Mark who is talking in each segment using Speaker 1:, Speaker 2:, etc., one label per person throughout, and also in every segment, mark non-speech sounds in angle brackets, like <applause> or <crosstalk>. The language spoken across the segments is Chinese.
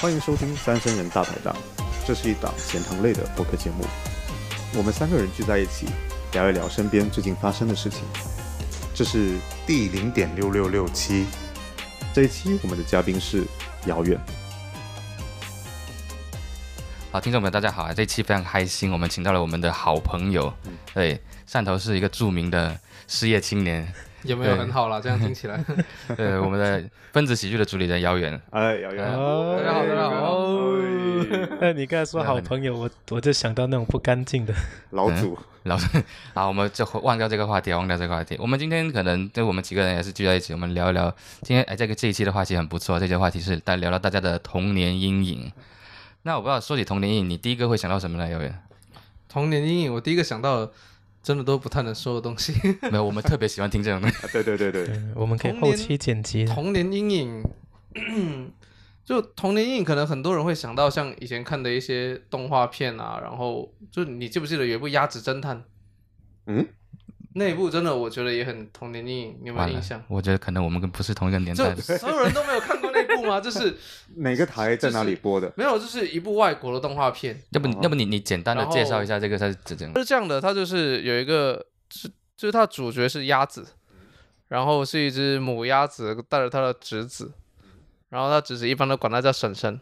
Speaker 1: 欢迎收听《三生人大排档》，这是一档闲谈类的播客节目。我们三个人聚在一起，聊一聊身边最近发生的事情。这是
Speaker 2: 第零点六六六期，
Speaker 1: 这一期我们的嘉宾是遥远。
Speaker 3: 好，听众朋友，大家好啊！这期非常开心，我们请到了我们的好朋友，对，汕头是一个著名的失业青年， <laughs>
Speaker 4: 有没有
Speaker 3: 对
Speaker 4: 很好
Speaker 3: <laughs>
Speaker 4: 啦？这样听起来， <laughs>
Speaker 3: 对，我们的分子喜剧的主理人姚远，
Speaker 1: 哎，遥远，
Speaker 5: 哦
Speaker 1: 哎
Speaker 5: 大家好
Speaker 4: 大家好
Speaker 1: 哎
Speaker 5: <laughs> 那你刚才说好朋友，我我就想到那种不干净的，
Speaker 1: 老祖，
Speaker 3: 老师， <laughs> 好，我们就忘掉这个话题，忘掉这个话题。我们今天可能就我们几个人也是聚在一起，我们聊一聊今天哎，这个这一期的话题很不错，这期的话题是大聊聊大家的童年阴影。嗯那我不知道说起童年阴影，你第一个会想到什么呢？姚远？
Speaker 4: 童年阴影，我第一个想到的，真的都不太能说的
Speaker 3: <laughs>
Speaker 4: 东西。
Speaker 3: 没有，我们特别喜欢听这 <laughs> 种东西。
Speaker 1: 啊对对对对，
Speaker 5: 嗯 <laughs> 我们可以
Speaker 4: 童
Speaker 5: 后
Speaker 4: 年
Speaker 5: 期剪辑的。
Speaker 4: 童年阴影， <coughs> 就童年阴影，可能很多人会想到像以前看的一些动画片啊，然后就你记不记得有一部《鸭子侦探》？
Speaker 1: 嗯，
Speaker 4: 那一部真的我觉得也很童年阴影，你有没有
Speaker 3: 完了
Speaker 4: 印象，？
Speaker 3: 我觉得可能我们跟不是同一个年代
Speaker 4: 就
Speaker 3: 的。
Speaker 4: 所有人都没有看过那部吗？ <laughs> 就是
Speaker 1: 哪个台在哪里播的？
Speaker 4: 没有，就是一部外国的动画片，
Speaker 3: 要不你，要不你，你简单的
Speaker 4: 然后
Speaker 3: 介绍一下这个它是怎样
Speaker 4: 它？是这样的，它就是有一个，是就是它的主角是鸭子，
Speaker 3: 嗯
Speaker 4: 然后是一只母鸭子带着它的侄子，
Speaker 3: 嗯
Speaker 4: 然后它侄子一般都管它叫婶婶，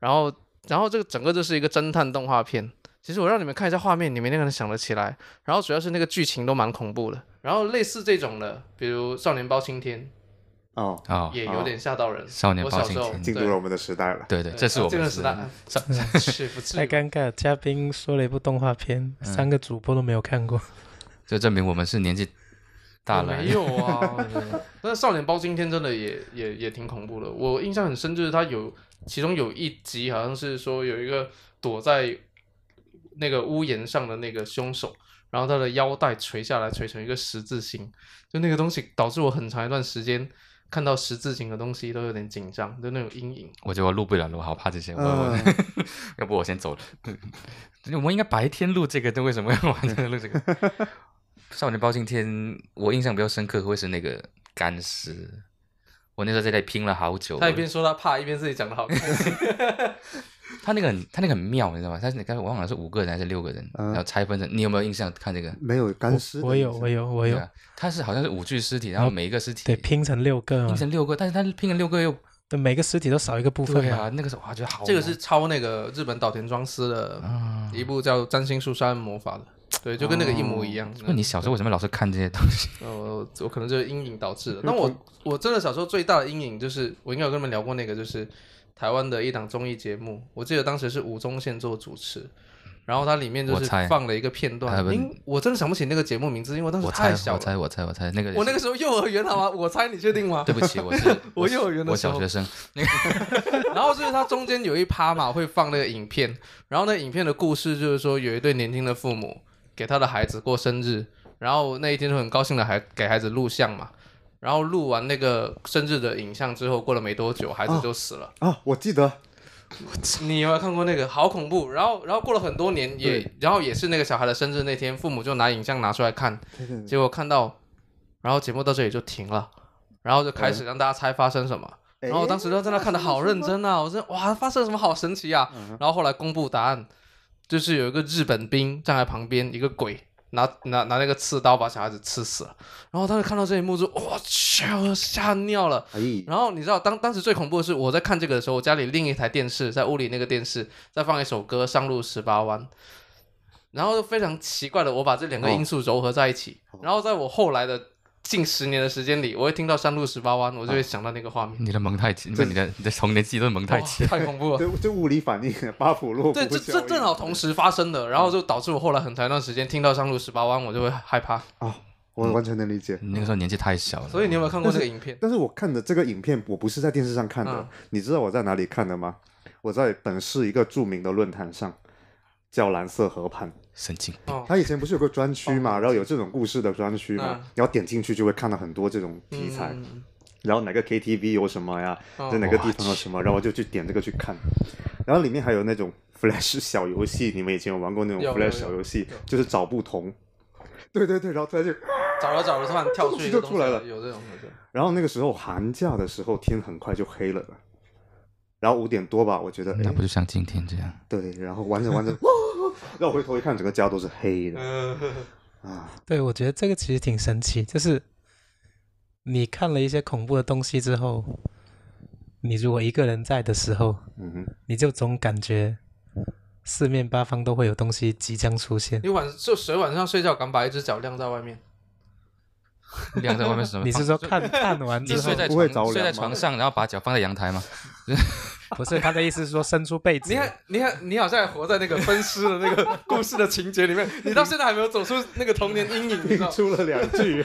Speaker 4: 然后然后这个整个就是一个侦探动画片。其实我让你们看一下画面，你们那个能想得起来。然后主要是那个剧情都蛮恐怖的。然后类似这种的，比如《少年包青天
Speaker 1: 哦》，
Speaker 3: 哦，
Speaker 4: 也有点吓到人。
Speaker 3: 少年
Speaker 4: 我
Speaker 3: 包
Speaker 4: 小
Speaker 3: 青
Speaker 4: 时候啊
Speaker 3: 天，
Speaker 1: 进入了我们的时代了。
Speaker 3: 对对，这是我
Speaker 4: 这
Speaker 3: 们
Speaker 4: 个
Speaker 3: 的
Speaker 4: 时代，
Speaker 3: <laughs> 少
Speaker 4: <laughs> 是不至
Speaker 5: 太
Speaker 4: 于。
Speaker 5: 尴尬，嘉宾说了一部动画片，
Speaker 3: 嗯
Speaker 5: 三个主播都没有看过。
Speaker 3: 这证明我们是年纪大
Speaker 4: 我
Speaker 3: 了。
Speaker 4: 没有啊，但是《少年包青天》真的也也也挺恐怖的。我印象很深，就是他有其中有一集好像是说有一个躲在那个屋檐上的那个凶手，然后他的腰带垂下来，垂成一个十字形，就那个东西导致我很长一段时间看到十字形的东西都有点紧张，就那种阴影。
Speaker 3: 我觉得我录不了了，我好怕这些。我、我 <laughs>
Speaker 1: 嗯，
Speaker 3: 要不我先走了。 <laughs> 我们应该白天录这个，但为什么要晚上录这个？少年包青天，我印象比较深刻会是那个干尸。我那时候在那里拼了好久，
Speaker 4: 他一边说他怕，一边自己讲的好开心。
Speaker 3: 他那个很他那个很妙，你知道吗？他是你刚才我忘了是五个人还是六个人，
Speaker 1: 嗯
Speaker 3: 然后拆分成。你有没有印象看这个？
Speaker 1: 没有干尸的
Speaker 5: 我有，
Speaker 1: 印象
Speaker 5: 我有，我
Speaker 3: 对
Speaker 5: 有，
Speaker 3: 啊，他是好像是五具尸体，然后每一个尸体
Speaker 5: 对，拼成六个
Speaker 3: 拼
Speaker 5: 嘛，
Speaker 3: 成六个，但是他拼了六个又
Speaker 5: 对，每个尸体都少一个部分
Speaker 3: 对
Speaker 5: 嘛。
Speaker 3: 啊，那个时候哇觉得好
Speaker 4: <laughs> 这个是抄那个日本岛田庄司的
Speaker 3: 啊，
Speaker 4: 一部叫《占星术杀人魔法》的，对，就跟哦那个一模一样。
Speaker 3: 那你小时候为什么老是看这些东西？
Speaker 4: 呃，我可能就是阴影导致的。那我我真的小时候最大的阴影就是，我应该有跟你们聊过那个，就是台湾的一档综艺节目，我记得当时是吴宗宪做主持，然后它里面就
Speaker 3: 我
Speaker 4: 是
Speaker 3: 猜
Speaker 4: 放了一个片
Speaker 3: 台
Speaker 4: 段，
Speaker 3: 湾
Speaker 4: 因我真的想不起那个节目名字，因为我当时
Speaker 3: 我猜，
Speaker 4: 太小
Speaker 3: 我
Speaker 4: 了。
Speaker 3: 猜，我猜，我猜，那个也是
Speaker 4: 我那个时候幼儿园好吗？我猜你确定吗
Speaker 3: 对？不起，我是
Speaker 4: <laughs> 我幼儿园的
Speaker 3: 我
Speaker 4: 时
Speaker 3: 小
Speaker 4: 候
Speaker 3: 学生，
Speaker 4: 然后就是它中间有一趴嘛，会放那个影片，然后那影片的故事就是说，有一对年轻的父母给他的孩子过生日，然后那一天就很高兴的还给孩子录像嘛，然后录完那个生日的影像之后，过了没多久，孩子就死了。
Speaker 1: 啊，我记得
Speaker 4: 你有没有看过那个？好恐怖！然后，然后过了很多年也，然后也是那个小孩的生日那天，父母就拿影像拿出来看，
Speaker 1: 嗯
Speaker 4: 结果看到，然后节目到这里就停了，然后就开始让大家猜发生什么。然后我当时就在那看的好认真啊，我说哇，发生了什么好神奇啊！然后后来公布答案，就是有一个日本兵站在旁边，一个鬼拿拿拿那个刺刀把小孩子刺死了。然后当时看到这一幕就哇，吓吓尿了。
Speaker 1: 哎，哎
Speaker 4: 然后你知道当当时最恐怖的是，我在看这个的时候，我家里另一台电视在屋里那个电视在放一首歌《上路十八弯》，然后非常奇怪的，我把这
Speaker 1: 哦
Speaker 4: 两个因素糅合在一起，然后在我后来的近十年的时间里，我会听到《上路十八弯》，我就
Speaker 1: 啊
Speaker 4: 会想到那个画面，
Speaker 3: 你的蒙太奇，不是你的你的童年记忆都是蒙太
Speaker 4: 哇
Speaker 3: 奇。
Speaker 4: 太恐怖
Speaker 1: <laughs>
Speaker 4: 了。
Speaker 1: 对，这物理反应，巴甫洛夫
Speaker 4: 对，这
Speaker 1: 效
Speaker 4: 这
Speaker 1: 应嗯
Speaker 4: 正好同时发生的，然后就导致我后来很长一段时间听到《上路十八弯》，我就会害怕。
Speaker 1: 啊，
Speaker 4: 嗯
Speaker 1: 我完全能理解。
Speaker 3: 你那个时候年纪太小了，
Speaker 4: 所以你有没有看过这个影片？
Speaker 1: 但是我看的这个影片，我不是在电视上看的，
Speaker 4: 嗯
Speaker 1: 你知道我在哪里看的吗？我在本市一个著名的论坛上，叫蓝色河畔。
Speaker 3: 神经病。
Speaker 4: 哦，
Speaker 1: 它以前不是有个专区嘛，然后有这种故事的专区嘛，
Speaker 4: 嗯
Speaker 1: 然后点进去就会看到很多这种题材，
Speaker 4: 嗯
Speaker 1: 然后哪个 KTV 有什么呀，
Speaker 4: 哦
Speaker 1: 在哪个地方有什么，然后我就去点这个去看，然后里面还有那种 <laughs> Flash 小游戏，你们以前有玩过那种
Speaker 4: 有有
Speaker 1: Flash
Speaker 4: 有
Speaker 1: 小游戏
Speaker 4: 有，
Speaker 1: 就是找不同。对对对，然后突然就
Speaker 4: 找着找着突然跳出一
Speaker 1: 这个
Speaker 4: 个东
Speaker 1: 出
Speaker 4: 西
Speaker 1: 来了
Speaker 4: 有这种有这种。
Speaker 1: 然后那个时候寒假的时候天很快就黑了，然后五点多吧，我觉得哎
Speaker 3: 那，不就像今天这
Speaker 4: <laughs>
Speaker 3: 样？
Speaker 1: 对，然后玩着玩着， <laughs> 然后回头一看，整个家都是黑的啊，
Speaker 5: 对，我觉得这个其实挺神奇，就是你看了一些恐怖的东西之后，你如果一个人在的时候，
Speaker 1: 嗯哼，
Speaker 5: 你就总感觉四面八方都会有东西即将出现
Speaker 4: 你。晚就谁晚上睡觉敢把一只脚晾在外面？
Speaker 3: 晾在外面是什么？
Speaker 5: 你是
Speaker 3: 放
Speaker 5: 说看看完
Speaker 3: 你
Speaker 5: 之后
Speaker 3: 睡，在
Speaker 1: 不会
Speaker 3: 床
Speaker 1: 着
Speaker 3: 睡在
Speaker 1: 凉吗
Speaker 3: 床上，然后把脚放在阳台吗？
Speaker 5: <laughs> 不是他的意思是说伸出被子
Speaker 4: 你，看，你看，你好像还活在那个分尸的那个故事的情节里面，你到现在还没有走出那个童年阴影，你知
Speaker 1: <laughs>
Speaker 4: 道吗？
Speaker 1: 出了两句，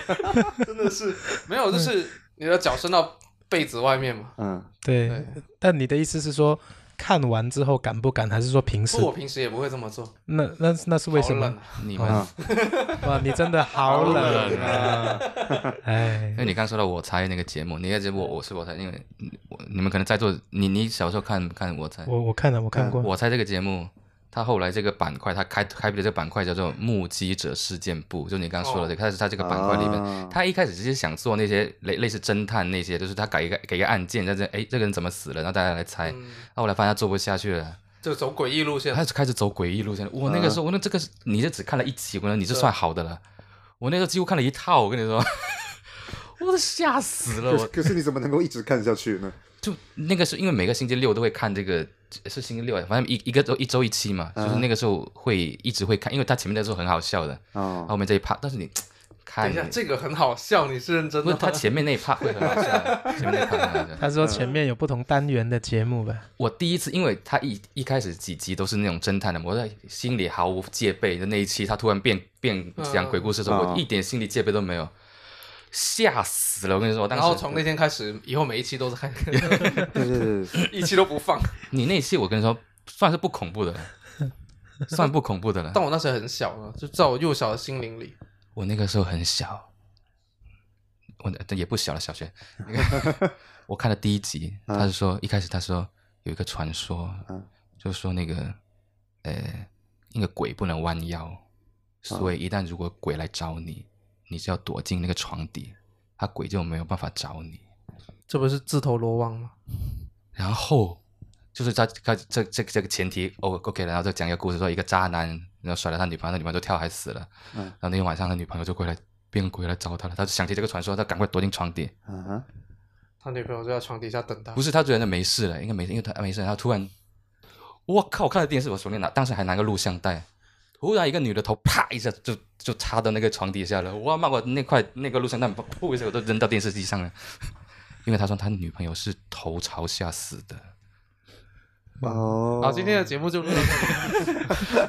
Speaker 4: 真的是 <laughs> 没有，就是你的脚伸到被子外面嘛。
Speaker 1: 嗯，
Speaker 5: 对
Speaker 4: 对。，
Speaker 5: 但你的意思是说看完之后敢不敢，还是说平时
Speaker 4: 不，？我平时也不会这么做。
Speaker 5: 那那那是为什
Speaker 4: 好
Speaker 5: 么
Speaker 4: 冷？啊？
Speaker 3: 你们
Speaker 1: 啊，
Speaker 5: 哇，你真的好冷
Speaker 3: 冷
Speaker 5: 啊！哎
Speaker 3: 因，为你刚说到我猜那个节目，你也知我我是我猜，因为我你们可能在座，你你小时候看看我猜，
Speaker 5: 我我看了，我看过，
Speaker 3: 嗯我猜这个节目，它后来这个板块，它开开辟的这个板块叫做目击者事件部，就你刚刚说的这个，但是它 <laughs> 这个板块里面，
Speaker 1: 啊
Speaker 3: 他一开始只是想做那些类类似侦探那些，就是他改一个给一个案件，在这哎这个人怎么死了，然后大家来猜，
Speaker 4: 嗯
Speaker 3: 后来发现他做不下去了，
Speaker 4: 就走诡异路线
Speaker 3: 他。就开始走诡异路线。我那个时候，我那这个是你这只看了一集，我那你这算好的了，我那时候几乎看了一套，我跟你说。 <laughs> 我都吓死了！
Speaker 1: 可是
Speaker 3: 我
Speaker 1: 可是你怎么能够一直看下去呢？
Speaker 3: 就那个是因为每个星期六都会看这个，是星期六啊，反正一一个周一周一期
Speaker 4: 嗯
Speaker 3: 嘛，就是那个时候会一直会看，因为他前面的时候很好笑的，
Speaker 1: 啊
Speaker 3: 后面这一 part，但是你看
Speaker 4: 哦等一下，这个很好笑，你是认真
Speaker 3: 不
Speaker 4: 的
Speaker 3: 是
Speaker 4: 吗？
Speaker 3: 他前面那一 part 会很好笑，前面那一 part 很好笑。
Speaker 4: <laughs>
Speaker 5: 他说前面有不同单元的节目吧？
Speaker 3: 我第一次，因为他一一开始几集都是那种侦探的，我在心里毫无戒备的那一期，他突然变变讲鬼故事的时候，
Speaker 1: 嗯
Speaker 3: 我一点心理戒备都没有，吓死了！我跟你说，我当
Speaker 4: 然
Speaker 3: 时
Speaker 4: 后从那天开始，以后每一期都是看，
Speaker 1: 对对对对，啊
Speaker 4: 一期都不放。
Speaker 3: 你那一期，我跟你说算是不恐怖的
Speaker 4: <laughs>
Speaker 3: 了，算不恐怖的了。
Speaker 4: 但我那时候很小啊，就在我幼小的心灵里，
Speaker 3: 我那个时候很小，我那也不小了，小学。我看了第一集，他是说、一开始他说有一个传说，
Speaker 1: 嗯
Speaker 3: 就是说那个呃那个鬼不能弯腰，所以一旦如果鬼来找你，你就要躲进那个床底，他鬼就没有办法找你。
Speaker 4: 这不是自投罗网吗？
Speaker 3: 然后就是在这这这这个前提哦 OK，然后再讲一个故事，说一个渣男，然后甩了他女朋友，他女朋友就跳海死了。
Speaker 1: 嗯
Speaker 3: 然后那天晚上他女朋友就过来变鬼来找他了，他就想起这个传说，他赶快躲进床底。
Speaker 1: 啊
Speaker 3: <laughs>
Speaker 1: 哈，
Speaker 4: 他女朋友就在床底下等他
Speaker 3: 不。是他觉得没事了，应该没事，因为他没事，然后突然，我靠！我看了电视，我手里拿，当时还拿个录像带。突然，一个女的头啪一下就就插到那个床底下了。哇妈！我那块那个录像带噗一下我都扔到电视机上了，因为他说他女朋友是头朝下死的。嗯
Speaker 1: 哦，
Speaker 4: 好，今天的节目就录到这里。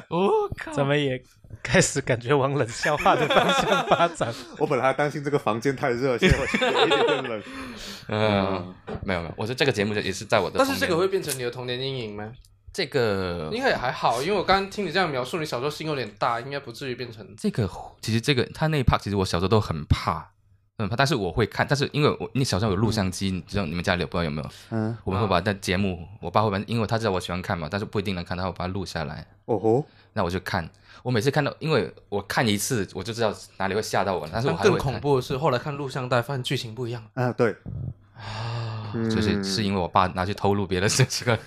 Speaker 3: 我靠！
Speaker 5: 怎么也开始感觉往冷笑话的方向发展？
Speaker 1: 我本来还担心这个房间太热，现在我觉得有一点点
Speaker 3: <laughs>
Speaker 1: 冷。
Speaker 3: 嗯，没有没有，我说这个节目就也是在我的
Speaker 4: 但
Speaker 3: 童年，嗯
Speaker 4: 是这个会变成你的童年阴影吗？
Speaker 3: 这个
Speaker 4: 应该也还好，因为我刚刚听你这样描述，你小时候心有点大，应该不至于变成。
Speaker 3: 这个其实这个他那一 part 其实我小时候都很怕，很怕，但是我会看，但是因为我你小时候有录像机，你知道你们家里有不知道有没有？
Speaker 1: 嗯，
Speaker 3: 我们会把那节目，我爸会把，因为他知道我喜欢看嘛，但是不一定能看，他会把它录下来，
Speaker 1: 哦吼，
Speaker 3: 那我就看。我每次看到，因为我看一次我就知道哪里会吓到我了，但是我
Speaker 4: 但
Speaker 3: 还会
Speaker 4: 更
Speaker 3: 看
Speaker 4: 恐，怖的是，后来看录像带，发现剧情不一样。
Speaker 1: 啊对，
Speaker 4: 啊，
Speaker 1: 嗯
Speaker 3: 就是是因为我爸拿去偷录别的事情了。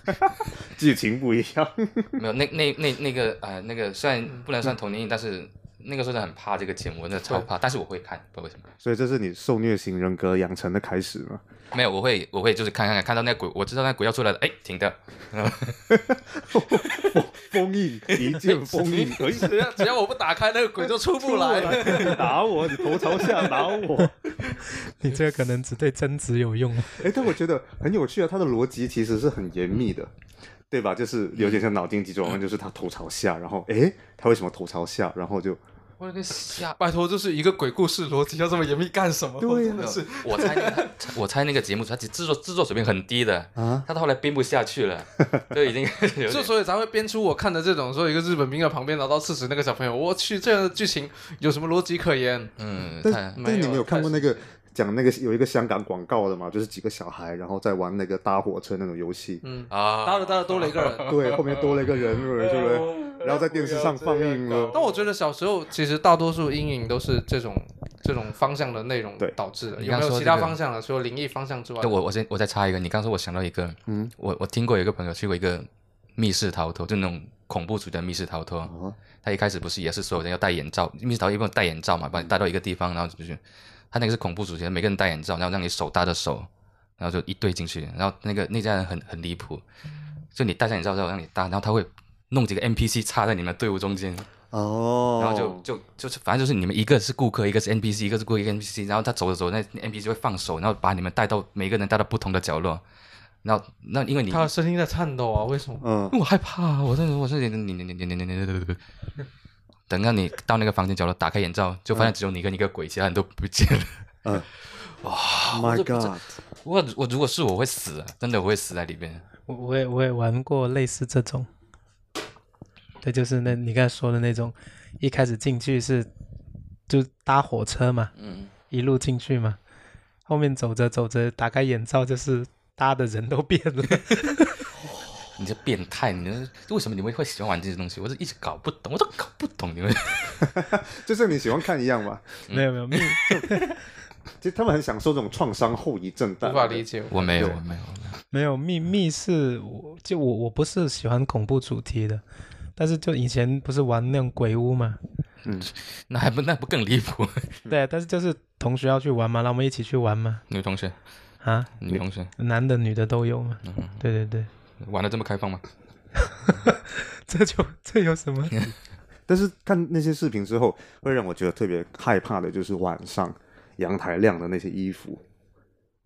Speaker 1: 剧情不一样。 <laughs>
Speaker 3: 没有，那那那那个呃，那个虽然
Speaker 1: 嗯
Speaker 3: 不能算童年阴影，但是那个时候真的很怕这个节目，真的超怕。但是我会看，不知道为什么。
Speaker 1: 所以这是你受虐型人格养成的开始嘛？
Speaker 3: 没有，我会我会就是看看看看到那鬼，我知道那鬼要出来了，哎，停的。
Speaker 1: 封印，一剑封印，可以
Speaker 4: 只要啊只要我不打开，那个鬼就 <laughs> 出不来。
Speaker 1: 打我，你头朝下打我。
Speaker 5: 你这个可能只对贞子有用。
Speaker 1: 哎，但我觉得很有趣啊，它的逻辑其实是很严密的，对吧？就是有点像脑筋急转弯，就是他头朝下，然后哎，他为什么头朝下？然后就
Speaker 3: <laughs> 我那个吓！啊
Speaker 4: 拜托，就是一个鬼故事逻辑要这么严密干什么？
Speaker 1: 对
Speaker 4: 真的是。
Speaker 3: 我猜那个 <laughs> 他，我猜那个节目组他其实制作制作水平很低的，
Speaker 1: 啊，
Speaker 3: 他到后来编不下
Speaker 1: <laughs>
Speaker 3: 去了，就已经 <laughs> 有
Speaker 4: 就
Speaker 3: 点
Speaker 4: 所以才会编出我看的这种，说一个日本兵在旁边拿到刺死那个小朋友，我去，这样的剧情有什么逻辑可言？
Speaker 3: 嗯，
Speaker 1: 但
Speaker 3: 太
Speaker 1: 但你们有看过那个
Speaker 4: 太
Speaker 1: 讲那个有一个香港广告的嘛？就是几个小孩然后在玩那个搭火车那种游戏，
Speaker 4: 嗯，搭
Speaker 3: 啊，
Speaker 4: 着搭着多了一个人。
Speaker 1: 对，后面多了一个人，对不对？然后在电视上放映了。
Speaker 4: 但我觉得小时候其实大多数阴影都是这种这种方向的内容
Speaker 1: 对
Speaker 4: 导致的。
Speaker 3: 你
Speaker 4: 有没
Speaker 3: 刚
Speaker 4: 有
Speaker 3: 说
Speaker 4: 其
Speaker 3: 这
Speaker 4: 他
Speaker 3: 个
Speaker 4: 方向的？除了灵异方向之外
Speaker 3: 对，，我我先我再插一个，你刚说我想到一个，
Speaker 1: 嗯，
Speaker 3: 我我听过有一个朋友去过一个密室逃脱，就那种恐怖主题的密室逃脱，
Speaker 1: 啊，
Speaker 3: 他一开始不是也是所有人要戴眼罩，密室逃脱一般戴眼罩嘛，把你带到一个地方，然后就是他那个是恐怖主题，每个人戴眼罩，然后让你手搭着手，然后就一对进去，然后那个那家人很很离谱，就你戴上眼罩之后让你搭，然后他会弄几个 NPC 插在你们队伍中间，
Speaker 1: 哦，
Speaker 3: 然后就就就是反正就是你们一个是顾客，一个是 NPC，一个是顾客，一个 NPC，然后他走着走着，那 NPC 会放手，然后把你们带到每个人带到不同的角落，然后那因为你
Speaker 4: 他的声音在颤抖啊，为 <laughs> 什么？
Speaker 1: 嗯，
Speaker 3: 我害怕啊，我真的我是你你你你你你你你。等到你到那个房间角落，打开眼罩，就发现只有你跟一个鬼，其他人都不见了。
Speaker 1: My
Speaker 3: 这不是
Speaker 1: God，
Speaker 3: <laughs> 我我如果是我会死啊，真的我会死在里边。
Speaker 5: 我我也我也玩过类似这种，对，就是那你刚才说的那种，一开始进去是就搭火车嘛，
Speaker 3: 嗯，
Speaker 5: 一路进去嘛，后面走着走着打开眼罩就是搭的人都变了，
Speaker 3: 你这变态，你这为什么你们会喜欢玩这些东西？我是一直搞不懂，我都搞不懂你们。
Speaker 1: 就是你喜欢看一样嘛。
Speaker 5: 没有没有，没有
Speaker 1: 其实他们很享受这种创伤后遗症带来
Speaker 4: 无
Speaker 1: 的，
Speaker 4: 法理解。
Speaker 3: <laughs> 我没 <laughs> 有，我没有，我没有
Speaker 5: 没有密密室，我就我我不是喜欢恐怖主题的，但是就以前不是玩那种鬼屋嘛，
Speaker 3: 那还不那不更离谱？
Speaker 5: 对，但是就是同学要去玩嘛，然后我们一起去玩嘛，
Speaker 3: <laughs> 女同学，
Speaker 5: 啊，
Speaker 3: 女同学
Speaker 5: 男的女的都有嘛，对对对，
Speaker 3: <laughs> 玩的这么开放吗？
Speaker 5: <laughs> 这就这有
Speaker 1: <laughs>
Speaker 5: 什么？
Speaker 1: 但是看那些视频之后，会让我觉得特别害怕的，就是晚上阳台晾的那些衣服。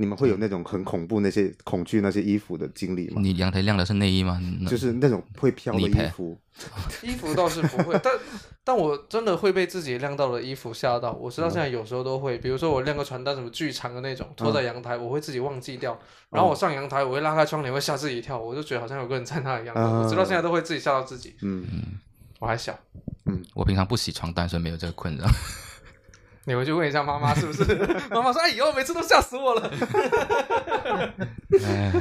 Speaker 1: 你们会有那种很恐怖、那些恐惧那些衣服的经历吗？
Speaker 3: 你阳台晾的是内衣吗？那
Speaker 1: 就是那种会飘的
Speaker 3: 你
Speaker 1: 衣
Speaker 3: 陪
Speaker 1: 服，
Speaker 4: <laughs> 衣服倒是不 <laughs> 会，但但我真的会被自己晾到的衣服吓到。我直
Speaker 3: 嗯
Speaker 4: 到现在有时候都会，比如说我晾个传单，什么巨长的那种，
Speaker 3: 嗯
Speaker 4: 拖在阳台，我会自己忘记掉。然后我上阳台，我会拉开窗帘，会吓自己一跳，我就觉得好像有个人在那里一样。
Speaker 1: 嗯
Speaker 4: 我直到现在都会自己吓到自己。
Speaker 1: 嗯，
Speaker 4: 我还小，
Speaker 3: 我平常不洗床单，所以没有这个困扰。 <laughs>
Speaker 4: 你回去问一下妈妈是不 <laughs> 是？妈妈说：“哎呦，每次都吓死我了。
Speaker 3: 哎，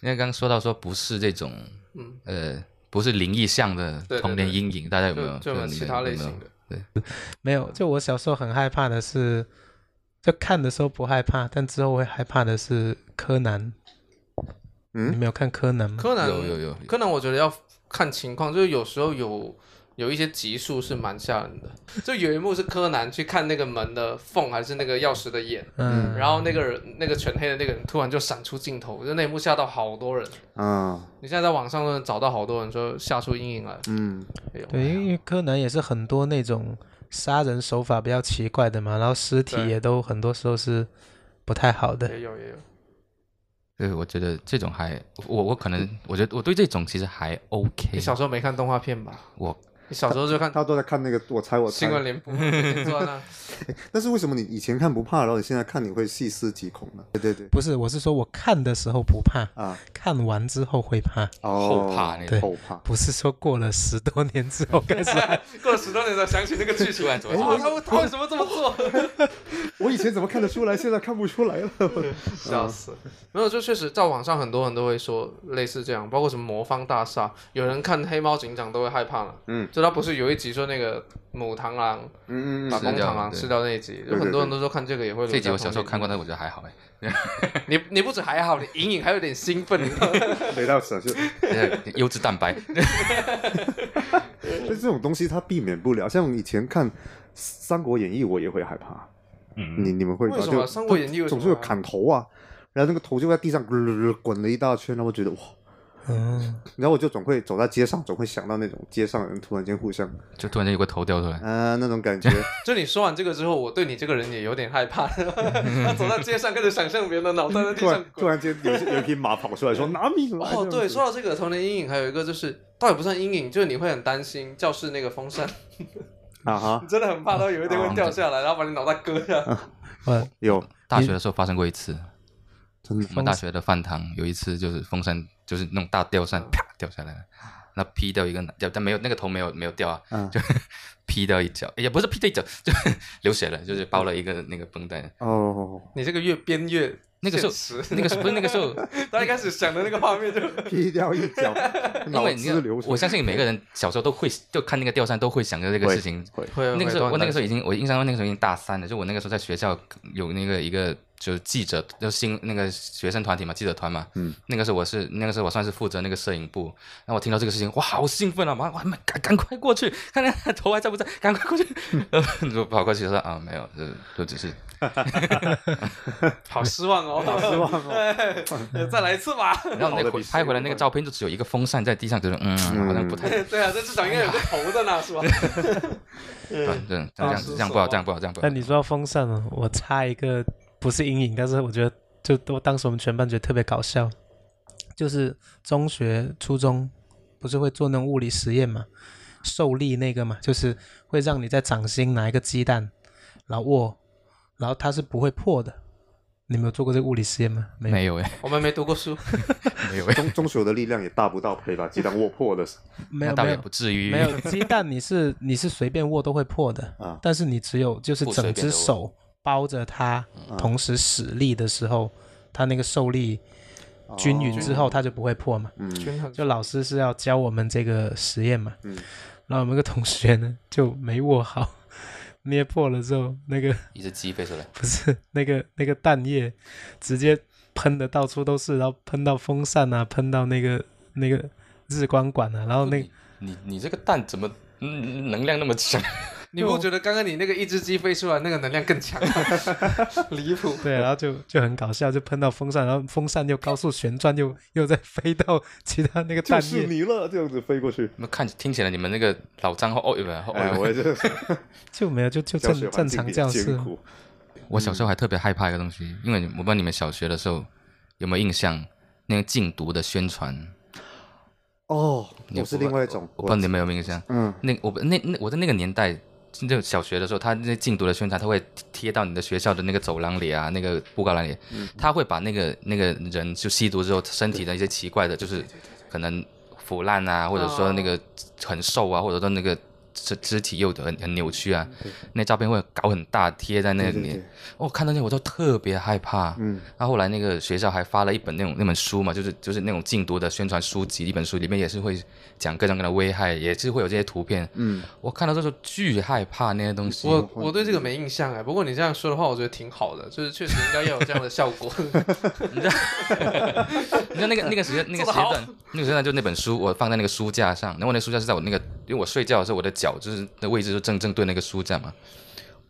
Speaker 3: 因为刚刚说到说不是这种，
Speaker 4: 嗯
Speaker 3: 呃，不是灵异向的
Speaker 4: 对对
Speaker 3: 童年阴影，大家有没有？
Speaker 4: 就就有
Speaker 3: 你们
Speaker 4: 其他类型
Speaker 3: 有没
Speaker 4: 的
Speaker 3: 有。
Speaker 5: 没有，就我小时候很害怕的是，就看的时候不害怕，但之后会害怕的是柯南。
Speaker 1: 嗯
Speaker 5: 你没有看柯南”吗？
Speaker 4: 柯南
Speaker 3: 有有有，
Speaker 4: 柯南我觉得要看情况，就是有时候有有一些集数是蛮吓人的。就有一幕是柯南去看那个门的缝还是那个钥匙的眼，
Speaker 5: 嗯，
Speaker 4: 然后那个人那个全黑的那个人突然就闪出镜头，就那一幕吓到好多人。
Speaker 1: 啊，
Speaker 4: 你现在在网上都能找到好多人说吓出阴影来。
Speaker 1: 嗯，
Speaker 4: 哎呦
Speaker 5: 对，因为柯南也是很多那种杀人手法比较奇怪的嘛，然后尸体
Speaker 4: 对
Speaker 5: 也都很多时候是不太好的。
Speaker 4: 也有也有，
Speaker 3: 对，我觉得这种还我我可能我觉得我对这种其实还 OK
Speaker 4: 嗯你。小时候没看动画片吧？
Speaker 3: 我
Speaker 4: 你小时
Speaker 3: <laughs>
Speaker 4: 候就看
Speaker 1: 他都在看那个我猜我猜
Speaker 4: 新。闻联播，啊每天坐在那。
Speaker 1: 但是为什么你以前看不怕，然后你现在看你会细思极恐呢？对对对，
Speaker 5: 不是，我是说我看的时候不怕，
Speaker 1: 啊，
Speaker 5: 看完之后会怕，
Speaker 1: 哦，
Speaker 3: 后怕那
Speaker 5: 对
Speaker 1: 后怕。
Speaker 5: 不是说过了十多年之后开始害
Speaker 1: <laughs>
Speaker 5: 怕。
Speaker 4: 过了十多年才想起那个
Speaker 3: <laughs>
Speaker 4: 剧情，
Speaker 3: 然
Speaker 4: 哇
Speaker 3: 怎么
Speaker 4: 他他为什么这么做？
Speaker 1: 我以前怎么看得出来，现在看不出来了。
Speaker 4: 笑死！
Speaker 1: 嗯
Speaker 4: 没有，就确实在网上很多人都会说类似这样，包括什么魔方大厦，有人看黑猫警长都会害怕了。
Speaker 1: 嗯，
Speaker 4: 就他不是有一集说那个母螳螂
Speaker 1: <laughs> <laughs> 嗯嗯
Speaker 4: 把
Speaker 1: 嗯，
Speaker 4: 公螳螂
Speaker 3: 对
Speaker 4: 吃掉那一集，
Speaker 1: 对
Speaker 4: 有
Speaker 1: 对
Speaker 4: 很多人都说看这个也会。
Speaker 3: 这集我小时候看过，，但是我觉得还
Speaker 4: <laughs>
Speaker 3: 好哎。
Speaker 4: 你你不止还好，你隐隐还有点兴奋，你知道吗
Speaker 1: 回到小时候
Speaker 3: 呃优质蛋 <laughs> 白，
Speaker 1: 所以这种东西它避免不了。像以前看《三国演义》，我也会害怕。嗯，你你们会吗
Speaker 4: 为什
Speaker 1: 就
Speaker 4: 么三国演义为什
Speaker 1: 总
Speaker 4: 么
Speaker 1: 是有砍头啊，然后那个头就在地上咕噜噜噜滚了一大圈，然后我觉得哇，
Speaker 5: 嗯，
Speaker 1: 然后我就总会走在街上，总会想到那种街上的人突然间互相
Speaker 3: 就突然间有个头掉出来。
Speaker 1: 啊那种感觉。
Speaker 4: 就你说完这个之后，我对你这个人也有点害怕。他走到街上，开始想象别人的脑袋在
Speaker 1: 突
Speaker 4: 地上
Speaker 1: 然 <laughs> 突
Speaker 4: 滚。
Speaker 1: 然间有一有一匹马跑出来说拿命来。
Speaker 4: 哦，对，说
Speaker 1: 说
Speaker 4: 到这个童年阴影，还有一个就是，倒也不算阴影，就是你会很担心教室那个风扇。
Speaker 1: 啊哈
Speaker 4: 你，真的很怕它有一天会掉下来，然后把你脑袋割下 <laughs> 来。
Speaker 5: 我
Speaker 1: 有
Speaker 3: 大学的时候发生过一次，
Speaker 1: 哦真的
Speaker 3: 我们大学的饭堂有一次就是风扇，就是那种大吊扇
Speaker 1: 嗯
Speaker 3: 啪掉下来了，那劈掉一个男，掉但没有那个头没有没有掉啊，
Speaker 1: 嗯
Speaker 3: <laughs> 就劈掉一脚，也不是 <laughs> 劈掉一脚，就流血了，就是包了一个那个绷带。
Speaker 1: 哦， <laughs>
Speaker 4: 你这个越编越
Speaker 3: 那个时候
Speaker 4: 现 <laughs> 实
Speaker 3: 那个时候不是那个时候，
Speaker 4: 大家一开始想的那个画面就
Speaker 1: 劈掉一脚，
Speaker 3: 因
Speaker 1: 脑
Speaker 3: 为你
Speaker 1: 汁流
Speaker 3: 看
Speaker 1: 出
Speaker 3: 我相信每个人小时候都会就看那个吊扇都会想着这个
Speaker 1: 会
Speaker 3: 事情，
Speaker 1: 会
Speaker 4: <laughs> 会
Speaker 3: 那个时候，我那个时
Speaker 4: 候
Speaker 3: 候已经，我印象中那个时候已经大三了，就我那个时候在学校有那个一个就是记者，就新那个学生团体嘛，记者团嘛，嗯，那个时候我是那个时候我算是负责那个摄影部，那我听到这个事情，哇，好兴奋啊，马上哇，赶赶快过去，看看他头还在不在，赶快
Speaker 1: <laughs>
Speaker 3: 过去，然后就跑过去说啊，没有，就就只是
Speaker 4: 好失望哦， <laughs> 好失望哦，再来一次吧。
Speaker 3: 然后那
Speaker 1: 跑得
Speaker 3: 个
Speaker 1: 比
Speaker 3: 回
Speaker 1: 谁
Speaker 3: 拍回来
Speaker 1: 都
Speaker 3: 那个
Speaker 1: 快
Speaker 3: 照片就只有一个风扇在地上，就是嗯，好像不太
Speaker 4: <laughs> 对啊，这至少应该有个头在那是吧？
Speaker 3: 对，这样这样这样不好，这样不好，这样不好
Speaker 5: 啊但。你说到风扇哦，我插一个不是阴影，但是我觉得就都当时我们全班觉得特别搞笑，就是中学、初中不是会做那种物理实验嘛，受力那个嘛，就是会让你在掌心拿一个鸡蛋，然后握，然后它是不会破的。你们有做过这个物理实验吗？没有。
Speaker 3: 没有哎，
Speaker 4: <laughs> 我们没读过书， <laughs>
Speaker 3: 没有哎，
Speaker 1: 中中手的力量也大不到可以把鸡蛋握破的
Speaker 3: <laughs> 那
Speaker 5: 没有
Speaker 3: 倒
Speaker 5: 没
Speaker 3: 也
Speaker 5: 有
Speaker 3: 不至于。
Speaker 5: 没有鸡蛋，你是 <laughs> 你是随便握都会破的
Speaker 1: 啊
Speaker 5: 但是你只有就是
Speaker 3: 不随
Speaker 5: 整
Speaker 3: 便
Speaker 5: 只
Speaker 3: 地握
Speaker 5: 手包着它，
Speaker 1: 嗯
Speaker 5: 同时使力的时候，它那个受力均
Speaker 1: 哦
Speaker 5: 匀之后，它就不会破嘛。就老师是要教我们这个实验嘛，
Speaker 1: 嗯
Speaker 5: 然后我们一个同学呢就没握好， <laughs> 捏破了之后，那个 <laughs>
Speaker 3: 一只鸡飞出来，
Speaker 5: 不是那个那个蛋液直接喷的到处都是，然后喷到风扇啊，喷到那个那个日光管啊，然后那个。
Speaker 3: 你你这个蛋怎么嗯能量那么强？ <laughs>
Speaker 4: 你不觉得刚刚你那个一只鸡飞出来那个能量更强 <laughs> 吗？离谱。
Speaker 5: 对，然后就就很搞笑，就喷到风扇，然后风扇又高速旋转，又又再飞到其他那
Speaker 1: <laughs>
Speaker 5: 个
Speaker 1: 就
Speaker 5: 蛋
Speaker 1: 是
Speaker 5: 液，
Speaker 1: 你了，这样子飞过去。
Speaker 3: 那看听起来你们那个老张后哦，不哦，
Speaker 1: <laughs> 哎，我也 <laughs> 是
Speaker 5: 就没有就就
Speaker 1: 教
Speaker 5: 正
Speaker 1: 学环
Speaker 5: 正
Speaker 1: 境
Speaker 5: 常
Speaker 1: 比
Speaker 5: 教
Speaker 1: 较
Speaker 5: 室
Speaker 1: 艰
Speaker 5: 啊。
Speaker 1: 苦，
Speaker 3: <laughs> 我小时
Speaker 1: 嗯
Speaker 3: 候还特别害怕一个东西，因为我不知道你们小学的时候有没有印象，那个禁毒的宣传，
Speaker 1: 哦，
Speaker 3: 你
Speaker 1: 我是另外一种，
Speaker 3: 我不知道你们有没有印象。
Speaker 1: 嗯，
Speaker 3: 那我不那那我在那个年代，就小学的时候，他那禁毒的宣传，他会贴到你的学校的那个走廊里啊，那个布告栏里，
Speaker 1: 嗯
Speaker 3: 他会把那个那个人就吸毒之后身体的一些奇怪的，就是可能腐烂啊，或者说那
Speaker 1: 哦
Speaker 3: 个很瘦啊，或者说那个肢肢体又很很扭曲啊，那照片会搞很大贴在那
Speaker 1: 嗯对对
Speaker 3: 里
Speaker 1: 对。
Speaker 3: 我哦看到那我就特别害怕。嗯，那后来那个学校还发了一本那种那本书嘛，就是就是那种禁毒的宣传书籍，一本书里面也是会讲各种各样的危害，也是会有这些图片。嗯，我看到这时候巨害怕那些东西。
Speaker 4: 我我对这个没印象哎，不过你这样说的话，我觉得挺好的， <laughs> 就是确实应该要有这样的效 <laughs> 果。
Speaker 3: 你知道那个那个时间那个时
Speaker 4: <laughs> 做得好
Speaker 3: 段，那个时段就那本书，我放在那个书架上，然后我那书架是在我那个，因为我睡觉的时候，我的脚就是的位置就正正对那个书架嘛。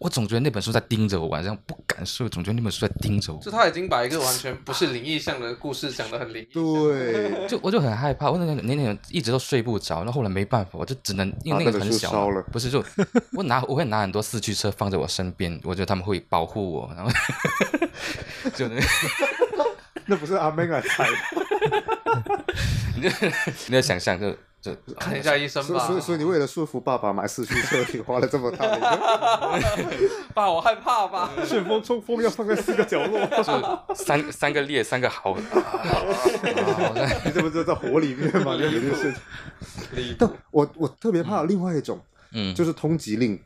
Speaker 3: 我总觉得那本书在盯着我，晚上不敢睡，我总觉得那本书在盯着我
Speaker 4: 就，他已经把一个完全不是灵异向的故事讲得很灵
Speaker 1: <laughs>
Speaker 4: 异。
Speaker 1: 对，
Speaker 3: 就我就很害怕，我那个那天一直都睡不着，然后后来没办法，我就只能因
Speaker 1: 把那
Speaker 3: 为那个
Speaker 1: 本
Speaker 3: 很
Speaker 1: 书
Speaker 3: 小
Speaker 1: 烧
Speaker 3: 嘛
Speaker 1: 了
Speaker 3: 不是就我拿我会拿很多四驱车放在我身边，我觉得他们会保护我，然后 <laughs> 就那个
Speaker 1: 那不是阿妹啊来 <laughs> 踩，
Speaker 3: 你要想象就就
Speaker 4: 看一下医生
Speaker 1: 所以
Speaker 4: 吧
Speaker 1: 所以。所以你为了说服爸爸买四驱车，你花了这么大的一
Speaker 4: 爸，我害怕吧。
Speaker 1: 个 <laughs> 旋风冲锋要放在四个角 <laughs> 落，
Speaker 3: 就三三个裂三个壕。
Speaker 1: 你这不是在火里面 <laughs> 吗？那你就是， <laughs> 但我我特别怕另外一种，
Speaker 3: 嗯
Speaker 1: 就是通缉令。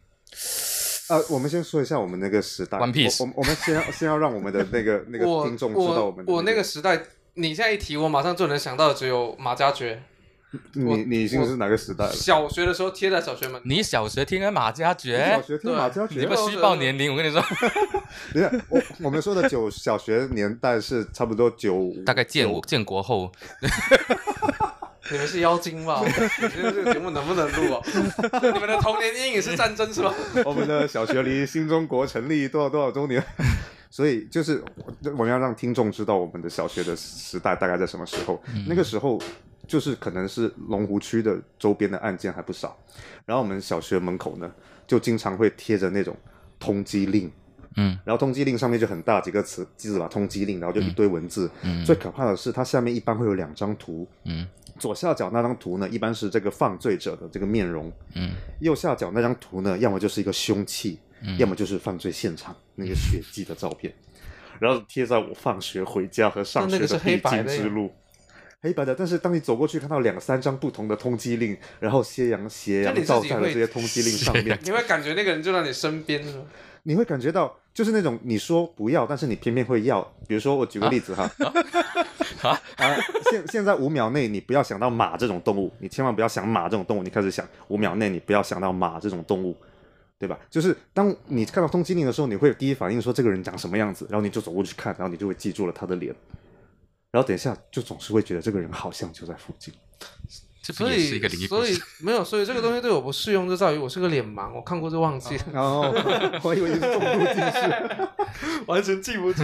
Speaker 1: 呃，我们先说一下我们那个时代
Speaker 3: One Piece
Speaker 1: 我我我们先要先要让我们的那个那个
Speaker 4: 我
Speaker 1: 听众知道们
Speaker 4: 我
Speaker 1: 我
Speaker 4: 那个时代，你现在一提，我马上就能想到的只有马加 <laughs> 爵。我
Speaker 1: 你你已经是哪个时代了？
Speaker 4: 小学的时候贴在小学门口，
Speaker 3: 你小学听啊马加
Speaker 1: 小
Speaker 3: 爵，
Speaker 1: 学听
Speaker 4: 对
Speaker 1: 马家爵
Speaker 3: 你
Speaker 1: 吗
Speaker 3: 们虚报年龄，我跟你说，
Speaker 1: 等一下，我我们说的九小学年代是差不多九五
Speaker 3: 大概建我建国后，
Speaker 4: 你们是妖精 <laughs> 吧？我觉得这个节目能不能录 <laughs> 啊？你们的童年阴影是战争 <laughs> 是吧？
Speaker 1: 我们的小学离新中国成立多少多少周年， <laughs> 所以就是我们要让听众知道我们的小学的时代大概在什么时候。那个时候就是可能是龙湖区的周边的案件还不少，然后我们小学门口呢就经常会贴着那种通缉令。
Speaker 3: 嗯，
Speaker 1: 然后通缉令上面就很大几个词字吧，通缉令，然后就一堆文字。嗯，最可怕的是它下面一般会有两张图。
Speaker 3: 嗯，
Speaker 1: 左下角那张图呢，一般是这个犯罪者的这个面容。
Speaker 3: 嗯，
Speaker 1: 右下角那张图呢，要么就是一个凶器，要么就是犯罪现场那个血迹的照片，然后贴在我放学回家和上学
Speaker 4: 那那个是
Speaker 1: 必
Speaker 4: 黑白
Speaker 1: 经
Speaker 4: 的呀
Speaker 1: 之路。黑白的，但是当你走过去看到两三张不同的通缉令，然后斜阳斜
Speaker 4: 就
Speaker 1: 阳
Speaker 4: 你自己
Speaker 1: 照在了
Speaker 4: 会 <laughs>
Speaker 1: 这些通缉令上面，
Speaker 4: 你会感觉那个人就在你身边是吧？
Speaker 1: 你会感觉到就是那种你说不要，但是你偏偏会要。比如说，我举个例子哈，
Speaker 3: 啊
Speaker 1: 啊，现现在五秒内你不要想到马这种动物，你千万不要想马这种动物，你开始想五秒内你不要想到马这种动物，对吧？就是当你看到通缉令的时候，你会第一反应说这个人长什么样子，然后你就走过去看，然后你就会记住了他的脸，然后等一下就总是会觉得这个人好像就在附近。
Speaker 3: 这不
Speaker 4: 所
Speaker 3: 也是一
Speaker 4: 以
Speaker 3: 个灵异故
Speaker 4: 所以
Speaker 3: 事？
Speaker 4: 没有，所以这个东西对我不适用，就在于我是个脸盲，我看过就忘记，
Speaker 1: 哦， <laughs> 我以为你是重度近视。
Speaker 4: <laughs> 完全记 <laughs> 不住。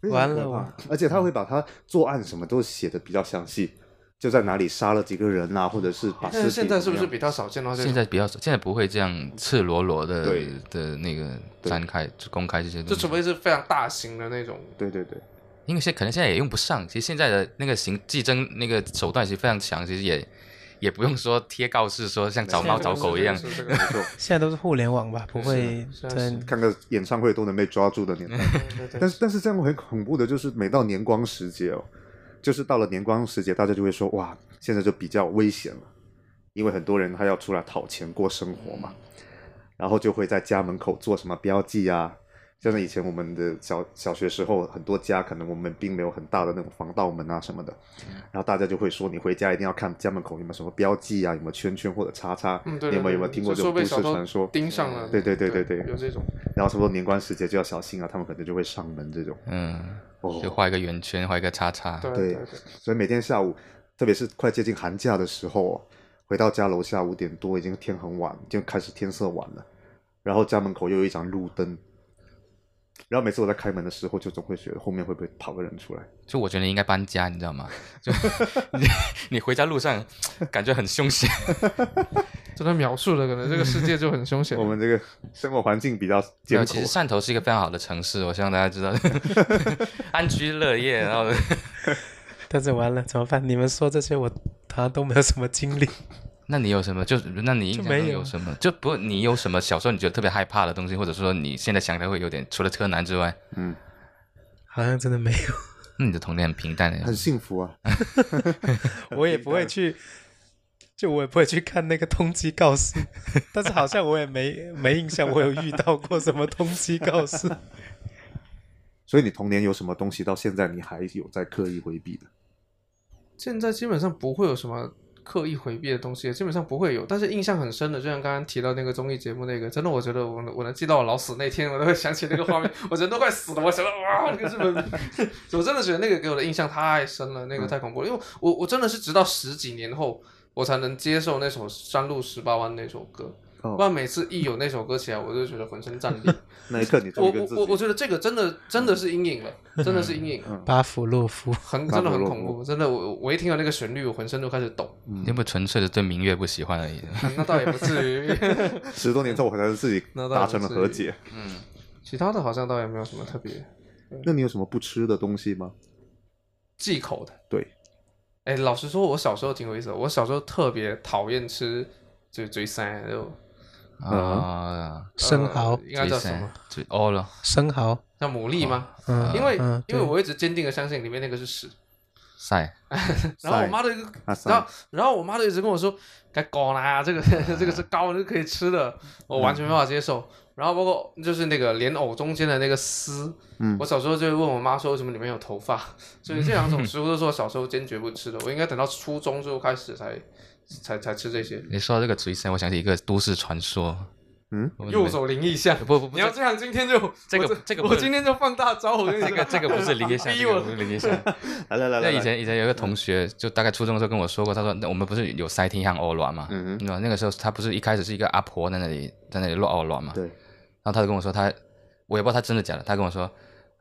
Speaker 1: 非常
Speaker 5: 完
Speaker 1: 可
Speaker 3: <laughs>
Speaker 5: 了
Speaker 1: 怕
Speaker 5: 完了
Speaker 1: 而且他会把他作案什么都写的比较详细，就在哪里杀了几个人啊，或者是把尸
Speaker 4: 但
Speaker 1: 体
Speaker 4: 是现在是
Speaker 1: 怎
Speaker 4: 不
Speaker 1: 么
Speaker 4: 是
Speaker 1: 样
Speaker 4: 比较少见到这
Speaker 3: 现
Speaker 4: 种？
Speaker 3: 在比较少，现在不会这样赤裸裸的
Speaker 1: 对
Speaker 3: 的那个
Speaker 1: 对
Speaker 3: 展开公开这些
Speaker 4: 就
Speaker 3: 东西
Speaker 4: 除，非是非常大型的那种，
Speaker 1: 对对对，
Speaker 3: 因为现在可能现在也用不上。其实现在的那个行竞争那个手段其实非常强，其实也也不用说贴告示说像找猫找狗一样，
Speaker 4: 是这个
Speaker 1: 没错，
Speaker 5: 现在都是互联网吧，不会
Speaker 4: 是啊
Speaker 5: 在
Speaker 4: 是啊
Speaker 1: 看个演唱会都能被抓住的年代。
Speaker 4: 对对
Speaker 1: 但
Speaker 4: <laughs>
Speaker 1: 是但是这样很恐怖的，就是每到年光时节哦，就是到了年光时节，大家就会说哇，现在就比较危险了，因为很多人他要出来讨钱过生活嘛，然后就会在家门口做什么标记啊。像是以前我们的小小学时候，很多家可能我们并没有很大的那种防盗门啊什么的，然后大家就会说你回家一定要看家门口有没有什么标记啊，有没有圈圈或者叉叉，
Speaker 4: 嗯，对
Speaker 1: 你
Speaker 4: 对
Speaker 1: 有没有
Speaker 4: 对，
Speaker 1: 有没有听过这
Speaker 4: 就
Speaker 1: 种
Speaker 4: 说
Speaker 1: 都
Speaker 4: 被小
Speaker 1: 市
Speaker 4: 偷
Speaker 1: 传说？
Speaker 4: 盯上了，
Speaker 1: 对对对对对
Speaker 4: 有这种，
Speaker 1: 然后差不多年关时节就要小心啊，他们可能就会上门这种。
Speaker 3: 嗯，
Speaker 1: 哦，
Speaker 3: 就画一个圆圈，画一个叉叉，
Speaker 4: 对
Speaker 1: 对
Speaker 4: 对对。
Speaker 1: 所以每天下午，特别是快接近寒假的时候、哦，回到家楼下五点多，已经天很晚，已经开始天色晚了。然后家门口又有一盏路灯，然后每次我在开门的时候，就总会觉得后面会不会跑个人出来。
Speaker 3: 就我觉得你应该搬家，你知道吗？就 <laughs> 你你回家路上感觉很凶险，
Speaker 4: 真的描述了，可能这个世界就很凶险。
Speaker 1: <laughs> 我们这个生活环境比较
Speaker 3: 没有
Speaker 1: 艰苦
Speaker 3: 其实，汕头是一个非常好的城市，我希望大家知道， <laughs> 安居乐业，然后
Speaker 5: 但是完了怎么办？你们说这些我好像都没有什么经历。
Speaker 3: 那你有什么？就那你印象
Speaker 5: 就没
Speaker 3: 中
Speaker 5: 有
Speaker 3: 有什么？就不你有什么小时候你觉得特别害怕的东西，或者说你现在想起来会有点，除了柯南之外，
Speaker 1: 嗯，
Speaker 5: 好像真的没有，
Speaker 3: 那你的童年很平淡的
Speaker 1: 很。幸福啊。
Speaker 5: 我也不会去，就我也不会去看那个通缉告示， <laughs> 但是好像我也没没印象，我有遇到过什么通缉告示。
Speaker 1: 所以你童年有什么东西到现在你还有在刻意回避的？
Speaker 4: <laughs> 现在基本上不会有什么刻意回避的东西，基本上不会有。但是印象很深的，就像刚刚提到那个综艺节目那个，真的，我觉得我能我能记到我老死那天，我都会想起那个画面，我人都快死了，我想到哇，那个日本， <laughs> 我真的觉得那个给我的印象太深了，那
Speaker 1: 嗯
Speaker 4: 个太恐怖了，因为我我真的是直到十几年后。我才能接受那首《山路十八弯》那首歌，
Speaker 1: 哦
Speaker 4: 不然每次一有那首歌起来，我就觉得浑身战栗。
Speaker 1: 那一刻你终
Speaker 4: 我
Speaker 1: 于跟
Speaker 4: 我
Speaker 1: 自
Speaker 4: 我我
Speaker 1: 己，嗯
Speaker 4: 觉得这个真的真的是阴影了，真的是阴影。
Speaker 5: 巴甫洛夫，
Speaker 4: 很
Speaker 1: 巴
Speaker 4: 真的
Speaker 1: 甫
Speaker 4: 很
Speaker 1: 洛
Speaker 4: 恐
Speaker 1: 夫
Speaker 4: 怖，真的我我一听到那个旋律，我浑身都开始抖。
Speaker 1: 嗯
Speaker 3: 要不纯粹的对明月不喜欢而已。
Speaker 4: 那倒也不至于，
Speaker 1: <laughs> 十多年之后，我才自己
Speaker 4: 那倒
Speaker 1: 达成了
Speaker 4: 不至于
Speaker 1: 和解。
Speaker 4: 嗯其他的好像倒也没有什么特别
Speaker 1: 那你有什么不吃的东西吗？
Speaker 4: 忌口的。
Speaker 1: 对，
Speaker 4: 哎，老实说，我小时候挺有意思的，我小时候特别讨厌吃嘴嘴塞，就呃
Speaker 3: 啊，
Speaker 1: 嗯
Speaker 5: 生蚝
Speaker 4: 呃，应该叫什么？
Speaker 3: 最哦了，
Speaker 5: 生蚝，
Speaker 4: 叫牡蛎吗？
Speaker 1: 啊
Speaker 5: 嗯，
Speaker 4: 因为
Speaker 5: 嗯
Speaker 4: 因为
Speaker 5: 对
Speaker 4: 我一直坚定的相信里面那个是屎，
Speaker 3: 晒
Speaker 4: 然后我
Speaker 1: 塞
Speaker 4: 妈的，
Speaker 1: 啊塞
Speaker 4: 然后然后我妈就一直跟我说，该搞啦，这个 <laughs> 这个是膏，是可以吃的，
Speaker 3: 嗯
Speaker 4: 我完全没法接受。然后包括就是那个莲藕中间的那个丝，
Speaker 1: 嗯
Speaker 4: 我小时候就会问我妈说为什么里面有头发， <laughs> 所以这两种食物都是我小时候坚决不吃的，我应该等到初中之后开始才才才吃这些。
Speaker 3: 你说到这个嘴晒，我想起一个都市传说。
Speaker 1: 嗯，
Speaker 4: 右手灵异像，
Speaker 3: 不不不
Speaker 4: 你，要这样，今天就
Speaker 3: 这个
Speaker 4: 我
Speaker 3: 这个不
Speaker 4: 我
Speaker 3: 是
Speaker 4: 今天就放大招，我跟你
Speaker 3: 这个
Speaker 4: 讲，
Speaker 3: 这个不是灵异像，
Speaker 4: <laughs> 逼
Speaker 3: 这
Speaker 4: 我
Speaker 3: 个不是灵异像。
Speaker 1: 来 <laughs> 来来
Speaker 3: 那
Speaker 1: 来，
Speaker 3: 以
Speaker 1: 来
Speaker 3: 前以前有一个同学，就大概初中的时候跟我说过，他说那我们不是有塞天香欧卵嘛，
Speaker 1: 嗯
Speaker 3: 你知道那个时候他不是一开始是一个阿婆在那里在那里落欧卵嘛，
Speaker 1: 对，
Speaker 3: 然后他就跟我说他，我也不知道他真的假的，他跟我说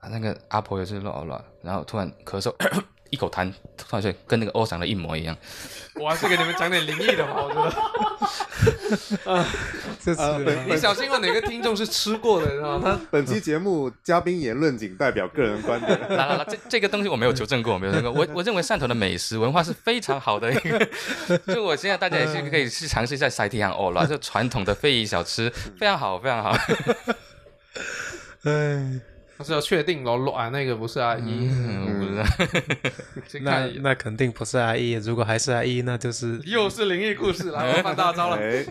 Speaker 3: 啊那个阿婆也是落了，然后突然咳嗽， <coughs> 一口痰突然就跟那个欧长得一模一样，
Speaker 4: 我还是给你们讲点灵异的吧，我
Speaker 3: <laughs>
Speaker 4: 觉得。
Speaker 5: 这次
Speaker 1: 啊对
Speaker 4: 你小心哦，哪个听众是吃过的，你知道吗？
Speaker 1: 本期节目嘉宾言论仅代表个人观点。
Speaker 3: <laughs>
Speaker 4: <laughs>
Speaker 3: 来来来，这这个东西我没有纠正过，我没有纠正过，我我认为汕头的美食文化是非常好的一个，就我现在大家也是可以去尝试一下塞天香欧了，就传统的非遗小吃，非常好非常好，
Speaker 5: 他哎，
Speaker 4: 他是要确定咯，卵那个不是阿姨，
Speaker 1: <laughs>
Speaker 3: 嗯，我不知道。
Speaker 4: 先
Speaker 5: 那
Speaker 4: 看一眼。
Speaker 5: 那肯定不是啊阿姨，如果还是阿姨，那就是
Speaker 1: <laughs>
Speaker 4: 又是灵异故事，来，我放大招了。
Speaker 1: 哎，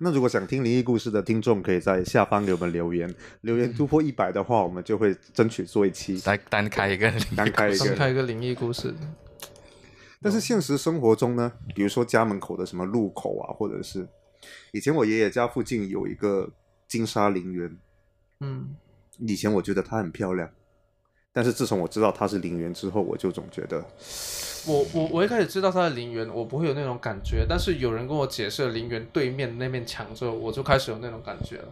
Speaker 1: 那如果想听灵异故事的听众，可以在下方给我们留言，留言突破一百的话，我们就会争取做一
Speaker 4: <laughs>
Speaker 1: 期，
Speaker 3: 来 <laughs> 单开一个，
Speaker 1: 单开一
Speaker 4: 分
Speaker 1: 个。
Speaker 4: 开一个灵异故事，
Speaker 1: 但是现实生活中呢，比如说家门口的什么路口啊，或者是以前我爷爷家附近有一个金沙陵园，
Speaker 4: 嗯，
Speaker 1: 以前我觉得它很漂亮，但是自从我知道它是陵园之后，我就总觉得
Speaker 4: 我我我一开始知道它的陵园，我不会有那种感觉，但是有人跟我解释了陵园对面那面墙之后，我就开始有那种感觉了。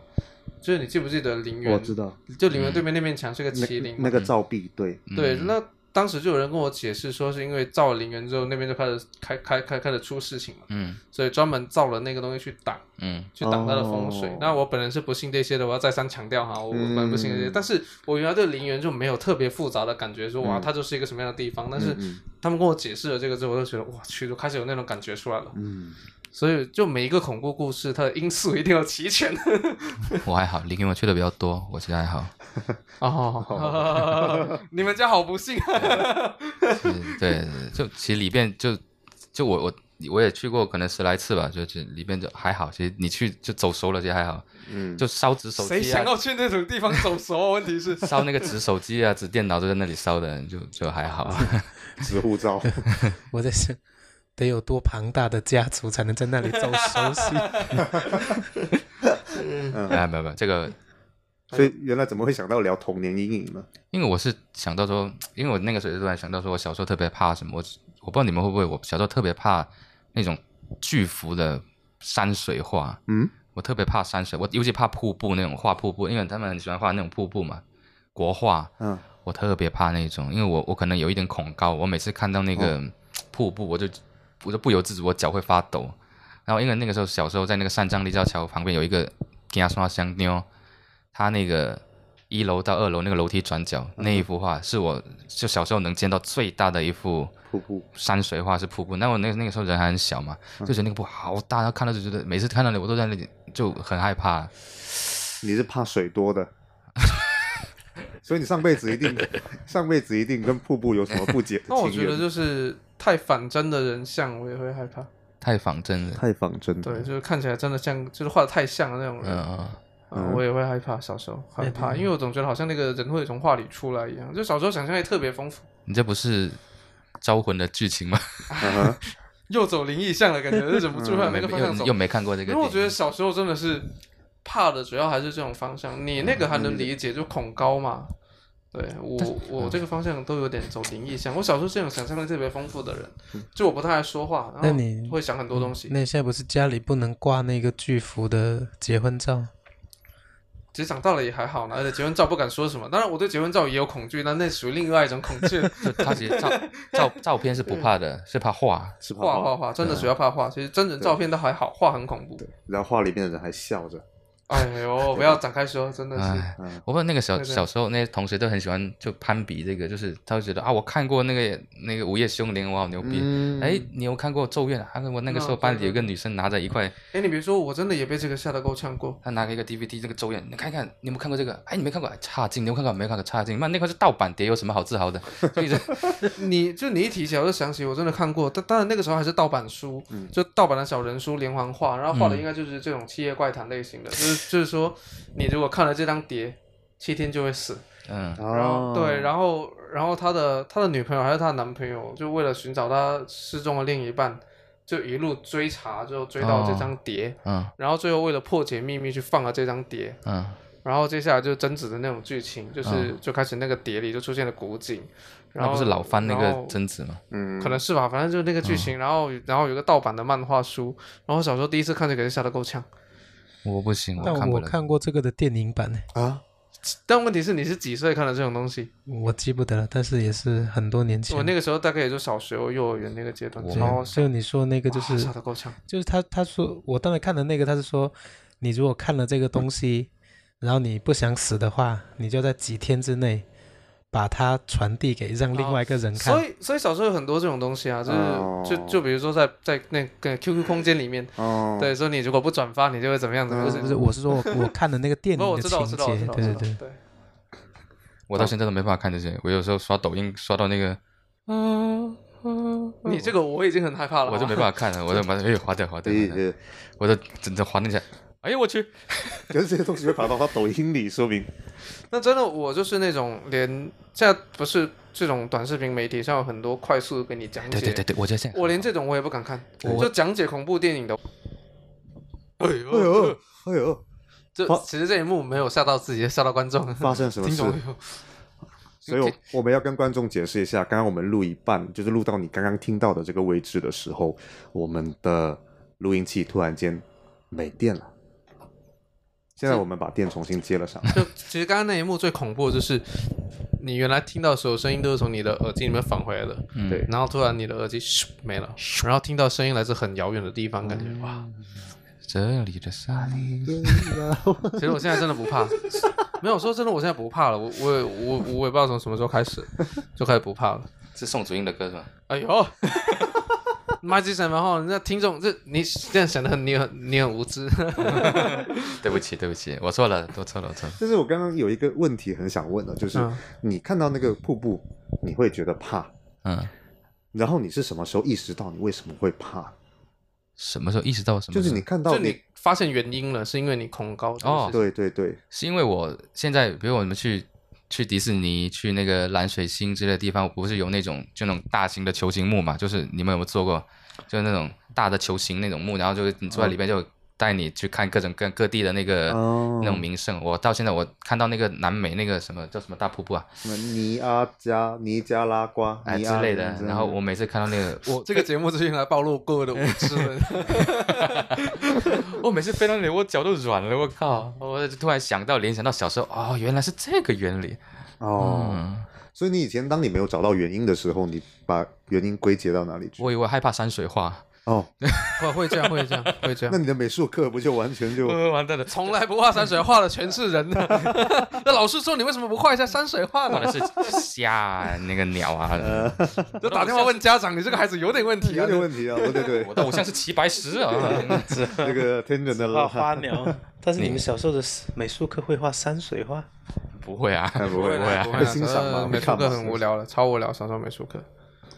Speaker 4: 就是你记不记得陵园？
Speaker 1: 道嗯
Speaker 4: 就陵园对面那面墙是个麒麟嘛，
Speaker 1: 那个嗯照壁，对，
Speaker 4: 对，那当时就有人跟我解释说，是因为造了陵园之后，那边就开始开开开开始出事情了，
Speaker 3: 嗯
Speaker 4: 所以专门造了那个东西去挡，
Speaker 3: 嗯
Speaker 4: 去挡它的风水。
Speaker 1: 哦
Speaker 4: 那我本人是不信这些的，我要再三强调哈，我我
Speaker 1: 嗯
Speaker 4: 本人不信这些，但是我原来对陵园就没有特别复杂的感觉，说哇，它就是一个什么样的地方。但是
Speaker 1: 嗯
Speaker 4: 他们跟我解释了这个之后，我就觉得哇去，就开始有那种感觉出来了。
Speaker 1: 嗯，
Speaker 4: 所以就每一个恐怖故事，它的因素一定要齐全。
Speaker 3: 嗯，我还好，林云我去的比较多，我其实还好。
Speaker 4: 哦， <laughs> 你们家好不幸啊！
Speaker 3: 嗯对，就其实里边就就我我我也去过，可能十来次吧，就就里边就还好。其实你去就走熟了，就还好。
Speaker 1: 嗯
Speaker 3: 就烧纸手
Speaker 4: 谁
Speaker 3: 机
Speaker 4: 想
Speaker 3: 啊，
Speaker 4: 要去那种地方走熟啊？问题是，
Speaker 3: 烧那个纸手机啊、纸电脑都在那里烧的，就就还好。
Speaker 1: 纸护
Speaker 4: <laughs>
Speaker 1: 照，
Speaker 5: 我在想，得有多庞大的家族才能在那里走熟悉？
Speaker 3: 哎，没有没有，这个
Speaker 1: 所以原来怎么会想到聊童年阴影呢？
Speaker 3: 因为我是想到说，因为我那个时候就突然想到说，我小时候特别怕什么，我我不知道你们会不会，我小时候特别怕那种巨幅的山水画，
Speaker 1: 嗯，
Speaker 3: 我特别怕山水，我尤其怕瀑布那种画瀑布，因为他们很喜欢画那种瀑布嘛，国画，
Speaker 1: 嗯，
Speaker 3: 我特别怕那种，因为我我可能有一点恐高，我每次看到那个瀑布，我就我就不由自主，我脚会发抖。然后因为那个时候小时候在那个三张立交桥旁边有一个金牙刷香妞，它那个一楼到二楼那个楼梯转角那一幅画，是我就小时候能见到最大的一幅
Speaker 1: 瀑布，
Speaker 3: 山水画，是瀑布。那我那那个时候人还很小嘛，就觉得那个瀑布好大，然后看到就觉得每次看到我都在那里就很害怕。
Speaker 1: 你是怕水多的， <laughs> 所以你上辈子一定， <laughs> 上辈子一定跟瀑布有什么不解的
Speaker 4: <laughs> 那我
Speaker 1: 情
Speaker 4: 觉得
Speaker 1: 缘。
Speaker 4: 就是太反真的人像，我也会害怕。
Speaker 3: 太仿真了，
Speaker 1: 太仿真了，
Speaker 4: 对，就是看起来真的像，就是画的太像的那种人，
Speaker 3: 嗯、
Speaker 4: 啊
Speaker 3: 嗯哎
Speaker 4: 我也会害怕。小时候害怕，
Speaker 5: 嗯
Speaker 4: 因为我总觉得好像那个人会从画里出来一样，就小时候想象力特别丰富，
Speaker 3: 你这不是招魂的剧情吗？
Speaker 1: 嗯
Speaker 4: <laughs>
Speaker 1: 哼
Speaker 4: 又走灵异向了，感觉就
Speaker 3: <laughs>
Speaker 4: 忍不住往那
Speaker 3: 没
Speaker 4: 个
Speaker 3: 嗯
Speaker 4: 方
Speaker 3: 又
Speaker 4: 向走
Speaker 3: 又。没看过这个
Speaker 4: 因
Speaker 3: 电
Speaker 4: 为
Speaker 3: 影。
Speaker 4: 我觉得小时候真的是怕的，主要还是这种方向。你
Speaker 3: 嗯
Speaker 4: 那个还能理解，就恐高嘛。对我，
Speaker 3: 嗯
Speaker 4: 我这个方向都有点走灵异向。我小时候是那种想象力特别丰富的
Speaker 3: 嗯
Speaker 4: 人，就我不太爱说话，
Speaker 5: 那
Speaker 4: 然
Speaker 5: 你
Speaker 4: 后会想很 <laughs> 多东西，
Speaker 5: 那你现在不是家里不能挂那个巨幅的结婚照？
Speaker 4: 其实长大了也还好啦，而且结婚照不敢说什么。当然，我对结婚照也有恐惧，但那属于另外一种恐
Speaker 3: <laughs>
Speaker 4: 惧。
Speaker 3: 就他其
Speaker 4: <laughs>
Speaker 3: 实照照照片是不怕的，是怕画。
Speaker 1: 是怕
Speaker 4: 画啊画画，真的主要怕画。其实真人照片都还好，画很恐怖。
Speaker 1: 然后画里面的人还笑着，
Speaker 4: 哎 <laughs> 呦，不要展开说，真的是。
Speaker 3: 哎
Speaker 1: 嗯，
Speaker 3: 我不知道那个小
Speaker 4: 对对
Speaker 3: 小时候那些同学都很喜欢就攀比这个，就是他会觉得啊，我看过那个那个《午夜凶铃》，我好牛逼。
Speaker 1: 嗯
Speaker 3: 哎，你有看过《咒怨》啊？我那个时候
Speaker 4: 嗯
Speaker 3: 班里
Speaker 4: 对对
Speaker 3: 有个女生拿着一块，
Speaker 4: 哎，你别说，我真的也被这个吓得够呛过。
Speaker 3: 她拿了一个 DVD，这个《咒怨》，你看一看，你有没有看过这个？哎，你没看过，哎差劲！你有看过没看过？差劲！那那块是盗版碟，有什么好自豪的？所
Speaker 4: <laughs>
Speaker 3: 以就
Speaker 4: 你就你一提起来，我就想起我真的看过，但当然那个时候还是盗版书，就盗版的小人书连环画，然后画的应该就是这种七夜怪谈类型的，就是就是说，你如果看了这张碟，七天就会死。
Speaker 3: 嗯，
Speaker 1: 然
Speaker 4: 然后对，然后然后他的他的女朋友还是他的男朋友，就为了寻找他失踪的另一半，就一路追查，就追到这张碟，
Speaker 3: 嗯
Speaker 4: 然后最后为了破解秘密去放了这张碟，
Speaker 3: 嗯
Speaker 4: 然后接下来就是贞子的那种剧情，就是、就开始那个碟里就出现了古井，然
Speaker 3: 那
Speaker 4: 后
Speaker 3: 不是老翻那
Speaker 4: 然
Speaker 3: 个嗯
Speaker 4: 后
Speaker 3: 贞子吗？
Speaker 1: 嗯
Speaker 4: 可能是吧，反正就是那个剧情，然后然后有个盗版的漫画书，然后我小时候第一次看这个就吓得够呛，
Speaker 3: 我不行，我
Speaker 5: 但
Speaker 3: 看不
Speaker 5: 我
Speaker 3: 了。
Speaker 5: 看过这个的电影版呢，
Speaker 1: 啊，
Speaker 4: <laughs> 但问题是你是几岁看的这种东西？
Speaker 5: 我记不得了，但是也是很多年前。
Speaker 4: 我那个时候大概也就小学或幼儿园那个阶段，
Speaker 3: 我
Speaker 5: 对
Speaker 4: 然后
Speaker 5: 就你说那个就是
Speaker 4: 吓得够呛。
Speaker 5: 就是他他说我当时看的那个，他是说你如果看了这个东
Speaker 4: 嗯
Speaker 5: 西，然后你不想死的话，你就在几天之内把它传递给让另外一个人看。
Speaker 4: 所以，所以小时候有很多这种东西啊，就是、
Speaker 1: 哦
Speaker 4: 就就比如说在在那个 QQ 空间里面，
Speaker 1: 哦，嗯
Speaker 4: 对，说你如果不转发，你就会怎么样怎么
Speaker 5: 不
Speaker 4: 样。
Speaker 5: 是不是，我是说我我看的那个
Speaker 4: <laughs>
Speaker 5: 电
Speaker 4: 不过我
Speaker 5: 影的
Speaker 4: 知
Speaker 5: 情
Speaker 4: 道，我知道，我
Speaker 5: 节
Speaker 4: 知道，，我知
Speaker 5: 对
Speaker 4: 道
Speaker 5: 对
Speaker 4: 对。嗯
Speaker 3: 我到现在都没办法看这些，我有时候刷抖音刷到那个，啊
Speaker 4: 你这个我已经很害怕了，啊
Speaker 3: 我
Speaker 4: <laughs>
Speaker 3: 就没办法看了，我就把它哎呦划掉划掉，
Speaker 1: 所
Speaker 3: 划
Speaker 1: 以
Speaker 3: 掉
Speaker 1: 呃，
Speaker 3: 我就整整划了一下，哎呦我去，
Speaker 1: 可是这些东西会跑到他抖音里，
Speaker 4: <laughs>
Speaker 1: 说明
Speaker 4: 法。那真的我就是那种连现在不是这种短视频媒体上有很多快速给你讲解，
Speaker 3: 对对对对，我就这样，
Speaker 4: 我连这种我也不敢看，
Speaker 3: 我
Speaker 4: 就讲解恐怖电
Speaker 3: <laughs>
Speaker 4: 影的。哎呦，
Speaker 1: 哎呦哎呦，
Speaker 4: 这
Speaker 1: 好
Speaker 4: 其实这一幕没有吓到自己，吓到观众。
Speaker 1: 发生什么
Speaker 4: <laughs> 听
Speaker 1: 事
Speaker 4: 懂？没有？
Speaker 1: 所以我，我们要跟观众解释一下，刚刚我们录一半，就是录到你刚刚听到的这个位置的时候，我们的录音器突然间没电了。现在我们把电重新接了上，
Speaker 4: <laughs> 就其实刚刚那一幕最恐怖的就是，你原来听到所有声音都是从你的耳机里面返回来的，
Speaker 3: 嗯
Speaker 1: 对
Speaker 4: 然后突然你的耳机咻没了，然后听到声音来自很遥远的地方，感觉
Speaker 3: 嗯
Speaker 4: 哇！
Speaker 3: 这里的
Speaker 4: 啊
Speaker 3: 山，
Speaker 4: 其实我现在真的不怕，没有说真的，我现在不怕了。我我也我我也不知道从什么时候开始就开始不怕了。
Speaker 3: 是宋祖英的歌是吧？
Speaker 4: 哎呦， <laughs> 麦基神然后那听众这你这样想的很你很你很无知，
Speaker 1: 嗯
Speaker 4: <laughs>
Speaker 3: 对不起对不起，我错了，我错了我错了，
Speaker 1: 但是我刚刚有一个问题很想问的，就是
Speaker 4: 嗯
Speaker 1: 你看到那个瀑布，你会觉得怕，
Speaker 3: 嗯，
Speaker 1: 然后你是什么时候意识到你为什么会怕？
Speaker 3: 什么时候意识到什么？
Speaker 1: 就是你看到
Speaker 4: 就你发现原因了，是因为你恐高这个
Speaker 3: 哦
Speaker 4: 事情
Speaker 1: 对对对，
Speaker 3: 是因为我现在，比如我们去去迪士尼、去那个蓝水星之类的地方，不是有那种就那种大型的球形木嘛？就是你们有没有做过？就是那种大的球形那种木，然后就是你坐在里面就带你去看各种各各地的那个、
Speaker 1: 哦
Speaker 3: 那种名胜。我到现在我看到那个南美那个什么叫什么大瀑布啊，
Speaker 1: 什么尼阿加、尼加拉瓜、
Speaker 3: 哎
Speaker 1: 尼
Speaker 3: 之
Speaker 1: 阿
Speaker 3: 类的。然后我每次看到
Speaker 1: <laughs>
Speaker 3: 那个，我
Speaker 4: 这个节目就是用来暴露各位的无知的。
Speaker 3: 我每次飞到那里，我脚都软了，我靠！我突然想到联想到小时候，哦，原来是这个原理。
Speaker 1: 哦，
Speaker 3: 嗯，
Speaker 1: 所以你以前当你没有找到原因的时候，你把原因归结到哪里去？
Speaker 3: 我以为害怕山水画，
Speaker 1: 哦，
Speaker 4: <laughs> 会会这样，会这样，会这
Speaker 1: 那
Speaker 4: 样。
Speaker 1: 你的美术课不就完全就
Speaker 3: 呃，完蛋了。
Speaker 4: 从来不画山水画的全是人呢。 <laughs> 那老师说你为什么不画一下山水画
Speaker 3: 可
Speaker 4: 呢？
Speaker 3: 能是虾啊，那个鸟 <laughs> 啊，
Speaker 4: 就打电话问家长，你这个孩子有点问题
Speaker 1: 有
Speaker 4: 啊。
Speaker 1: 点问题啊？对对对
Speaker 3: 我，的偶像是齐白石啊。 <laughs>
Speaker 1: 这个天真的
Speaker 5: 画
Speaker 1: 浪
Speaker 5: 花鸟。 <laughs> 但是你们小时候的美术课会画山水画，
Speaker 3: 不会啊，
Speaker 1: 不会
Speaker 4: 不会啊
Speaker 1: 不
Speaker 4: 不
Speaker 1: 会啊
Speaker 4: 会啊
Speaker 1: 欣赏嘛
Speaker 4: 呃
Speaker 1: 会
Speaker 4: 美
Speaker 1: 看
Speaker 4: 术
Speaker 1: 嘛
Speaker 4: 课很无聊的，超无聊。小时候美术课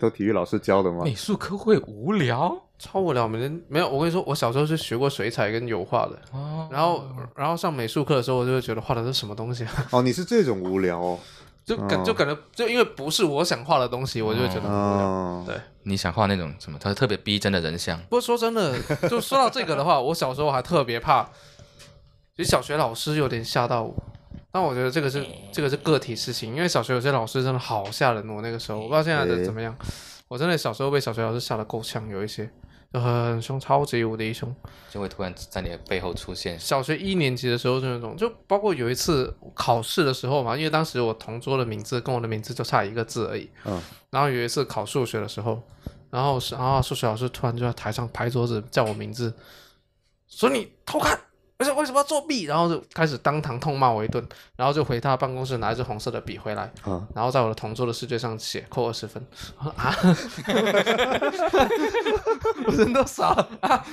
Speaker 1: 都体育老师教的吗？
Speaker 3: 美术课会无聊
Speaker 4: 超无聊，我们连没有。我跟你说，我小时候是学过水彩跟油画的，
Speaker 3: 哦。
Speaker 4: 然后然后上美术课的时候，我就会觉得画的都是什么东西啊，
Speaker 1: 哦，你是这种无聊哦，
Speaker 4: 就感就感觉就因为不是我想画的东西，我就会觉得很无聊。
Speaker 1: 啊，
Speaker 4: 对，
Speaker 3: 你想画那种什么？他是特别逼真的人像，
Speaker 4: 不过说真的， <laughs> 就说到这个的话，我小时候还特别怕，其实小学老师有点吓到我。但我觉得这个是这个是个体事情，因为小学有些老师真的好吓人。我那个时候我不知道现在的怎么样，我真的小时候被小学老师吓得够呛，有一些就很凶，超级无敌凶。
Speaker 3: 就会突然在你的背后出现。
Speaker 4: 小学一年级的时候就那种，就包括有一次考试的时候嘛，因为当时我同桌的名字跟我的名字就差一个字而已。
Speaker 1: 嗯。
Speaker 4: 然后有一次考数学的时候，然后是然后数学老师突然就在台上拍桌子叫我名字，说你偷看，为什么为什么要作弊？然后就开始当堂痛骂我一顿，然后就回他办公室拿一支红色的笔回来，
Speaker 1: 啊
Speaker 4: 然后在我的同桌的试卷上写扣二十分。 <laughs> 我说啊，人都傻了 <laughs> 啊，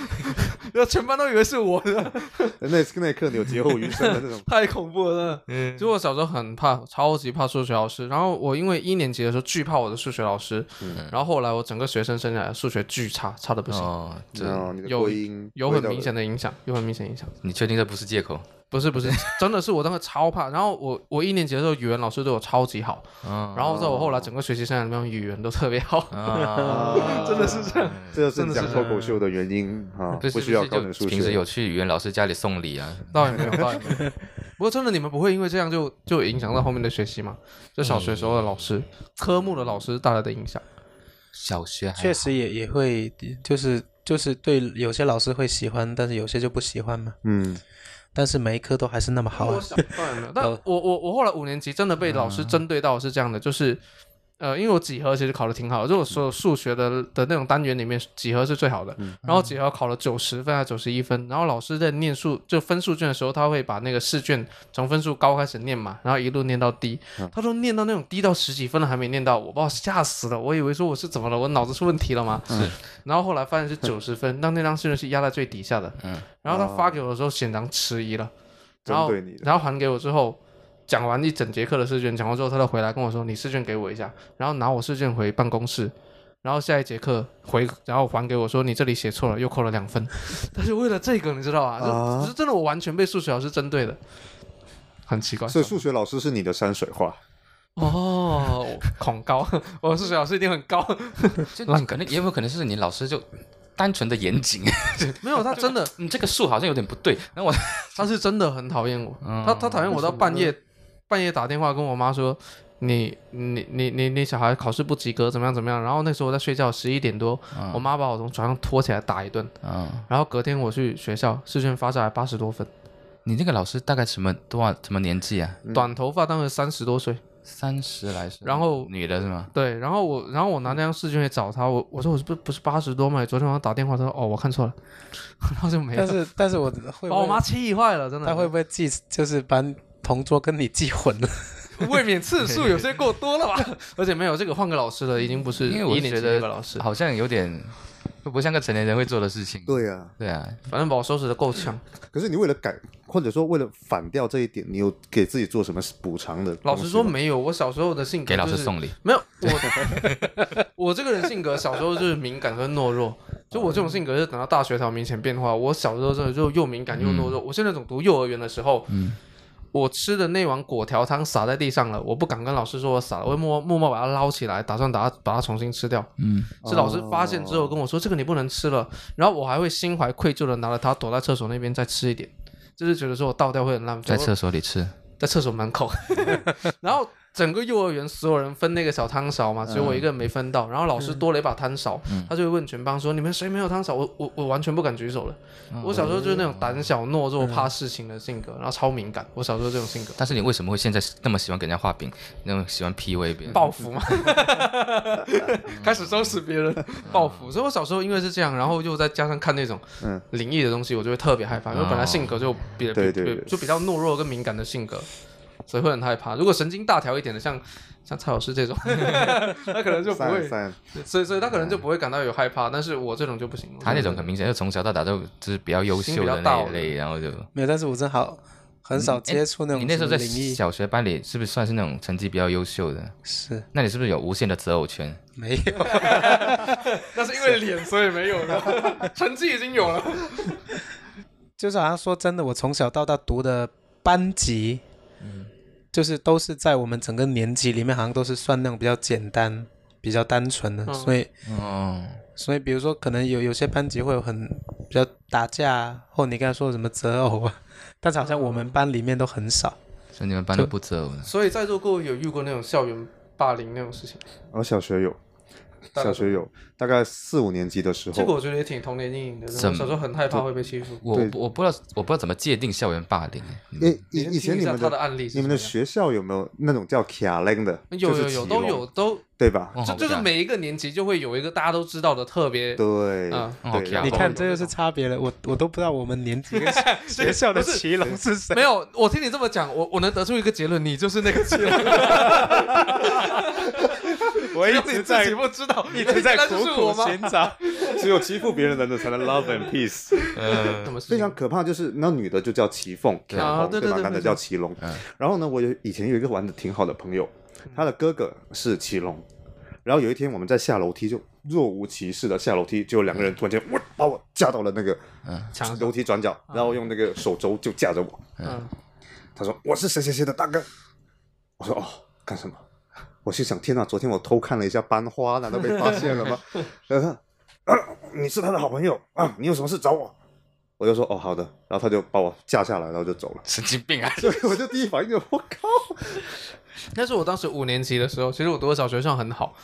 Speaker 4: 然后全班都以为是我的。，
Speaker 1: 那那一刻你有劫后余生的那种
Speaker 4: <laughs> 太恐怖了。嗯，就我小时候很怕，超级怕数学老师。然后我因为一年级的时候惧怕我的数学老师，然后后来我整个学生生涯数学巨差，差的不行，
Speaker 3: 哦，这
Speaker 1: 然后你的
Speaker 4: 有
Speaker 1: 播音
Speaker 4: 有
Speaker 1: 味
Speaker 4: 很
Speaker 1: 道
Speaker 4: 明显的影响，有很明显影响。
Speaker 3: 你确定这不是借 <laughs> 口？
Speaker 4: 不是不是，真的是我当时超怕。然后我我一年级的时候语文老师对我超级好，
Speaker 3: 哦，嗯
Speaker 4: 然后在我后来整个学习生涯里面语文都特别好，
Speaker 3: 啊，
Speaker 4: <laughs> 真的是这样。
Speaker 1: 这就是你讲脱口秀的原因啊，
Speaker 3: 不
Speaker 1: 不
Speaker 3: 是
Speaker 1: 需要
Speaker 3: 不是
Speaker 1: 高
Speaker 3: 就
Speaker 1: 等数
Speaker 3: 平时
Speaker 1: 学。
Speaker 3: 有去语言老师家里送礼啊？
Speaker 4: 倒也没有，倒也没有。不过真的，你们不会因为这样就就影响到后面的学习吗？就小学时候的老师，科目的老师带来的影响。
Speaker 3: 小学还
Speaker 5: <laughs> 确实也也会，就是就是对有些老师会喜欢，但是有些就不喜欢嘛。
Speaker 1: 嗯，
Speaker 5: 但是每一科都还是那么好嗯啊。
Speaker 4: 当然没有，但我我我后来五年级真的被老师针对到是这样的，就是呃，因为我几何其实考的挺好的，就我所
Speaker 5: 嗯
Speaker 4: 有数学的的那种单元里面，几何是最好的。然后
Speaker 5: 嗯
Speaker 4: 几何考了九十分还是九十一分，然后老师在念数就分数卷的时候，他会把那个试卷从分数高开始念嘛，然后一路念到低，
Speaker 5: 嗯
Speaker 4: 他都念到那种低到十几分了还没念到我，把我吓死了，我以为说我是怎么了，我脑子出问题了吗？
Speaker 5: 嗯
Speaker 4: 是。然后后来发现是九十分，那那张试卷是压在最底下的。
Speaker 3: 嗯。
Speaker 4: 然后他
Speaker 5: 哦
Speaker 4: 发给我的时候显然迟疑了。
Speaker 1: 针
Speaker 4: 然后
Speaker 1: 对你的
Speaker 4: 然后还给我之后，讲完一整节课的试卷，讲完之后，他就回来跟我说：“你试卷给我一下。”然后拿我试卷回办公室，然后下一节课回，然后还给我说你这里写错了，又扣了两分。 <laughs> 但是为了这个，你知道吧？
Speaker 1: 啊
Speaker 4: 这这真的我完全被数学老师针对的，很奇怪。
Speaker 1: 所以数学老师是你的山水画，
Speaker 4: 哦，恐高， <laughs> 我的数学老师一定很高。 <laughs>
Speaker 3: 就
Speaker 4: 烂
Speaker 3: 可能也有可能是你老师就单纯的严谨， <laughs>
Speaker 4: 没有，他真的，
Speaker 3: 你这个数好像有点不对。然后我
Speaker 4: 他是真的很讨厌我，
Speaker 3: 嗯
Speaker 4: 他他讨厌我到半夜半夜打电话跟我妈说，你你你你你小孩考试不及格怎么样怎么样？然后那时候我在睡觉，十一点多，我妈把我从床上拖起来打一顿，
Speaker 3: 嗯，
Speaker 4: 然后隔天我去学校试卷发下来八十多分，
Speaker 3: 你这个老师大概什么多少什么年纪啊？
Speaker 5: 嗯
Speaker 4: 短头发当时三十多岁，
Speaker 3: 三十来岁，
Speaker 4: 然后
Speaker 3: 女的是吗？
Speaker 4: 对，然后我然后我拿那张试卷去找他，我我说我是不不是八十多嘛？昨天晚上打电话，他说哦我看错了， <laughs> 然后就没
Speaker 5: 但
Speaker 4: 了，
Speaker 5: 是但是我
Speaker 4: 把
Speaker 5: 会不
Speaker 4: 我妈
Speaker 5: 会，
Speaker 4: 气坏了，真的，
Speaker 5: 他会不会记就是把同桌跟你记混了？ <laughs>
Speaker 4: 未免次数有些过多了吧？而且没有这个换个老师了，已经不是
Speaker 3: 因为我
Speaker 4: 一年
Speaker 3: 觉
Speaker 4: 级
Speaker 3: 得
Speaker 4: 那个老师，
Speaker 3: 好像有点不像个成年人会做的事情。
Speaker 1: 对啊，
Speaker 3: 对啊，
Speaker 4: 反正把我收拾的够呛。
Speaker 1: 可是你为了改，或者说为了反掉这一点，你有给自己做什么补偿的？
Speaker 4: 老实说，没有，我小时候的性格、
Speaker 3: 给
Speaker 4: 就是、
Speaker 3: 老师送礼，
Speaker 4: <laughs> 没有我，我这个人性格小时候就是敏感和懦弱，就我这种性格是等到大学才有明显变化。我小时候真的就又敏感又
Speaker 3: 嗯
Speaker 4: 懦弱，我是那种读幼儿园的时候，我吃的那碗果条汤洒在地上了，我不敢跟老师说我洒了，我会默默默把它捞起来，打算把它把它重新吃掉。
Speaker 3: 嗯，
Speaker 4: 是老师发现之后跟我说、这个你不能吃了，然后我还会心怀愧疚的拿了它躲在厕所那边再吃一点，就是觉得说我倒掉会很浪费，
Speaker 3: 在厕所里吃，
Speaker 4: 在厕所门口， <laughs> 然后整个幼儿园所有人分那个小汤勺嘛，只有我一个人没分到，然后老师多了一把汤勺，他就会问全班说你们谁没有汤勺？我我我完全不敢举手了，我小时候就是那种胆小懦弱怕事情的性格，然后超敏感，我小时候这种性格。
Speaker 3: 但是你为什么会现在那么喜欢给人家画饼，那么喜欢 PUA 别人？
Speaker 4: 报复嗯嘛， <laughs> 开始收拾别人报复。所以我小时候因为是这样，然后又再加上看那种
Speaker 1: 嗯
Speaker 4: 灵异的东西，我就会特别害怕，因为本来性格就比
Speaker 1: 对对对
Speaker 4: 就比较懦弱跟敏感的性格，所以会很害怕。如果神经大条一点的，像像蔡老师 <laughs> 这种，他可能就不
Speaker 1: 三
Speaker 4: 会，
Speaker 1: 三，
Speaker 4: 所以所以他可能就不会感到有害怕。但是我这种就不行，
Speaker 3: 他那种很明显就从小到大都就是比较优秀的那一类，然后就
Speaker 5: 没有，但是我真好很少接触那种
Speaker 3: 你那时候在
Speaker 5: 什么灵异，
Speaker 3: 小学班里是不是算是那种成绩比较优秀的？
Speaker 5: 是
Speaker 3: 那你是不是有无限的择偶权？
Speaker 5: 没有，
Speaker 4: <laughs> 那是因为脸所以没有 <laughs> 了，成绩已经有了。
Speaker 5: 就是好像说真的，我从小到大读的班级，就是都是在我们整个年级里面，好像都是算那种比较简单、比较单纯的，
Speaker 4: 嗯
Speaker 5: 所以
Speaker 3: 哦，
Speaker 5: 所以比如说可能有有些班级会有很比较打架啊，或你刚才说什么择偶啊， <laughs> 但是好像我们班里面都很少。
Speaker 3: 所以你们班都不择偶的。
Speaker 4: 所以在座各位有遇过那种校园霸凌那种事情？
Speaker 1: 我哦小学有，
Speaker 4: 大概
Speaker 1: 小学有，大概四五年级的时
Speaker 4: 这个
Speaker 1: 候，
Speaker 4: 我觉得也挺童年阴影的，我
Speaker 3: 怎
Speaker 4: 小
Speaker 3: 么
Speaker 4: 时候很害怕会被欺负。
Speaker 3: 我
Speaker 1: 对
Speaker 3: 我不知道我不知道怎么界定校园霸凌，
Speaker 1: 以以
Speaker 4: 先
Speaker 1: 以前
Speaker 4: 听一
Speaker 1: 你
Speaker 4: 下
Speaker 1: 们
Speaker 4: 他的案例是
Speaker 1: 你们的
Speaker 4: 什
Speaker 1: 学校有没有那种叫卡令的？
Speaker 4: 么样有
Speaker 1: 就
Speaker 4: 有
Speaker 1: 是
Speaker 4: 有
Speaker 1: 骑
Speaker 4: 都
Speaker 1: 楼
Speaker 4: 有，都，
Speaker 1: 对吧？
Speaker 3: 哦
Speaker 4: 就
Speaker 3: 好
Speaker 4: 就是
Speaker 3: 尴尬
Speaker 4: 每一个年级就会有一个大家都知道的特别，
Speaker 1: 对，
Speaker 4: 嗯
Speaker 1: 对
Speaker 3: 哦卡。
Speaker 5: 你
Speaker 1: 然后
Speaker 5: 看，这就是差别了。我我都不知道我们年
Speaker 4: <laughs>
Speaker 5: 级跟学校的骑楼是谁。
Speaker 4: 没有，我听你这么讲，我我能得出一个结论，你就是那个
Speaker 1: <laughs>
Speaker 4: 结论，
Speaker 1: 我一
Speaker 4: 你
Speaker 1: 直
Speaker 4: 自
Speaker 1: 在
Speaker 4: 己不知道，你
Speaker 5: 一直在
Speaker 4: 那就
Speaker 5: 苦
Speaker 4: 是我
Speaker 5: 苦
Speaker 4: 吗？
Speaker 5: 寻找，
Speaker 1: 只有欺负别人的人才能 love and peace。
Speaker 4: 什么事
Speaker 1: 非
Speaker 4: 情
Speaker 1: 常可怕，就是那女的就叫祁凤，祁
Speaker 4: 啊
Speaker 1: 红
Speaker 4: 对对
Speaker 1: 吧？
Speaker 4: 对嗯
Speaker 1: 男的
Speaker 4: 对
Speaker 1: 叫祁隆。然后呢，我有以前有一个玩的挺好的朋友，他的哥哥是祁隆。然后有一天我们在下楼梯，就若无其事的下楼梯，就有两个人突然间，我把我架到了那个
Speaker 4: 嗯墙上
Speaker 1: 楼梯转角，然后用那个手肘就架着我。
Speaker 4: 嗯，
Speaker 1: 他说我是谁谁谁的大哥。我说哦，干什么？我心想，天哪！昨天我偷看了一下班花，难道被发现了吗？ <laughs> 然后他，啊，你是他的好朋友啊，你有什么事找我？我就说哦，好的。然后他就把我架下来，然后就走了 <laughs>
Speaker 3: 神经病啊！
Speaker 1: 所以我就第一反应就我靠，
Speaker 4: 那是我当时五年级的时候，其实我读的小学算很好，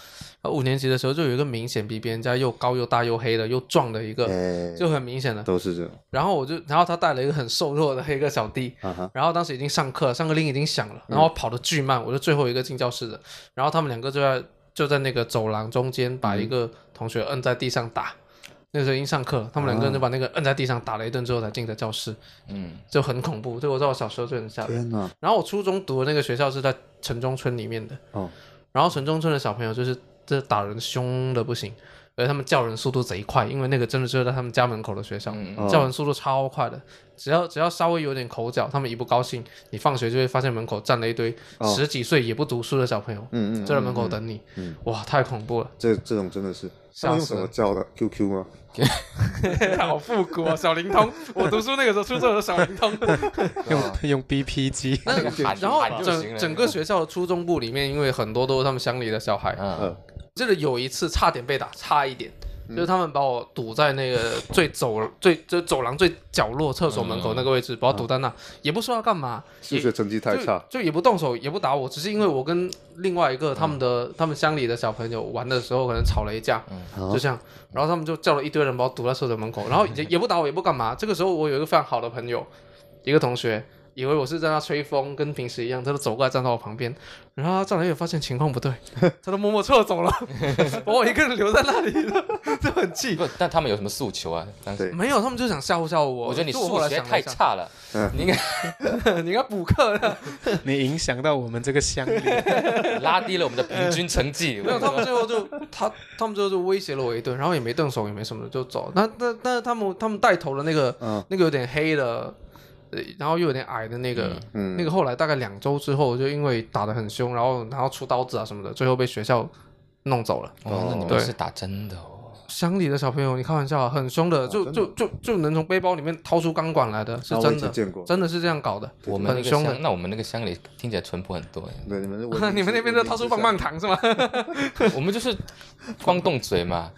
Speaker 4: 然后五年级的时候就有一个明显比别人家又高又大又黑的又壮的一个，
Speaker 1: 哎，
Speaker 4: 就很明显的，
Speaker 1: 都是这样
Speaker 4: 然后我就，然后他带了一个很瘦弱的一个小弟，
Speaker 1: 啊哈。
Speaker 4: 然后当时已经上课，上课铃已经响了，然后我跑得巨慢，我是最后一个进教室的。然后他们两个就在就在那个走廊中间把一个同学摁在地上打。那时候已经上课了，他们两个人就把那个摁在地上打了一顿之后才进的教室，
Speaker 3: 嗯，
Speaker 4: 就很恐怖。对我在我小时候就很吓人。
Speaker 1: 天哪！
Speaker 4: 然后我初中读的那个学校是在城中村里面的，
Speaker 1: 哦，
Speaker 4: 然后城中村的小朋友就是这打人凶的不行，而而他们叫人速度贼快，因为那个真的就在他们家门口的学校，
Speaker 3: 嗯
Speaker 1: 哦
Speaker 4: 叫人速度超快的。只要只要稍微有点口角，他们一不高兴，你放学就会发现门口站了一堆
Speaker 1: 哦
Speaker 4: 十几岁也不读书的小朋友，
Speaker 1: 嗯嗯，
Speaker 4: 就在门口
Speaker 1: 嗯
Speaker 4: 等你。
Speaker 1: 嗯
Speaker 4: 哇，太恐怖了，
Speaker 1: 这这种真的是，他
Speaker 4: 吓
Speaker 1: 们用
Speaker 4: 死
Speaker 1: 什么
Speaker 4: 了！
Speaker 1: 叫的？QQ 吗？
Speaker 4: <laughs> 好复古啊，小灵通。我读书那个时候，初中的时候小灵通。
Speaker 5: 用用 BP 机，
Speaker 4: 那
Speaker 3: 喊
Speaker 4: 然后
Speaker 3: 喊就行
Speaker 4: 整
Speaker 3: 了
Speaker 4: 整个学校的初中部里面，因为很多都是他们乡里的小孩，
Speaker 3: 嗯，
Speaker 4: 这里有一次差点被打，差一点，就是他们把我堵在那个最走最就走廊最角落厕所门
Speaker 3: 嗯
Speaker 4: 口那个位置，把我堵在那，也不说要干嘛，
Speaker 1: 数学成绩太差，
Speaker 4: 就就也不动手，也不打我，只是因为我跟另外一个他们的、他们乡里的小朋友玩的时候，可能吵了一架，
Speaker 3: 啊
Speaker 4: 就这样，然后他们就叫了一堆人把我堵在厕所门口，然后也也不打我，也不干嘛。这个时候我有一个非常好的朋友，一个同学。以为我是在那吹风，跟平时一样，他就走过来站到我旁边，然后他站了也发现情况不对，他都默默撤走了， <laughs> 把我一个人留在那里了， <laughs> 就很气。
Speaker 3: 不，但他们有什么诉求啊？当时
Speaker 1: 对
Speaker 4: 没有，他们就想吓唬吓唬我。
Speaker 3: 我觉得你
Speaker 4: 就我
Speaker 3: 数
Speaker 4: 后来
Speaker 3: 学
Speaker 4: 想了
Speaker 3: 太
Speaker 4: 一下，
Speaker 3: 差了，
Speaker 4: 嗯
Speaker 3: <laughs> 你应该
Speaker 4: <laughs> 你应该补课的。
Speaker 5: 你影响到我们这个乡里，
Speaker 3: 拉低了我们的平均成绩。
Speaker 4: <laughs> 没有，他们最后就他他们最后就威胁了我一顿，然后也没动手，也没什么的就走。那那但是他们他们带头的那个、
Speaker 1: 嗯
Speaker 4: 那个有点黑的，呃然后又有点矮的那个、
Speaker 1: 嗯
Speaker 4: 那个后来大概两周之后，就因为打得很凶，然后然后出刀子啊什么的，最后被学校弄走了。
Speaker 3: 哦，那你
Speaker 4: 嗯对
Speaker 3: 们是打真的哦。
Speaker 4: 乡里的小朋友，你开玩笑啊，很凶的，就
Speaker 1: 哦真的
Speaker 4: 就就就能从背包里面掏出钢管来的，是
Speaker 1: 啊我以
Speaker 4: 真
Speaker 1: 前
Speaker 4: 的，
Speaker 1: 见过
Speaker 4: 真的是这样搞的，
Speaker 3: 我们那
Speaker 4: 很
Speaker 3: 个
Speaker 4: 凶的
Speaker 3: 乡，。那我们那个乡里听起来淳朴很多耶
Speaker 1: 对，你们文
Speaker 4: <laughs> <laughs> 你们那边都掏出棒棒，糖是吗？
Speaker 3: <laughs> 我们就是光动嘴
Speaker 4: <laughs>
Speaker 3: 嘛。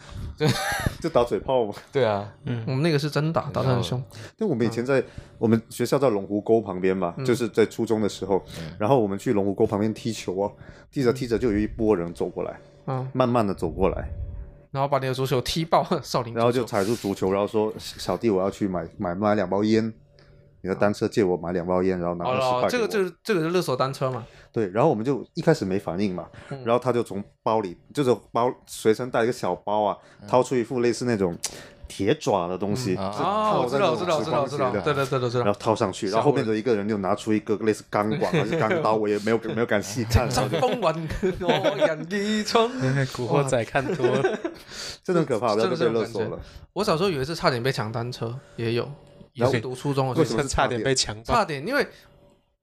Speaker 1: 就打嘴炮嘛。
Speaker 3: 对啊，
Speaker 4: 我们那个是真啊打，打得很凶。
Speaker 1: 但我们以
Speaker 4: 嗯
Speaker 1: 前在、我们学校在龙湖沟旁边嘛，就是在初中的时候，
Speaker 4: 嗯
Speaker 1: 然后我们去龙湖沟旁边踢球啊，踢着踢着就有一波人走过来，
Speaker 4: 嗯，
Speaker 1: 慢慢的走过来，
Speaker 4: 然后把你的足球踢爆， <laughs> 少林足球。
Speaker 1: 然后就踩住足球，然后说小弟我要去买买买两包烟，你的单车借我买两包烟，然后拿二十块给
Speaker 4: 哦
Speaker 1: 我、，
Speaker 4: 这个这个这个是勒索单车嘛？
Speaker 1: 对，然后我们就一开始没反应嘛，
Speaker 4: 嗯
Speaker 1: 然后他就从包里就是包随身带一个小包啊，
Speaker 4: 嗯
Speaker 1: 掏出一副类似那种铁爪的东西，
Speaker 3: 嗯啊
Speaker 1: 是
Speaker 4: 哦，我
Speaker 1: 套
Speaker 4: 知
Speaker 1: 在
Speaker 4: 道，
Speaker 1: 那
Speaker 4: 我
Speaker 1: 种
Speaker 4: 知道，我
Speaker 1: 直方体
Speaker 4: 知道，我知道，
Speaker 1: 的
Speaker 4: 对对对对，知
Speaker 1: 然
Speaker 4: 道
Speaker 1: 后。掏上去，然后后面的一个人就拿出一个类似钢管还是钢刀，我也没有没有敢细看，然后
Speaker 4: 张
Speaker 1: 就 <laughs>
Speaker 4: 风 <laughs> 云，我人已闯。
Speaker 5: <laughs> 古惑仔看多 <laughs> 了，
Speaker 1: 真的很可怕，然后
Speaker 4: 真
Speaker 1: 就
Speaker 4: 的
Speaker 1: 是被
Speaker 4: 有
Speaker 1: 勒
Speaker 4: 感
Speaker 1: 索
Speaker 4: 觉
Speaker 1: 了。
Speaker 4: 我小时候有一次差点被抢单车，也有，也
Speaker 1: 然后
Speaker 4: 是读初中的时
Speaker 1: 为
Speaker 4: 候，
Speaker 1: 什么是
Speaker 5: <laughs> 差
Speaker 1: 差
Speaker 5: 点
Speaker 1: 点
Speaker 5: 被强暴？
Speaker 4: 差点，因为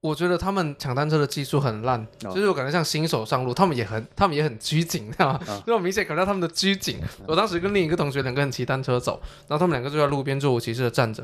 Speaker 4: 我觉得他们抢单车的技术很烂，
Speaker 1: 哦
Speaker 4: 就是我感觉像新手上路，他们也很，他们也很拘谨， <laughs> 你知道吗？
Speaker 1: 哦
Speaker 4: 就我明显感觉到他们的拘谨。我当时跟另一个同学两个人骑单车走，然后他们两个就在路边若无其事的站着，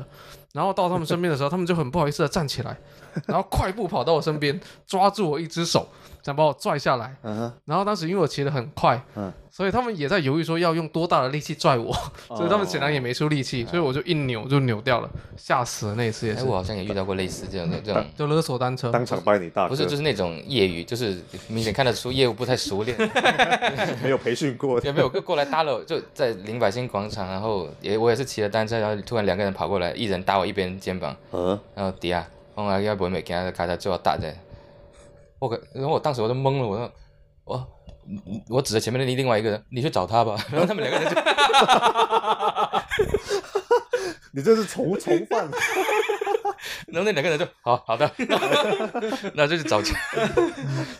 Speaker 4: 然后到他们身边的时候，他们就很不好意思的站起来，然后快步跑到我身边，抓住我一只手，想把我拽下来。
Speaker 1: 嗯哼，
Speaker 4: 然后当时因为我骑得很快，
Speaker 1: 嗯
Speaker 4: 所以他们也在犹豫说要用多大的力气拽我，
Speaker 1: 哦
Speaker 4: 所以他们显然也没出力气，所以我就一扭就扭掉了，吓死了那一次也
Speaker 3: 哎，
Speaker 4: 是
Speaker 3: 我。好像也遇到过类似这种的这
Speaker 4: <laughs>
Speaker 3: 种。
Speaker 4: 就勒索单车，
Speaker 1: 当场掰你大
Speaker 3: 不
Speaker 1: 哥，
Speaker 3: 是，就是那种业余，就是明显看得出业务不太熟
Speaker 4: <laughs>
Speaker 3: 练，
Speaker 1: 没有培训过的
Speaker 3: 有没有？过来搭了我，就在林百欣广场，然后也我也是骑了单车，然后突然两个人跑过来，一人搭我一边肩膀，
Speaker 1: 呃，
Speaker 3: 然后底下哦啊我话要本美给他卡车就要打人，我可，然后我当时我都懵了，我说我我指着前面的另外一个人，你去找他吧， <laughs> 然后他们两个人就
Speaker 1: 你这是从从犯，
Speaker 3: 然后那两个人就好好的， <laughs> 那就去找去。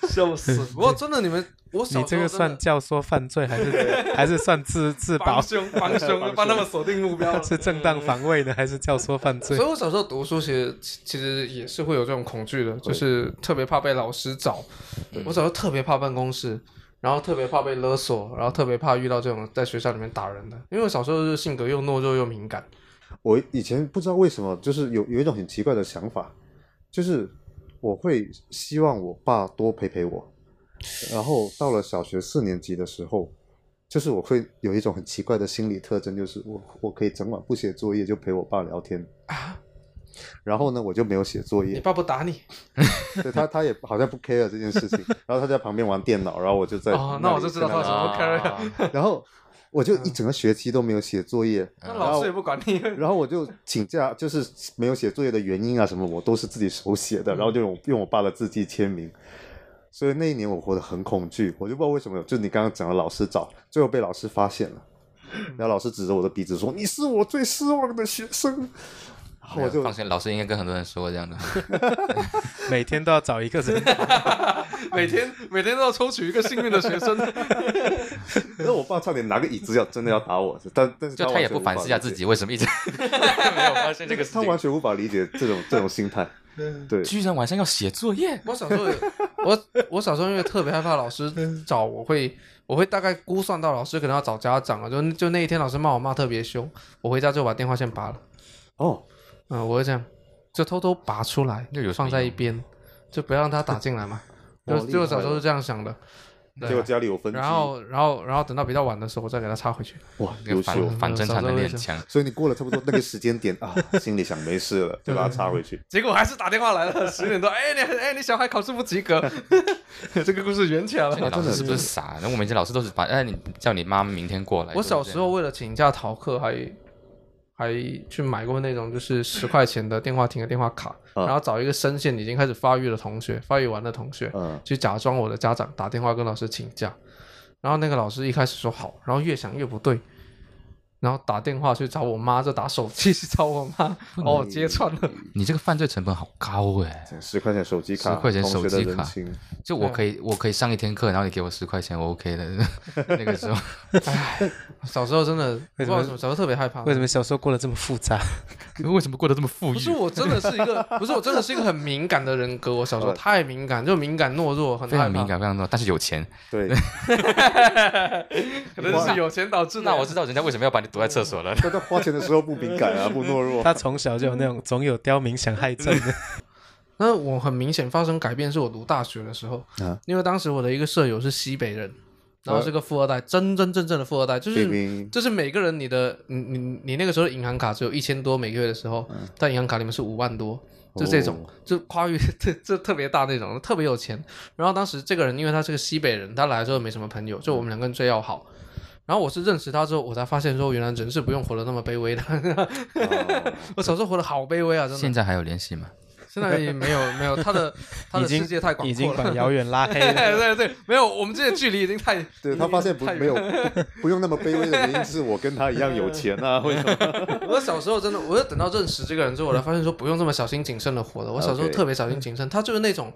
Speaker 4: 笑死！ <laughs> 我真的，你们，我小时候
Speaker 5: 你这个算教唆犯罪还是 <laughs> 还是算
Speaker 4: <laughs>
Speaker 5: 自自
Speaker 4: 真的帮
Speaker 5: 保？
Speaker 4: 凶帮
Speaker 5: <laughs>
Speaker 4: 凶，帮他们锁定目标了。
Speaker 5: 是正当防卫呢，还是教唆犯罪
Speaker 4: 所以，？我小时候读书，其实其其实也是会有这种恐惧的，就是特别怕被老师找。我小时候特别怕办公室，然后特别怕被勒索，然后特别怕遇到这种在学校里面打人的，因为我小时候就是性格又懦弱又敏感。
Speaker 1: 我以前不知道为什么，就是有有一种很奇怪的想法，就是我会希望我爸多陪陪我。然后到了小学四年级的时候，就是我会有一种很奇怪的心理特征，就是我我可以整晚不写作业就陪我爸聊天。然后呢，我就没有写作
Speaker 4: 啊你
Speaker 1: 业，
Speaker 4: 爸不打你
Speaker 1: 对他他也好像不 care 这件事
Speaker 4: <laughs>
Speaker 1: 情。然后他在旁边玩电脑，然后我就在
Speaker 4: 哦，那我就知道
Speaker 1: 里
Speaker 4: 他有
Speaker 1: 跟
Speaker 4: 什么 carry
Speaker 3: 啊
Speaker 4: 了。
Speaker 1: 然后我就一整个学期都没有写作业，
Speaker 4: 那
Speaker 1: 然
Speaker 4: 老
Speaker 1: 后
Speaker 4: 师也不管你。
Speaker 1: 然后我就请假，就是没有写作业的原因啊什么，我都是自己手写的，然后就用用我爸的字迹签名。所以那一年我活得很恐惧，我就不知道为什么，就是你刚刚讲的老师找，最后被老师发现了，然后老师指着我的鼻子说：“你是我最失望的学生。”然后
Speaker 3: 哦
Speaker 1: 我就
Speaker 3: 放心，老师应该跟很多人说过这样的。
Speaker 4: <laughs>
Speaker 5: 每天都要找一个人，
Speaker 4: 每天每天都要抽取一个幸运的学生。
Speaker 1: 那我爸差点拿个椅子要真的要打我，但但是
Speaker 3: 就他
Speaker 1: 完
Speaker 3: 也
Speaker 1: 全
Speaker 3: 不
Speaker 1: 无法
Speaker 3: 反思一下
Speaker 1: 理解
Speaker 3: 自己为什么
Speaker 1: <laughs>
Speaker 3: 一直没有发现这个事
Speaker 1: 他完
Speaker 3: 情，
Speaker 1: 全无法理解这种这种心态。对，
Speaker 3: <laughs> 居然晚上要写作业。
Speaker 4: 我小时候有，我我小时候因为特别害怕老师
Speaker 1: 嗯
Speaker 4: 找我会，我会大概估算到老师可能要找家长了，就就那一天老师骂我骂特别凶，我回家就把电话线拔了，
Speaker 1: <laughs> 哦，
Speaker 4: 嗯，我会这样，就偷偷拔出来，
Speaker 3: 又有什么
Speaker 4: 放在一
Speaker 3: 用
Speaker 4: 边，就不要让他打进
Speaker 1: <laughs>
Speaker 4: 来嘛，
Speaker 1: 哦
Speaker 4: 就就我小时
Speaker 1: 厉害
Speaker 4: 候
Speaker 1: 了
Speaker 4: 是这样想
Speaker 1: <laughs>
Speaker 4: 的，对啊
Speaker 1: 结果家里有分机，
Speaker 4: 然后然后然后等到比较晚的时候，我再给他插回去，
Speaker 1: 哇，
Speaker 3: 那
Speaker 1: 优
Speaker 3: 个反
Speaker 1: 秀。
Speaker 3: 反侦查能力很强，
Speaker 1: 所以你过了差不多那个时间
Speaker 3: <laughs>
Speaker 1: 点啊，心里想没事了，就把它插回去。
Speaker 4: <laughs> 结果还是打电话来了，十点多，哎你哎你小孩考试不及 <laughs> 格，这个故事圆起来
Speaker 3: 这
Speaker 4: 了。
Speaker 1: <laughs>
Speaker 3: 个老师是不是傻？那我们以前老师都是把哎，你叫你妈明天过来。
Speaker 4: 我小
Speaker 3: 对
Speaker 4: 时候为了请假逃课还，还去买过那种就是十块钱的电话亭的电话卡，
Speaker 1: 啊
Speaker 4: 然后找一个声线已经开始发育的同学，发育完的同学，
Speaker 1: 嗯，
Speaker 4: 去假装我的家长打电话跟老师请假，然后那个老师一开始说好，然后越想越不对，然后打电话去找我妈，就打手机去找我妈，把我揭穿了。
Speaker 3: 不对，你这个犯罪成本好高哎！
Speaker 1: 十块钱手机卡，
Speaker 3: 10块钱手机卡
Speaker 1: 同学的人情，
Speaker 3: <laughs> 就我可以，我可以上一天课，然后你给我十块钱，我 OK 的。 <laughs> 那个时候，
Speaker 4: 小时候真的，不知
Speaker 5: 为什
Speaker 4: 道为
Speaker 5: 么
Speaker 4: 什么小时候特别害怕，
Speaker 5: <laughs> 为什么小时候过得这么复杂？
Speaker 3: <laughs> 为什么过得这么富
Speaker 4: 不
Speaker 3: 裕
Speaker 4: 是？我真的是一个，不是我真的是一个很敏感的人格。我小时候太敏感，就敏感懦弱，很
Speaker 3: 非
Speaker 4: 害
Speaker 3: 常
Speaker 4: 怕
Speaker 3: 敏，感，非常多，但是有啊钱。
Speaker 1: 对。
Speaker 4: 可能是有钱导致的。
Speaker 3: 那我知道人家为什么要把你躲在厕所了。
Speaker 1: 但在花钱的时候不敏感啊，不懦弱。
Speaker 5: 他从小就有那种总有刁民想害朕的。
Speaker 4: 那我很明显发生改变是我读大学的时候，
Speaker 1: <laughs> 啊呃
Speaker 4: 因为当时我的一个舍友是西北人，然后是个富二代，真真正正的富二代，就
Speaker 1: 冰
Speaker 3: <laughs>
Speaker 4: 是。
Speaker 1: 冰，
Speaker 4: 就是每个人你的你你你那个时候的银行卡只有一千多每个月的时候，在银行卡里面是五万多，就这种、
Speaker 1: 嗯哦
Speaker 4: 就跨越 <laughs> 这这特别大那种，特别有钱。然后当时这个人因为他是个西北人，他来的时候没什么朋
Speaker 1: 嗯
Speaker 4: 友，就我们两个人最要好。然后我是认识他之后，我才发现说原来人是不用活得那么卑微的。
Speaker 1: 哦
Speaker 4: <laughs> 我小时候活得好卑微啊，真的。
Speaker 3: 现在还有联系吗？
Speaker 4: 现在也没有没有，他
Speaker 5: <laughs>
Speaker 4: 的 <laughs> 他的
Speaker 5: 已经
Speaker 4: 世界太广
Speaker 5: 已经
Speaker 4: 阔
Speaker 5: 把
Speaker 4: 了。
Speaker 5: 遥远拉黑
Speaker 4: <laughs> 对
Speaker 5: 了。
Speaker 4: 对对，没有，我们之间的距离已经太
Speaker 1: 对他发现不
Speaker 4: 太远
Speaker 1: 没有不 <laughs> 不用那么卑微的原因是我跟他一样有钱
Speaker 3: <laughs>
Speaker 1: 啊，为什么？
Speaker 4: 我小时候真的，我是等到认识这个人之后，我才发现说不用这么小心谨慎的活的。我小时候
Speaker 1: OK
Speaker 4: 特别
Speaker 5: 嗯
Speaker 4: 小心谨慎，他就是那种，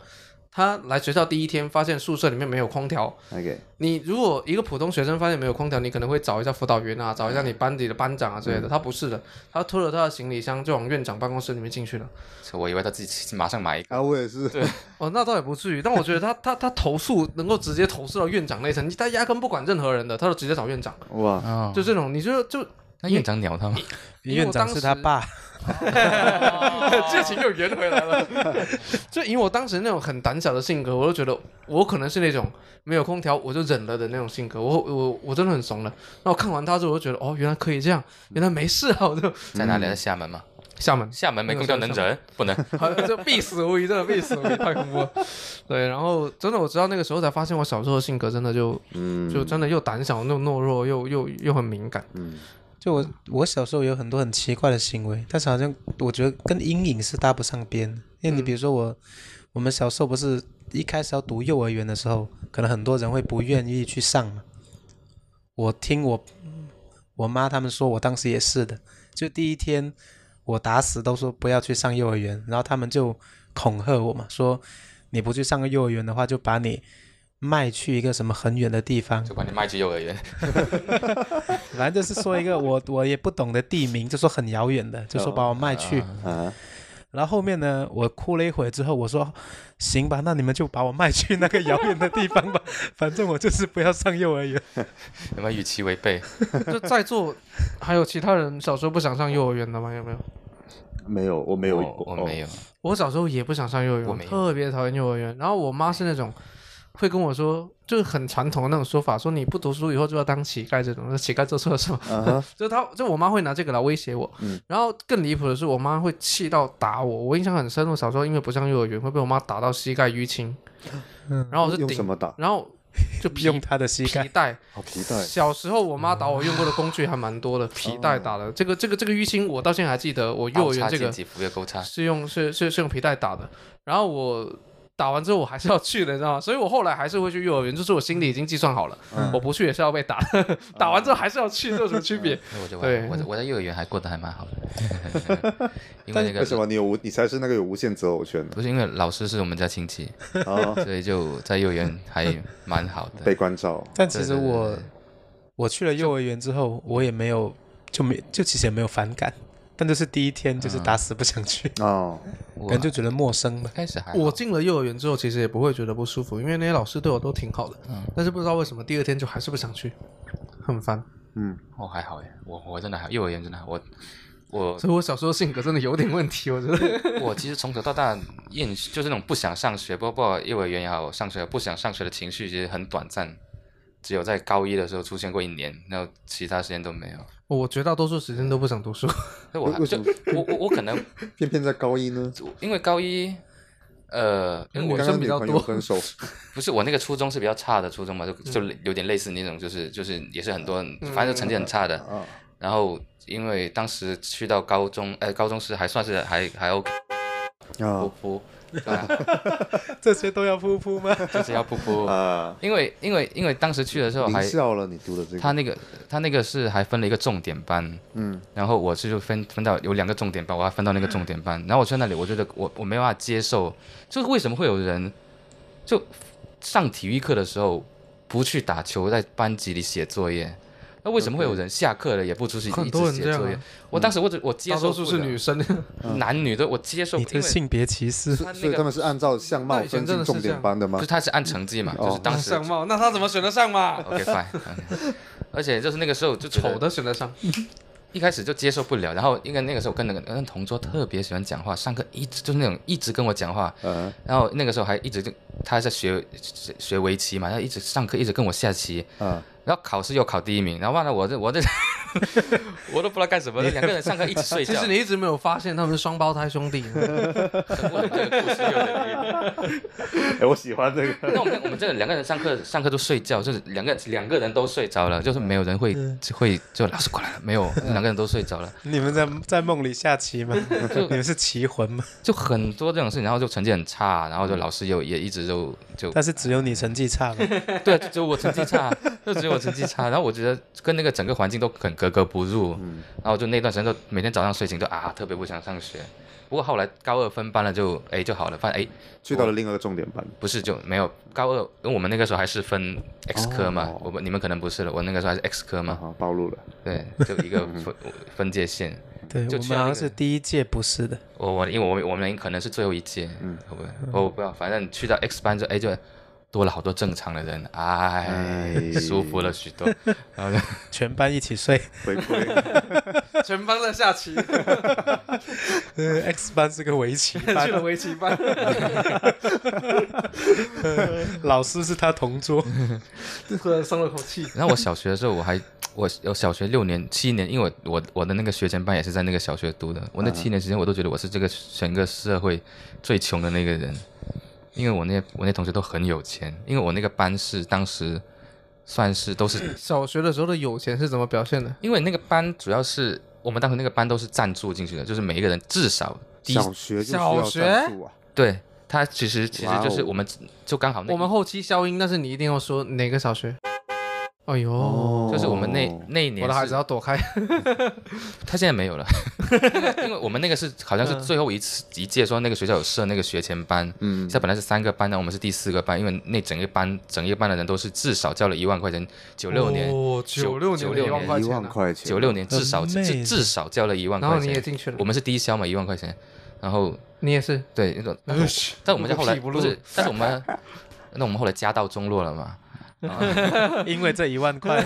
Speaker 4: 他来学校第一天发现宿舍里面没有空调，
Speaker 1: OK，
Speaker 4: 你如果一个普通学生发现没有空调，你可能会找一下辅导员啊，找一下你班级的班长啊
Speaker 5: 嗯
Speaker 4: 之类的。他不是的，他拖着他的行李箱就往院长办公室里面进去了。
Speaker 3: 我以为他自己马上买一个。
Speaker 1: 啊，我也是，
Speaker 4: 哦，那倒也不至于，但我觉得他他他投诉能够直接投诉到院长那层，他压根不管任何人的，他就直接找院长，
Speaker 1: <laughs> 哇，
Speaker 3: 哦，
Speaker 4: 就这种，你就 <laughs> 就
Speaker 3: 那院长鸟他 <laughs> 吗？
Speaker 4: 因为
Speaker 5: 院长是他爸，
Speaker 3: 哦
Speaker 4: 剧情又圆回来了。 <laughs> 就以我当时那种很胆小的性格，我就觉得我可能是那种没有空调我就忍了的那种性格。我我我真的很怂了。那我看完他之后，我就觉得哦，原来可以这样，原来没事啊，我就
Speaker 3: 在哪里？在厦门吗？
Speaker 4: 厦门
Speaker 3: 厦门没空调能忍？不 <laughs> 能。
Speaker 4: <laughs> 好就必死无疑，真的必死无疑，太恐 <laughs> 怖了。对，然后真的我直到那个时候才发现，我小时候的性格真的就
Speaker 1: 嗯，
Speaker 4: 就真的又胆小又懦弱又又又很敏感。
Speaker 1: 嗯，
Speaker 5: 就我我小时候有很多很奇怪的行为，但是好像我觉得跟阴影是搭不上边的。因为你比如说我，我们小时候不是一开始要读幼儿园的时候，可能很多人会不愿意去上嘛。我听我我妈他们说，我当时也是的。就第一天，我打死都说不要去上幼儿园，然后他们就恐吓我嘛，说你不去上个幼儿园的话，就把你卖去一个什么很远的地方，
Speaker 3: 就把你卖去幼儿园，
Speaker 5: 反正就是说一个我 <laughs> 我也不懂的地名，就说很遥远的，就说把我卖去。
Speaker 1: 啊，
Speaker 5: 然后后面呢，我哭了一会之后，我说行吧，那你们就把我卖去那个遥远的地方吧， <laughs> 反正我就是不要上幼儿园。
Speaker 3: 有没有与其违背？
Speaker 4: 就在座还有其他人小时候不想上幼儿园的吗？有没有？
Speaker 1: 没有，我没有，
Speaker 3: 我我没
Speaker 1: 有，
Speaker 3: 有，哦
Speaker 4: 我小时候也不想上幼儿园，
Speaker 3: 我没有
Speaker 4: 特别讨厌幼儿园。然后我妈是那种会跟我说，就是很传统的那种说法，说你不读书以后就要当乞丐这种，乞丐做错了什么？ <laughs>
Speaker 1: 啊哈，
Speaker 4: 就她就我妈会拿这个来威胁我。
Speaker 1: 嗯
Speaker 4: 然后更离谱的是，我妈会气到打我。我印象很深，我小时候因为不上幼儿园会被我妈打到膝盖淤青，然
Speaker 3: 哦
Speaker 4: 后我就
Speaker 1: 用什
Speaker 4: 顶，
Speaker 1: 么打？
Speaker 4: 然后 <laughs> 就皮
Speaker 5: 用他的
Speaker 4: 嗯
Speaker 5: 膝
Speaker 4: 皮
Speaker 5: 盖，
Speaker 4: 带。
Speaker 1: 好皮带，
Speaker 4: 小时候我妈打我用过的工具还蛮多
Speaker 1: 哦
Speaker 4: 的，皮带打的。这个这个这个淤青我到现在还记得，我幼儿园这
Speaker 3: 倒插
Speaker 4: 个
Speaker 3: 前几幅也够差。
Speaker 4: 是用是是是用皮带打的。然后我打完之后我还是要去的，你知道吗？所以我后来还是会去幼儿园，就是我心里已经计算好了，
Speaker 3: 嗯
Speaker 4: 我不去也是要被打，打完之后还是要去，这有什么区别？
Speaker 3: 那我就
Speaker 4: 对
Speaker 3: 玩，我在我在幼儿园还过得还蛮好的， <laughs> 因为
Speaker 1: 但
Speaker 3: 那
Speaker 1: 是为什
Speaker 3: 个
Speaker 1: 么你有无，你才是那个有无限择偶
Speaker 3: <laughs>
Speaker 1: 权的
Speaker 3: 不是因为老师是我们家亲戚，
Speaker 1: 啊？
Speaker 3: 所以就在幼儿园还蛮好
Speaker 1: 被
Speaker 3: 的。
Speaker 1: 关照，
Speaker 5: 但其实
Speaker 3: 对对对
Speaker 5: 我
Speaker 3: 对
Speaker 5: 我去了幼儿园之后，我也没有就没就其实也没有反感，但就是第一天就是打死不想去，
Speaker 1: 哦，
Speaker 3: 我
Speaker 5: 可能就觉得陌生吧。
Speaker 3: 开始 <laughs> 还好
Speaker 4: 我进了幼儿园之后，其实也不会觉得不舒服，因为那些老师对我都挺好的。
Speaker 3: 嗯
Speaker 4: 但是不知道为什么第二天就还是不想去，很烦。
Speaker 1: 嗯，
Speaker 3: 我还好耶，我我真的还幼儿园真的还我我
Speaker 4: 所以我小时候性格真的有点问题，我觉 <laughs> 得。
Speaker 3: 我其实从小到大厌就是那种不想上学，包括幼儿园也好，上学不想上学的情绪其实很短暂，只有在高一的时候出现过一年，然后其他时间都没有。
Speaker 4: 我绝大多数时间都不想读书，
Speaker 3: 那我还
Speaker 1: 为什
Speaker 3: 就
Speaker 1: 么
Speaker 3: 我我我可能
Speaker 1: 偏偏在高一呢。
Speaker 3: 因为高一，呃，因为
Speaker 1: 你
Speaker 3: 我
Speaker 1: 刚
Speaker 4: 生
Speaker 1: 刚
Speaker 4: 比
Speaker 1: 女
Speaker 4: 较
Speaker 1: 朋
Speaker 4: 多
Speaker 1: 友分手，
Speaker 3: 不是我那个初中是比较差的初中嘛，就
Speaker 1: 嗯
Speaker 3: 就有点类似那种，就是就是也是很多人，反正就成绩很差的。
Speaker 1: 啊
Speaker 3: 然后因为当时去到高中，哎，高中时还算是还还 OK，噗
Speaker 4: 哦
Speaker 1: 啊
Speaker 3: 噗，对啊 <laughs>
Speaker 5: 这些都要噗噗吗？
Speaker 3: 就是要噗
Speaker 4: <laughs> 哦
Speaker 3: 噗。
Speaker 1: 啊！
Speaker 3: 因为因为因为当时去的时候
Speaker 1: 名
Speaker 3: 还
Speaker 1: 校了，你读的这
Speaker 3: 他
Speaker 1: 个，
Speaker 3: 那个他那个是还分了一个重点班，
Speaker 1: 嗯，
Speaker 3: 然后我是就分分到有两个重点班，我还分到那个重点
Speaker 4: 嗯
Speaker 3: 班，然后我去那里，我觉得我我没办法接受，就是为什么会有人就上体育课的时候不去打球，在班级里写作业。那为什么会有人下课了也不出去
Speaker 4: 很
Speaker 3: 一
Speaker 4: 多
Speaker 3: 直
Speaker 4: 人这
Speaker 3: 写
Speaker 4: 样
Speaker 3: 作业
Speaker 4: 啊？
Speaker 3: 我当时我只我接
Speaker 4: 大
Speaker 3: 受
Speaker 4: 多
Speaker 3: 不
Speaker 4: 数是
Speaker 3: 了
Speaker 4: 女生。
Speaker 3: 男女的，我接受，
Speaker 5: <laughs> 你
Speaker 3: 因
Speaker 5: 这
Speaker 3: 为
Speaker 5: 性别歧视，
Speaker 1: 所
Speaker 3: 他那
Speaker 1: 以他
Speaker 3: 个
Speaker 1: 们是按照相貌
Speaker 4: 那以前
Speaker 1: 分
Speaker 4: 真的
Speaker 1: 进
Speaker 4: 是
Speaker 1: 重
Speaker 4: 这
Speaker 1: 点
Speaker 4: 样
Speaker 1: 班的吗
Speaker 3: 就是？他是按成绩嘛，就是当时
Speaker 4: 上帽，那他怎么选得上 <laughs> 嘛？
Speaker 3: OK fine，OK 而且就是那个时候就觉得哦
Speaker 4: 丑的选得上，
Speaker 3: 一开始就接受不了，然后因为那个时候跟那个跟同桌特别喜欢讲话，上课一直就是那种一直跟我讲话，
Speaker 1: 嗯，
Speaker 3: 然后那个时候还一直就他在学学学围棋嘛，他一直上课一直跟我下棋，
Speaker 1: 啊，
Speaker 3: 然后考试又考第一名，然后忘了我这 <laughs> 我这我都不知道干什么，两个人上课一直睡觉。
Speaker 4: 其实你一直没有发现他们是双胞胎兄
Speaker 3: <laughs>
Speaker 4: 弟。
Speaker 3: 我 <laughs> 这个故事又有点
Speaker 1: 哎，我喜欢这个，
Speaker 3: <laughs> 那我们我们这两个人上课上课都睡觉，就是两个两个人都睡着了，就是没有人会会就老师过来了没有，两个人都睡着了。
Speaker 5: 你们在在梦里下棋吗？你们是棋魂吗？
Speaker 3: 就很多这种事情，然后就成绩很差，然后就老师又也一直就就
Speaker 5: 但是只有你成绩差嘛，
Speaker 3: <laughs> 对啊，就只有我成绩差，就只有我成绩差。然后我觉得跟那个整个环境都很格格不入，然后就那段时间就每天早上睡醒就啊特别不想上学。不过后来高二分班了就哎就好了，发现哎
Speaker 1: <laughs> 去到了另外一个重点班，
Speaker 3: 不是就没有高二，因为我们那个时候还是分 X 科嘛，我们你们可能不是了，我那个时候还是 X 科嘛，
Speaker 1: 啊，暴露了，
Speaker 3: 对，就一个分分界线。
Speaker 5: 对
Speaker 3: 就
Speaker 5: 我
Speaker 3: 去
Speaker 5: 们
Speaker 3: 到那
Speaker 5: 好像
Speaker 3: 个
Speaker 5: 是第一届不是的，
Speaker 3: 我我因为我们我们可能是最后一届，嗯，我不我不知道，反正去到 X 班就哎就多了好多正常的人，哎
Speaker 1: 哎，
Speaker 3: 舒服了许多。 <laughs> 然后就
Speaker 5: 全班一起睡。
Speaker 1: 回归
Speaker 4: 全班在
Speaker 3: <laughs>
Speaker 4: 下棋，
Speaker 5: 呃，X 班是个
Speaker 3: <laughs>
Speaker 5: 围棋班
Speaker 4: 去，了围棋班。
Speaker 5: 老师是他同桌。
Speaker 4: 突然松了口气。
Speaker 3: 然后我小学的时候我还我我小学六年七年，因为我我我的那个学前班也是在那个小学读的，我那七年时间我都觉得我是这个整个社会最穷的那个人，因为我那我那同学都很有钱，因为我那个班是当时算是都是
Speaker 4: 小学的时候的有钱是怎么表现的？
Speaker 3: 因为那个班主要是我们当时那个班都是赞助进去的，就是每一个人至少低
Speaker 1: 小学就需要
Speaker 4: 小学
Speaker 1: 战术啊，
Speaker 3: 对他其实其实就是
Speaker 1: 哇哦
Speaker 3: 我们就刚好那
Speaker 4: 我们后期消音，但是你一定要说哪个小学。哎呦，
Speaker 1: 哦
Speaker 3: 就是我们那那一哦年
Speaker 4: 我的孩子
Speaker 3: 是
Speaker 4: 要躲开。
Speaker 3: 他现在没有
Speaker 4: <laughs>
Speaker 3: 了，因为因为我们那个是好像是最后一次一届说那个学校有设那个学前班，
Speaker 1: 嗯
Speaker 3: 现在本来是三个班，然后我们是第四个班，因为那整个班整个班的人都是至少交了一万块钱，九六年
Speaker 4: 哦，九六年
Speaker 3: 九
Speaker 4: 的
Speaker 3: 六
Speaker 4: 一万
Speaker 3: 年
Speaker 4: 块
Speaker 1: 一
Speaker 4: 钱
Speaker 1: 万
Speaker 4: 啊，
Speaker 1: 块钱，
Speaker 3: 九六年至少至
Speaker 5: Amazing
Speaker 3: 至少交了一万
Speaker 4: 然
Speaker 3: 块
Speaker 4: 后你也
Speaker 3: 钱，
Speaker 4: 进去了
Speaker 3: 我，们是低消嘛一万块钱，然后
Speaker 4: 你也是。嗯
Speaker 3: 对那种，但我但我们家后来
Speaker 4: 屁不
Speaker 3: 不
Speaker 4: 露
Speaker 3: 是，但是我们那我们后来家道中落了嘛，
Speaker 5: 因为这一万块，
Speaker 3: <laughs>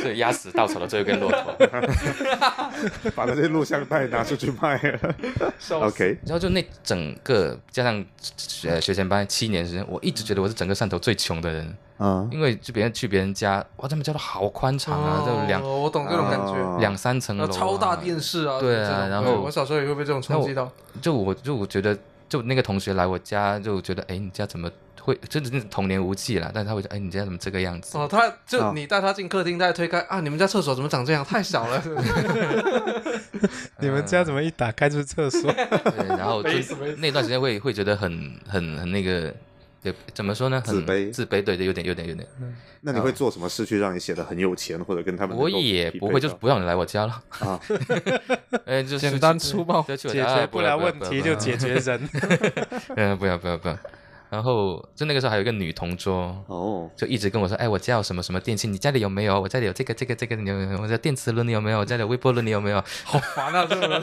Speaker 3: 所以压死稻草的最后一根骆驼。 <laughs>
Speaker 1: 把那些录像带拿出去卖了，OK，
Speaker 3: 然后就那整个加上呃学前班七年时间，我一直觉得我是整个汕头最穷的人，
Speaker 1: 啊，
Speaker 3: 因为就别人去别人家，哇，他们家都好宽敞啊，就两、
Speaker 4: 哦我嗯懂这种感觉。
Speaker 1: 哦
Speaker 3: 两三层楼、
Speaker 4: 那
Speaker 3: 啊，
Speaker 4: 超大电视啊，
Speaker 3: 对啊
Speaker 4: 这种
Speaker 3: 然
Speaker 4: 对
Speaker 3: 后
Speaker 4: 我小时候也会被这种冲击到。
Speaker 3: 就我就我觉得，就那个同学来我家就觉得，哎，你家怎么会真的是童年无忌了，但是他会说，哎，你家怎么这个样子？
Speaker 4: 哦，他就
Speaker 1: 啊
Speaker 4: 你带他进客厅，带他推开啊，你们家厕所怎么长这样？太小
Speaker 1: <laughs>
Speaker 4: 了， <laughs>
Speaker 5: 你们家怎么一打开就是厕
Speaker 3: <laughs>
Speaker 5: 所？
Speaker 3: 对，然后就那段时间会会觉得很很很那个，对，怎么说呢？很
Speaker 1: 自卑
Speaker 3: 自卑，对对，有点有点有点。
Speaker 1: 那你会做什么事去让你显得很有钱，或者跟他们能够
Speaker 3: 我也
Speaker 1: 匹
Speaker 3: 不
Speaker 1: 配
Speaker 3: 会，就是
Speaker 1: 到
Speaker 3: 不让你来我家了。
Speaker 1: 啊，
Speaker 3: <laughs> 哎，就是
Speaker 4: 简单粗暴
Speaker 3: 就去我
Speaker 5: 解
Speaker 3: 家
Speaker 5: 决
Speaker 3: 啊
Speaker 5: 不
Speaker 3: 要
Speaker 5: 了
Speaker 3: 不要
Speaker 5: 问
Speaker 3: 不要
Speaker 5: 题
Speaker 3: 不
Speaker 5: 就
Speaker 3: 要
Speaker 5: 解决人。
Speaker 3: <laughs> 嗯，不要不要不要。然后就那个时候还有一个女同桌，
Speaker 1: 哦，
Speaker 3: 就一直跟我说，哎，我家有什么什么电器，你家里有没有？我家里有这个这个这个，你有没有？我家电磁炉你有没有？我家里有微波炉你有没有？
Speaker 4: 好烦啊，这种人。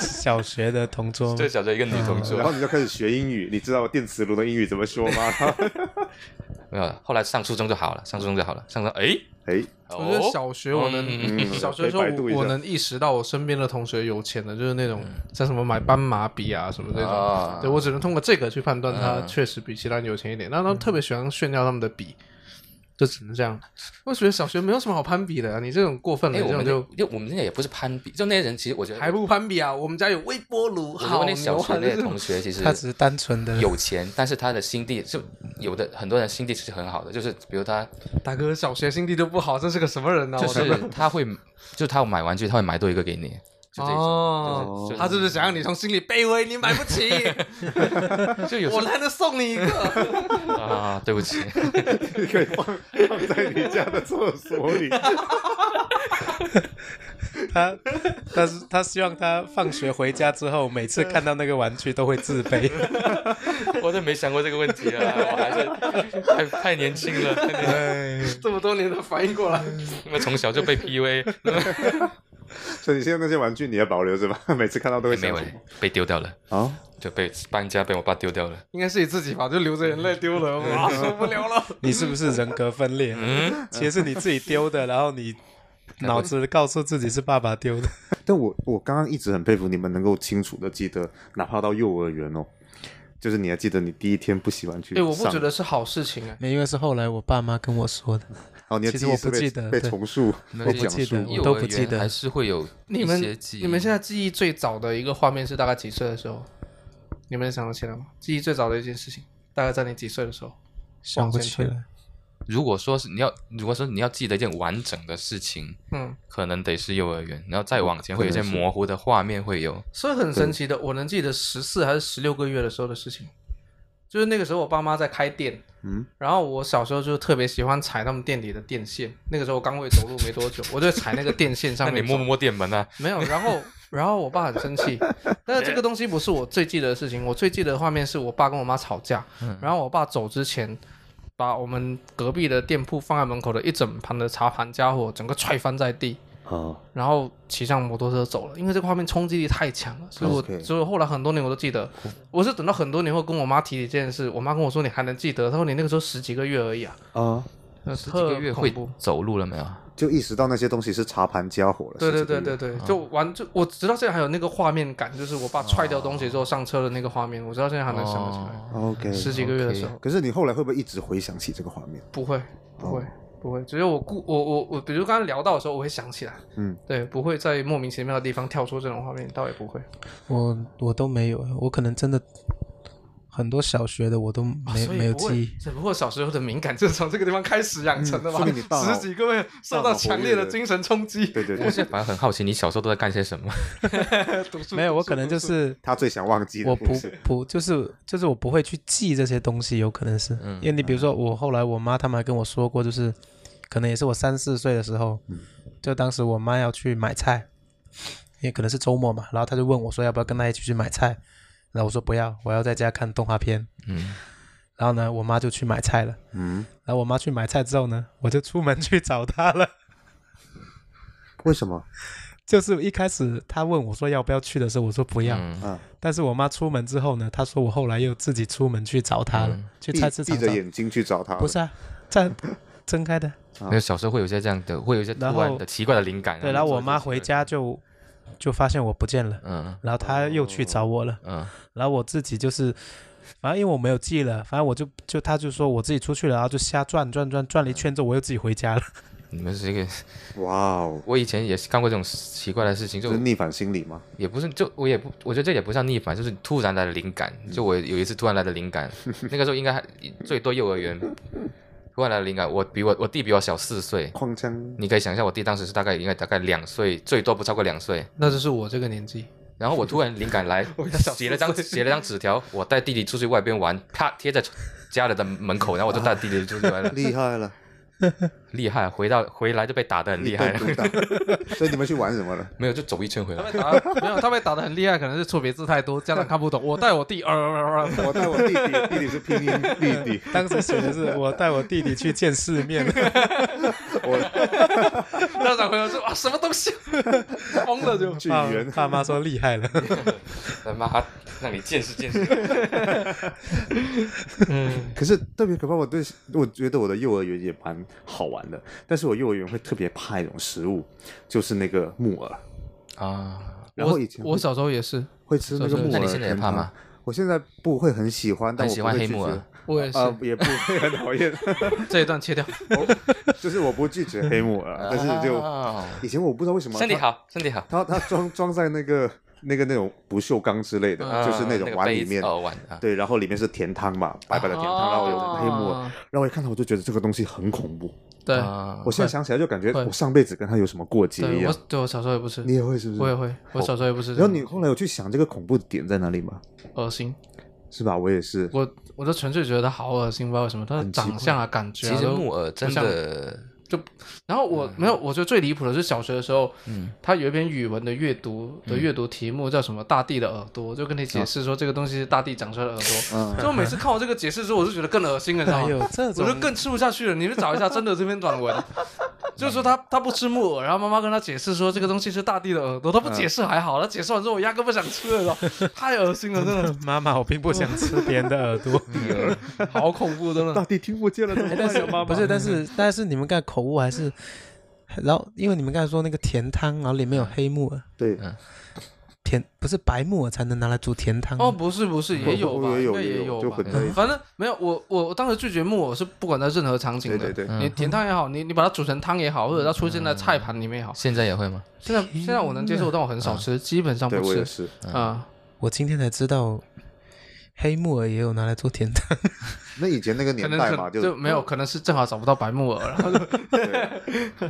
Speaker 5: 小学的同桌
Speaker 3: 就小着一个女同
Speaker 1: 然 <laughs>
Speaker 3: 桌，
Speaker 1: 后你就开始学英语，你知道电磁炉的英语怎么说 <laughs> 吗？
Speaker 3: 没有。后来上初中就好了，上初中就好了，上初中哎，
Speaker 1: 哎，
Speaker 4: 我觉得
Speaker 3: 哦
Speaker 4: 小学我能，
Speaker 3: 嗯
Speaker 1: 嗯
Speaker 4: 小学的时候
Speaker 1: 可以百度一下
Speaker 4: 我我能意识到我身边的同学有钱的，就是那种像什么买斑马笔啊什么这种。
Speaker 3: 啊
Speaker 4: 对我只能通过这个去判断他
Speaker 3: 嗯
Speaker 4: 确实比其他人有钱一点。那他们特别喜欢炫耀他们的笔，就只能这样。我觉得小学没有什么好攀比的啊，你这种过分了，
Speaker 3: 哎，
Speaker 4: 这
Speaker 3: 我
Speaker 4: 种
Speaker 3: 们
Speaker 4: 就
Speaker 3: 就就我们那也不是攀比，就那些人其实我觉得
Speaker 4: 还不攀比啊。我们家有微波炉，
Speaker 3: 我觉得我
Speaker 4: 好
Speaker 3: 那小
Speaker 4: 牛
Speaker 3: 学
Speaker 4: 啊！
Speaker 3: 那些
Speaker 4: 这种
Speaker 3: 同学其实
Speaker 5: 他只是单纯的
Speaker 3: 有钱，但是他的心地就有的很多人心地其实很好的，就是比如他
Speaker 4: <laughs> 大哥，小学心地都不好，这是个什么人呢？啊
Speaker 3: 就
Speaker 4: 我真的
Speaker 3: 是他会就是他买玩具，他会买多一个给你，就这种，
Speaker 4: 哦
Speaker 3: 就是
Speaker 4: 他就是想让你从心里卑微，你买不 <laughs> 起，
Speaker 3: 就有时候
Speaker 4: 我懒得送你一个。 <laughs>
Speaker 3: 啊，对不起，
Speaker 1: 你可以放放在你家的厕所里，
Speaker 5: 他，他是他希望他放学回家之后，每次看到那个玩具都会自
Speaker 3: <laughs>
Speaker 5: 卑。
Speaker 3: 我都没想过这个问题啊，我还是太太年轻了，太年轻了
Speaker 4: 这么多年都反应过来，
Speaker 3: 因为从小就被 PUA，
Speaker 1: <laughs> 所以你现在那些玩具你也保留着吧， <laughs> 每次看到都会
Speaker 3: 哎没
Speaker 1: 想
Speaker 3: 有
Speaker 1: 起
Speaker 3: 被丢掉了，
Speaker 1: 啊，
Speaker 3: 就被搬家被我爸丢掉了，
Speaker 4: 应该是你自己吧，就流着眼泪丢了，哇，受不了了。
Speaker 5: 你是不是人格分裂？
Speaker 3: 嗯
Speaker 5: 其实是你自己丢的，然后
Speaker 3: <laughs>
Speaker 5: 你脑子告诉自己是爸爸丢的。
Speaker 1: 但我我刚刚一直很佩服你们能够清楚的记得，哪怕到幼儿园哦，就是你还记得你第一天不喜欢去
Speaker 4: 哎，
Speaker 1: 上，
Speaker 4: 我不觉得是好事情哎。
Speaker 5: 没，因为是后来我爸妈跟我说的。
Speaker 1: 哦，你的
Speaker 5: 其
Speaker 1: 记
Speaker 5: 实
Speaker 1: 忆
Speaker 5: 我
Speaker 1: 是
Speaker 5: 不
Speaker 1: 被
Speaker 5: 记得
Speaker 1: 被
Speaker 5: 对
Speaker 1: 重述
Speaker 3: 没有
Speaker 1: 被
Speaker 3: 我
Speaker 1: 讲
Speaker 5: 记得
Speaker 1: 述
Speaker 5: 我都不记
Speaker 3: 幼儿
Speaker 5: 得
Speaker 3: 园还是会有
Speaker 4: 你
Speaker 3: 一
Speaker 4: 们
Speaker 3: 些记忆
Speaker 4: 你们现在记忆最早的一个画面是大概几岁的时候？你们想得起来吗？记忆最早的一件事情，大概在你几岁的时候？
Speaker 5: 想不起来，
Speaker 3: 如果说是你要如果说你要记得一件完整的事情，
Speaker 4: 嗯，
Speaker 3: 可能得是幼儿园，然后再往前
Speaker 1: 可
Speaker 3: 会有一些
Speaker 1: 能是
Speaker 3: 模糊的画面会有。
Speaker 4: 所以很神奇的，我能记得十四还是十六个月的时候的事情，就是那个时候我爸妈在开店，
Speaker 1: 嗯，
Speaker 4: 然后我小时候就特别喜欢踩他们店里的电线，那个时候我刚会走路没
Speaker 3: <laughs>
Speaker 4: 多久，我就踩那个电线
Speaker 3: 那
Speaker 4: 上
Speaker 3: 你
Speaker 4: 面
Speaker 3: 摸
Speaker 4: 走，
Speaker 3: 不摸店门啊？
Speaker 4: 没有，然后。然后我爸很生
Speaker 3: <laughs>
Speaker 4: 气，但是这个东西不是我最记得的事情。我最记得的画面是我爸跟我妈吵架，
Speaker 3: 嗯
Speaker 4: 然后我爸走之前，把我们隔壁的店铺放在门口的一整盘的茶盘家伙整个踹翻在地，
Speaker 1: 啊，
Speaker 4: 然后骑上摩托车走了，因为这个画面冲击力太强了，所以我
Speaker 1: OK
Speaker 4: 所以后来很多年我都记得。我是等到很多年后跟我妈提起这件事，我妈跟我说你还能记得，她说你那个时候十几个月而已啊，
Speaker 1: 啊，
Speaker 4: 十
Speaker 3: 这个月会
Speaker 4: 恐怖。
Speaker 3: 走路了没有？
Speaker 1: 就意识到那些东西是茶盘家伙了。
Speaker 4: 对对
Speaker 1: 是这
Speaker 4: 对
Speaker 1: 个意
Speaker 4: 对
Speaker 1: 思，
Speaker 4: 对，就完就我直到现在还有那个画面感，就是我爸踹掉东西之后上车的那个画面，我直到现在还能想得起来。
Speaker 3: 哦 <laughs>
Speaker 1: OK。
Speaker 4: 十几个月的时候
Speaker 1: 可是你后来会不会一直回想起这个画面？
Speaker 4: 不会不会不会，只有我故我我我，比如刚刚聊到的时候我会想起来，
Speaker 1: 嗯，
Speaker 4: 对，不会在莫名其妙的地方跳出这种画面，倒也不会。
Speaker 5: 我我都没有，我可能真的很多小学的我都
Speaker 4: 啊
Speaker 5: 没、
Speaker 4: 所以
Speaker 5: 没有
Speaker 4: 不会
Speaker 5: 记忆。
Speaker 4: 只不过小时候的敏感就是从这个地方开始养成的嘛，
Speaker 1: 嗯说明你大脑
Speaker 4: 十几个月受到强烈的精神冲击，
Speaker 1: 对对
Speaker 3: 我
Speaker 1: 对，
Speaker 3: 现在反而很好奇，你小时候都在干些什么？
Speaker 4: 读书嗯
Speaker 5: 没有，我可能就
Speaker 4: 读书读书
Speaker 5: 是
Speaker 1: 他最想忘记的
Speaker 5: 我
Speaker 1: 东
Speaker 5: 不
Speaker 1: 西。
Speaker 5: 不就是就是我不会去记这些东西，有可能是，因为你比如说我后来我妈他们还跟我说过，就是可能也是我三四岁的时候，
Speaker 4: 嗯
Speaker 5: 就当时我妈要去买菜，也可能是周末嘛，然后她就问我说要不要跟她一起去买菜，然后我说不要，我要在家看动画片，
Speaker 3: 嗯，
Speaker 5: 然后呢我妈就去买菜了，
Speaker 1: 嗯，
Speaker 5: 然后我妈去买菜之后呢，我就出门去找她了。
Speaker 1: <laughs>
Speaker 5: <laughs>
Speaker 1: 为什么？
Speaker 5: 就是一开始她问我说要不要去的时候，我说不要。
Speaker 3: 嗯
Speaker 1: 啊，
Speaker 5: 但是我妈出门之后呢，她说我后来又自己出门去找她
Speaker 3: 嗯
Speaker 5: 了，去
Speaker 1: 闭
Speaker 5: 菜市
Speaker 1: 闭
Speaker 5: 场
Speaker 1: 着
Speaker 5: 找。
Speaker 1: 眼睛去找他？
Speaker 5: 不是，啊，
Speaker 1: <laughs>
Speaker 5: 在睁开的。
Speaker 3: 没有嗯小时候会有一些这样的，会有一些突
Speaker 5: 然后
Speaker 3: 然的奇怪的灵感。啊
Speaker 5: 对，然后我妈回
Speaker 3: 家，
Speaker 5: 家就就发现我不见了，
Speaker 3: 嗯
Speaker 5: 然后她又去找我了，
Speaker 3: 嗯
Speaker 5: 然后我自己就是，反正因为我没有记了，反正我就就她就说我自己出去了，然后就瞎转转转转了一圈之后，我又自己回家了。
Speaker 3: 你们是一个，
Speaker 1: 哇哦，
Speaker 3: 我以前也是干过这种奇怪的事情，
Speaker 1: 这
Speaker 3: 就是
Speaker 1: 逆反心理吗？
Speaker 3: 也不是，就我也不，我觉得这也不算逆反，就是突然来的灵感。就我有一次突然来的灵
Speaker 4: <laughs>
Speaker 3: 感，那个时候应该还最多幼儿园，突然来的灵感。我比我我弟比我小四岁，
Speaker 1: 框
Speaker 3: <laughs>
Speaker 1: 枪。
Speaker 3: 你可以想象我弟当时是大概应该大概两岁，最多不超过两岁。
Speaker 4: 那就是我这个年纪，
Speaker 3: 然后我突然灵感
Speaker 4: <laughs>
Speaker 3: 来，写了张写了张纸条，我带弟弟出去外边玩，啪贴在家里的门口，然后我就带弟弟出去
Speaker 4: <laughs>
Speaker 3: 玩了
Speaker 1: 厉害了，
Speaker 3: 厉害，啊回到回来就被打得很厉害
Speaker 1: 一
Speaker 3: 了
Speaker 1: 顿，毒
Speaker 3: <laughs>
Speaker 1: 打所以你们去玩什么了？
Speaker 3: 没有就走一圈回来
Speaker 4: 他。被打得 <laughs> 没有，他被打的很厉害，可能是错别字太多，家长看不懂。我带我弟，呃呃呃
Speaker 1: 我带我弟弟，弟弟是拼音 <laughs> 弟弟，
Speaker 5: 当时写的是我带我弟弟去见世面，
Speaker 1: 我
Speaker 4: 呃家长朋友说啊，什么东西，呃疯了就。
Speaker 1: <laughs> 巨源
Speaker 5: 爸爸妈说厉害了，
Speaker 3: <laughs> 他妈，让你见识见
Speaker 4: <laughs>
Speaker 3: 识。
Speaker 1: 可是特别可怕，我对我觉得我的幼儿园也蛮好玩的，但是我幼儿园会特别怕一种食物，就是那个木耳。
Speaker 3: 啊，
Speaker 1: <laughs> 然后以前
Speaker 4: 我小时候也是，
Speaker 1: 会吃那个木耳。
Speaker 3: 那你现在也怕吗？
Speaker 1: 我现在不会很喜欢，但
Speaker 3: 很
Speaker 1: 我
Speaker 3: 喜
Speaker 1: 不
Speaker 3: 欢
Speaker 1: 会
Speaker 3: 黑
Speaker 1: 拒
Speaker 3: 木耳
Speaker 1: 绝
Speaker 3: <laughs>
Speaker 4: 我也是，
Speaker 1: 呃，也不会很讨厌，
Speaker 4: 这一段切
Speaker 1: 啊
Speaker 4: 掉。
Speaker 1: 我 <laughs> 就是我不拒绝黑木耳，但是就
Speaker 4: 啊
Speaker 3: 哦
Speaker 1: 以前我不知道为什么
Speaker 3: 身体好，身体好，
Speaker 1: 它，它它装装在那个那个那种不锈钢之类的，
Speaker 4: 啊
Speaker 1: 就是那
Speaker 3: 啊那
Speaker 1: 种
Speaker 3: 个
Speaker 1: 碗
Speaker 3: 杯
Speaker 1: 里
Speaker 3: 子
Speaker 1: 面，
Speaker 3: 哦碗啊，
Speaker 1: 对，然后里面是甜汤嘛，白白的甜
Speaker 4: 啊
Speaker 1: 汤，然后有黑木耳，然后我一看到我就觉得这个东西很恐怖，
Speaker 4: 对
Speaker 3: 啊
Speaker 1: 我现在想起来就感觉
Speaker 4: 会
Speaker 1: 我上辈子跟他有什么过节一
Speaker 4: 对，我
Speaker 1: 样。
Speaker 4: 对我小时候也不吃
Speaker 1: 啊你，也会是不是？
Speaker 4: 我也会，我小时候也不吃。
Speaker 1: 然后你后来有去想这个恐怖点在哪里吗？
Speaker 4: 恶心，
Speaker 1: 是吧？我也是，
Speaker 4: 我我就纯粹觉得它好恶心，不知道为什么，它的
Speaker 1: 很奇怪
Speaker 4: 长相啊、感觉啊
Speaker 3: 其实
Speaker 4: 都
Speaker 3: 木耳真的
Speaker 4: <laughs> 然后
Speaker 1: 嗯
Speaker 4: 我没有，我觉得最离谱的是小学的时候，他有一篇语文的阅读
Speaker 1: 嗯
Speaker 4: 的阅读题目叫什么“大地的耳朵”，就跟你
Speaker 1: 哦
Speaker 4: 解释说这个东西是大地长出来的耳
Speaker 1: <laughs> 啊
Speaker 4: 朵。就我每次看我这个解释之后，我就觉得更恶心了，你知道
Speaker 1: 哎
Speaker 5: 还有
Speaker 4: 吗？
Speaker 5: 这
Speaker 4: 我
Speaker 5: 种
Speaker 4: 就更吃不下去了。你们找一下真的这篇短文，
Speaker 1: <laughs>
Speaker 4: 就是说他他不吃木耳，然后妈妈跟他解释说这个东西是大地的耳朵，他
Speaker 1: 嗯
Speaker 4: 不解释还好，他解释完之后我压根不想吃了你知道吗，太恶心
Speaker 1: <laughs>
Speaker 4: 了，真
Speaker 5: 妈妈，我并不想吃别人的耳朵。
Speaker 4: 的好恐怖，
Speaker 1: <laughs>
Speaker 4: 真的。
Speaker 1: 大地听不见了，怎么
Speaker 4: 哎
Speaker 1: 办呀？妈妈
Speaker 5: <laughs> 不是，但是但是你们刚才口误还是，然后因为你们刚才说那个甜汤，然后里面有黑木耳，
Speaker 1: 对，
Speaker 5: 甜不是白木耳才能拿来煮甜汤
Speaker 4: 哦，不是不是，也有吧，
Speaker 1: 也
Speaker 4: 应
Speaker 1: 有
Speaker 4: 该也
Speaker 1: 有，
Speaker 4: 有
Speaker 1: 就
Speaker 4: 吧嗯
Speaker 1: 混。在一起。
Speaker 4: 反正没有我，我我当时拒绝木耳是不管在任何场景
Speaker 1: 对
Speaker 4: 的，嗯
Speaker 1: 对对，
Speaker 4: 你甜汤也好，你你把它煮成汤也好，或者它出现在菜盘里面也好，
Speaker 3: 现在也会吗？
Speaker 4: 现在现在我能接受，但我很少吃，基本上
Speaker 1: 对
Speaker 4: 不
Speaker 1: 我也
Speaker 4: 吃
Speaker 1: 是。
Speaker 4: 啊。
Speaker 5: 我今天才知道，黑木耳也有拿来做甜汤。
Speaker 1: 那以前那个
Speaker 4: 可
Speaker 1: 年
Speaker 4: 能
Speaker 1: 代嘛，
Speaker 4: 可就没有，可能是正好找不到白木耳，然后就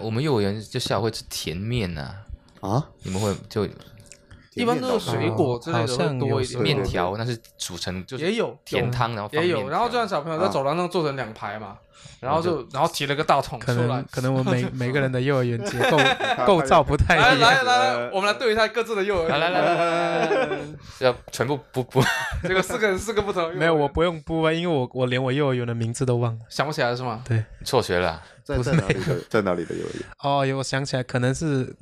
Speaker 3: 我们幼儿园就下午会吃甜面呐，
Speaker 1: 啊，
Speaker 3: 你们会就
Speaker 4: 一般都是
Speaker 1: 甜
Speaker 4: 水
Speaker 1: 面脑
Speaker 4: 果之类的
Speaker 5: 好像
Speaker 4: 会多一点。
Speaker 5: 有
Speaker 3: 面条，那是煮成就是
Speaker 4: 也有
Speaker 3: 甜汤，然后放
Speaker 4: 也有，
Speaker 3: 面
Speaker 4: 然后就
Speaker 3: 条
Speaker 4: 让小朋友在走廊上坐成两排嘛，然后就然后提了个大桶
Speaker 5: 可
Speaker 4: 出来
Speaker 5: 能，可能我每每个人的幼儿园
Speaker 1: <laughs>
Speaker 5: 结构构造不太
Speaker 4: 来
Speaker 5: 一样。
Speaker 4: 哎来来来，我们来对一下各自的幼儿
Speaker 3: 来
Speaker 4: 园，
Speaker 3: 来来来来来来，要全部不不，
Speaker 4: <laughs> 这个四个人四个不同的幼儿园，
Speaker 5: 没有，我不用不啊，因为我我连我幼儿园的名字都忘了。
Speaker 4: 想不起来是吗？
Speaker 5: 对，
Speaker 3: 辍学了啊，
Speaker 1: 在在哪里的，在哪里的幼儿园？
Speaker 5: 哦，有我想起来，可能是，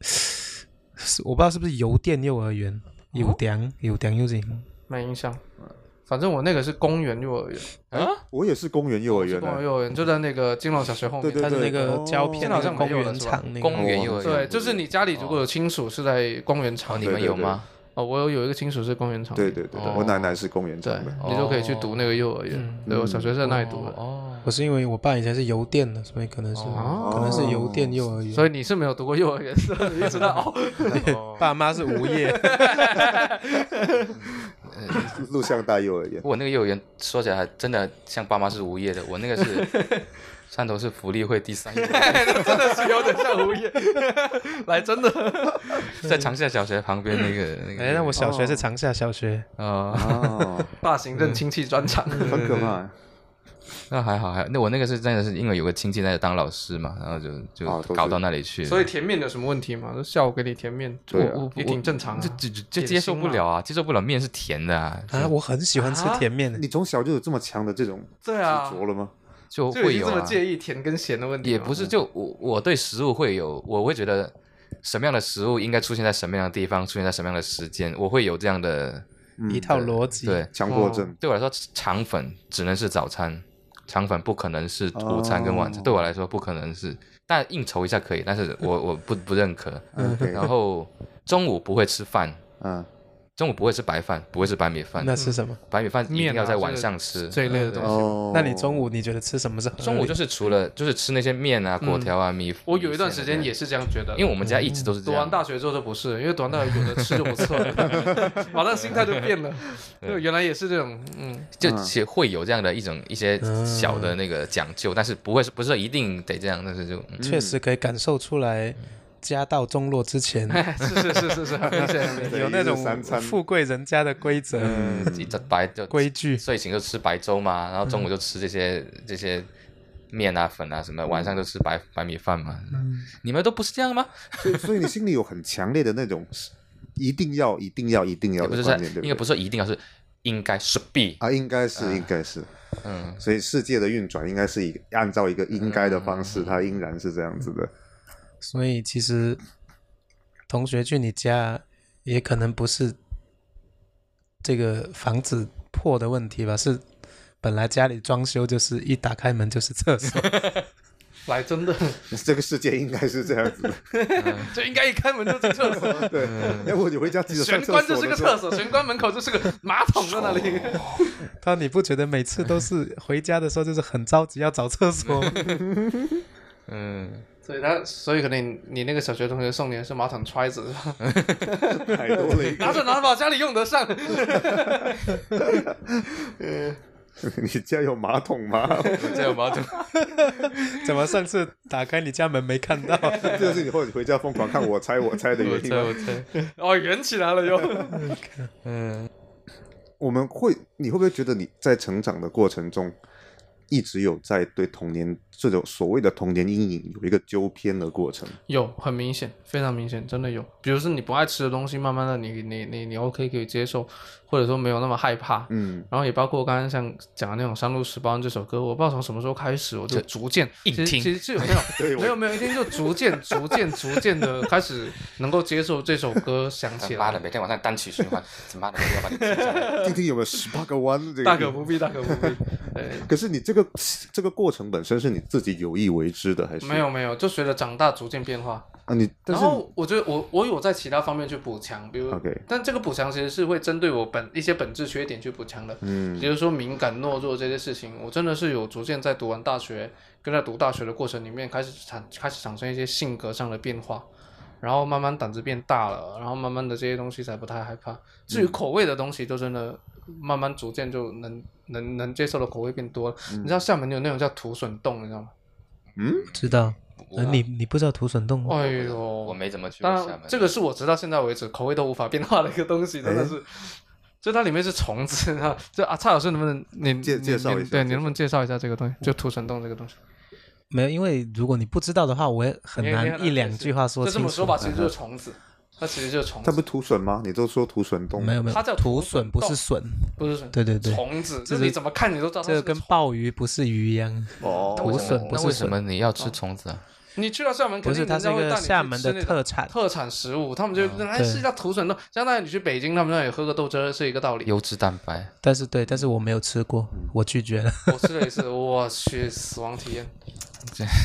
Speaker 5: 是我不知道是不是邮电幼儿园，邮电邮电幼儿园。
Speaker 4: 没印象，反正我那个是公园幼儿园，
Speaker 1: 我也是公园幼儿园啊
Speaker 4: 哦公园
Speaker 1: 的，
Speaker 4: 幼儿园就在那个金龙小学后面
Speaker 1: 对。对
Speaker 5: 它是那个胶
Speaker 4: 现
Speaker 5: 片
Speaker 4: 在好
Speaker 5: 那
Speaker 4: 像
Speaker 5: 个
Speaker 4: 没
Speaker 5: 公
Speaker 4: 有了
Speaker 5: 园
Speaker 4: 是吧
Speaker 5: 场那个哦
Speaker 3: 公园幼儿
Speaker 4: 对，
Speaker 3: 园，
Speaker 4: 就是你家里如果有亲属是在公园
Speaker 3: 哦，
Speaker 4: 场
Speaker 3: 你
Speaker 4: 里，
Speaker 3: 们有吗？
Speaker 4: 哦，我有有一个亲属是公园场里，
Speaker 1: 对对对对，
Speaker 3: 哦
Speaker 1: 我奶奶是公园长
Speaker 4: 对
Speaker 1: 的，，
Speaker 4: 你就可以去读那个幼儿园。对，我小学是在那里读的，
Speaker 3: 嗯哦，
Speaker 5: 我是因为我爸以前是邮电的，所以可能是、
Speaker 3: 哦
Speaker 5: 可能是邮电幼儿园，
Speaker 4: 所以你是没有读过幼儿园，是吧？你一直到哦，
Speaker 5: 爸妈是无业。 <laughs>
Speaker 1: 录像带幼儿园。
Speaker 3: 我那个幼儿园说起来还真的像爸妈是无业的，我那个是
Speaker 4: <laughs>
Speaker 3: 汕头市福利会第三幼儿园，
Speaker 4: 哎真的是有点像无业， <laughs> 来真的。
Speaker 3: 在长夏小学旁边那个那个。
Speaker 5: 哎，那我小学是长夏小学，
Speaker 3: 哦，
Speaker 4: 啊
Speaker 1: 哦，
Speaker 4: 大型认亲戚专场，
Speaker 1: 很可怕。
Speaker 3: 那还好还好那我那个是真的是因为有个亲戚在那当老师嘛，然后就
Speaker 1: 啊都
Speaker 3: 就是搞到那里去，
Speaker 4: 哦所以甜面有什么问题吗？就下午给你甜面，
Speaker 1: 对啊
Speaker 4: 我我也挺正常啊
Speaker 3: 就。就就就接受不了啊，接受不了面是甜的啊，
Speaker 5: 啊，我很喜欢吃甜面
Speaker 1: <laughs>
Speaker 5: 的
Speaker 1: 你。从小就有这么强的这种
Speaker 4: 对
Speaker 1: 执
Speaker 4: 啊，
Speaker 1: 着了吗？
Speaker 3: 就
Speaker 4: 就已
Speaker 3: 会
Speaker 4: 经
Speaker 3: 有
Speaker 4: 这么
Speaker 3: 啊。
Speaker 4: 介意甜跟咸的问题了，嗯
Speaker 3: 也不是就我我对食物会有，我会觉得什么样的食物应该出现在什么样的地方，出现在什么样的时间，我会有这样的
Speaker 5: 一套逻辑，
Speaker 3: 对。
Speaker 1: 嗯强
Speaker 4: 哦
Speaker 1: 迫症，
Speaker 3: 对我来说，肠粉只能是早餐，肠粉不可能是午餐跟晚餐。
Speaker 1: 哦
Speaker 3: 对我来说，不可能是，但应酬一下可以，但是我我不不认可。
Speaker 1: <laughs> 嗯，OK，
Speaker 3: 然后中午不会吃饭，
Speaker 1: 嗯，
Speaker 3: 中午不会吃白饭，不会吃白米饭，
Speaker 5: 那吃什么？
Speaker 3: 白米饭一定
Speaker 4: 面啊
Speaker 3: 要在
Speaker 4: 这
Speaker 3: 晚
Speaker 4: 个
Speaker 3: 上吃。
Speaker 4: 这一类的东西。
Speaker 1: 哦，
Speaker 5: 那你中午你觉得吃什么是合理？
Speaker 3: 中午就是除了就是吃那些面啊、粿条啊、米。
Speaker 4: 嗯我有一段
Speaker 3: 米线
Speaker 4: 时
Speaker 3: 啊
Speaker 4: 间
Speaker 3: 这
Speaker 4: 也嗯
Speaker 3: 样，
Speaker 4: 是这样觉得的，
Speaker 3: 因为我们家一直都是这
Speaker 4: 读
Speaker 3: 样。
Speaker 4: 完大学之后就不是，因为读完大学有的吃就不
Speaker 1: <laughs>
Speaker 4: 错了，马上心态就变了。对，原来也是这种，嗯， <laughs>
Speaker 3: 就其实会有这样的一种一些小
Speaker 1: 嗯
Speaker 3: 的那个讲究，但是不会是不是一定得这样，但是就嗯
Speaker 5: 确实可以感受出来，家道中落之前
Speaker 4: 是是是是是，很明显很明显
Speaker 1: 对
Speaker 5: 有
Speaker 1: 一
Speaker 5: 那
Speaker 1: 日三
Speaker 5: 种
Speaker 1: 餐
Speaker 5: 富贵人家的规则、
Speaker 3: 这白就
Speaker 5: 规矩。
Speaker 3: 睡醒就吃白粥嘛，然后中午就吃这些、这些面啊粉啊什么的，晚上就吃白白米饭嘛。
Speaker 4: 嗯
Speaker 3: 你们都不是这样吗？
Speaker 1: 所以所以你心里有很强烈的那种一定要一定要一定要
Speaker 3: 也不
Speaker 1: 的
Speaker 3: 是
Speaker 1: 观念，对
Speaker 3: 说
Speaker 1: 不
Speaker 3: 应该
Speaker 1: 对？
Speaker 3: 不是说一定要是应该是必，
Speaker 1: 啊，应该是应该是，
Speaker 3: 嗯，
Speaker 1: 所以世界的运转应该是一个按照一个应该的方
Speaker 4: 嗯
Speaker 1: 式，它应然是这样子的。
Speaker 5: 所以其实同学去你家，也可能不是这个房子破的问题吧，是本来家里装修就是一打开门就是
Speaker 4: <laughs>
Speaker 5: 厕所。
Speaker 4: 来
Speaker 1: <laughs>
Speaker 4: 真的，
Speaker 1: 这个世界应该是这样
Speaker 4: <laughs>
Speaker 1: 子的。
Speaker 4: 就应该一开门就进
Speaker 1: <laughs>
Speaker 4: 厕所，
Speaker 1: 对，要不你回家记得上
Speaker 4: 嗯玄
Speaker 1: 厕
Speaker 4: 关
Speaker 1: 所
Speaker 4: 就是
Speaker 1: 的
Speaker 4: 个
Speaker 1: 时候
Speaker 4: 厕所，玄关门口就是个马桶在那里。
Speaker 1: 哦
Speaker 5: 但你不觉得每次都是回家的时候就是很着急要找厕所？
Speaker 4: <laughs>
Speaker 3: 嗯，
Speaker 4: 所以他，所以可能你你那个小学同学送你的是马桶揣
Speaker 1: <laughs>
Speaker 4: 子，是吧
Speaker 1: 太哎多了一
Speaker 4: 拿着拿着吧，家里用得上。
Speaker 1: 个。你家有马桶吗？
Speaker 4: <laughs>
Speaker 3: 这有矛盾。
Speaker 5: 怎么上次打开你家门没
Speaker 4: <laughs>
Speaker 5: 看到？
Speaker 1: 这就是你或者回家疯狂看我猜我猜的原因吗。
Speaker 4: 哦，圆起来了又。 <laughs>
Speaker 1: 我们会，你会不会觉得你在成长的过程中，一直有在对童年这种所谓的童年阴影有一个纠偏的过程？
Speaker 4: 有，很明显，非常明显，真的有。比如说你不爱吃的东西，慢慢的你你你你 OK 可以接受，或者说没有那么害怕。
Speaker 1: 嗯，
Speaker 4: 然后也包括刚刚像讲的那种《山路十八弯》这首歌，我不知道从什么时候开始，我就逐渐
Speaker 3: 硬
Speaker 4: 其实
Speaker 3: 听
Speaker 4: 其实是有没有
Speaker 1: 对我
Speaker 4: 没有没有一天就逐渐逐渐逐渐的开始能够接受这首歌响起
Speaker 3: 妈
Speaker 4: 来
Speaker 3: 的，。每天晚上单曲循环，妈的，我要把你记下来。
Speaker 1: 嗯听听有没有十八个弯？这个
Speaker 4: <laughs> 大可不必，大可不必。对，
Speaker 1: 可是你这个这个过程本身是你自己有意为之的，还是
Speaker 4: 没有没有，就随着长大逐渐变化。
Speaker 1: 啊？你但
Speaker 4: 然
Speaker 1: 是
Speaker 4: 后我觉得我我有在其他方面去补强，比如
Speaker 1: OK
Speaker 4: 但这个补强其实是会针对我本一些本质缺点去补强的，
Speaker 1: 嗯
Speaker 4: 比如说敏感、懦弱这些事情，我真的是有逐渐在读完大学跟在读大学的过程里面开始产开始产生一些性格上的变化，然后慢慢胆子变大了，然后慢慢的这些东西才不太害怕。至于口味的东西，就真的慢慢逐渐就能能能接受的口味变多了。
Speaker 3: 嗯
Speaker 4: 你知道厦门有那种叫土笋冻，你知道吗？
Speaker 5: 知道，呃
Speaker 3: 我
Speaker 4: 啊
Speaker 5: 你你不知道土笋冻吗？
Speaker 4: 哎呦，
Speaker 3: 我没怎么去过
Speaker 4: 当
Speaker 3: 厦
Speaker 4: 然
Speaker 3: 门，，
Speaker 4: 这个是我直到现在为止口味都无法变化的一个东西，真
Speaker 1: 哎
Speaker 4: 的是。就它里面是虫子，然后就啊，蔡老师能不能你
Speaker 1: 介
Speaker 4: 你
Speaker 1: 介绍一下介
Speaker 4: 你
Speaker 1: 绍
Speaker 4: 对，你能不能介绍一下这个东西？就土城洞这个东西，
Speaker 5: 没有，因为如果你不知道的话，我也很
Speaker 4: 你也你也
Speaker 5: 难
Speaker 4: 很
Speaker 5: 一两
Speaker 4: 解释
Speaker 5: 句话说
Speaker 4: 就
Speaker 5: 清
Speaker 4: 这
Speaker 5: 楚。嗯
Speaker 4: 么说吧，其实就是虫子，它其实就是虫
Speaker 1: 它不
Speaker 4: 子
Speaker 1: 是，土笋吗？你都说土笋冻，
Speaker 5: 没有没有，
Speaker 4: 它叫
Speaker 5: 土
Speaker 4: 土
Speaker 5: 笋
Speaker 4: 笋
Speaker 5: 不是
Speaker 4: 冻
Speaker 5: 笋，
Speaker 4: 不是虫，
Speaker 5: 对对对，
Speaker 4: 虫子，
Speaker 5: 这
Speaker 4: 这
Speaker 5: 是
Speaker 4: 你怎么看你都知道它
Speaker 5: 这
Speaker 4: 是
Speaker 5: 个
Speaker 4: 个
Speaker 5: 跟
Speaker 4: 虫。
Speaker 5: 鲍鱼不是鱼一样，
Speaker 1: 哦
Speaker 5: 土笋不
Speaker 3: 那
Speaker 5: 是
Speaker 3: 为什么
Speaker 5: 笋，
Speaker 3: 你要吃虫子啊？
Speaker 4: 你去到厦门，
Speaker 5: 不
Speaker 4: 肯定
Speaker 5: 是，它
Speaker 4: 人
Speaker 5: 是
Speaker 4: 家
Speaker 5: 一
Speaker 4: 会带
Speaker 5: 个
Speaker 4: 你去
Speaker 5: 厦门
Speaker 4: 吃
Speaker 5: 的
Speaker 4: 那种
Speaker 5: 特产，嗯
Speaker 4: 特产食物，他们就来
Speaker 5: 对
Speaker 4: 试一下土笋冻，相当于你去北京，他们那里喝个豆汁儿是一个道理。
Speaker 3: 优质蛋白，
Speaker 5: 但是对，但是我没有吃过，
Speaker 4: 嗯
Speaker 5: 我拒绝了。
Speaker 4: 我吃了一次，我去，死亡
Speaker 5: <laughs>
Speaker 4: 体验。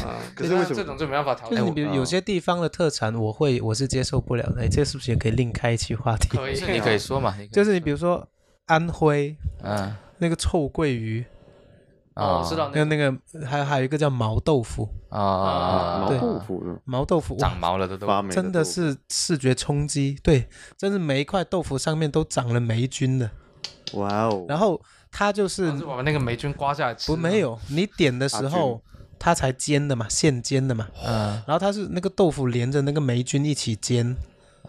Speaker 4: 啊，
Speaker 1: 可是为什么
Speaker 4: 这种就没办法调
Speaker 5: 就
Speaker 4: 整
Speaker 5: 是你。比如有
Speaker 4: 嗯
Speaker 5: 些地方的特产，我会我是接受不了的。哎，这是不是也可以另开一期话题？
Speaker 4: 可以，嗯
Speaker 3: 你可以说嘛，你可以
Speaker 5: 就是你比如说安徽
Speaker 3: 嗯
Speaker 5: 那个臭鳜鱼，
Speaker 4: 哦，我知道
Speaker 5: 还
Speaker 4: 那个
Speaker 5: 有那个还还有一个叫毛豆腐，
Speaker 3: 啊啊
Speaker 1: 毛
Speaker 5: 对
Speaker 1: 豆腐的
Speaker 5: 毛豆腐
Speaker 3: 长
Speaker 5: 哇，
Speaker 3: 毛了的都
Speaker 1: 发霉豆腐，
Speaker 5: 真的是视觉冲击，对，真是每一块豆腐上面都长了霉菌的。
Speaker 1: 哇哦！
Speaker 5: 然后它就是
Speaker 4: 上次我们那个霉菌刮下来吃，
Speaker 5: 不没有，你点的时候它才煎的嘛，现煎的嘛。
Speaker 3: 嗯
Speaker 5: 然后它是那个豆腐连着那个霉菌一起煎，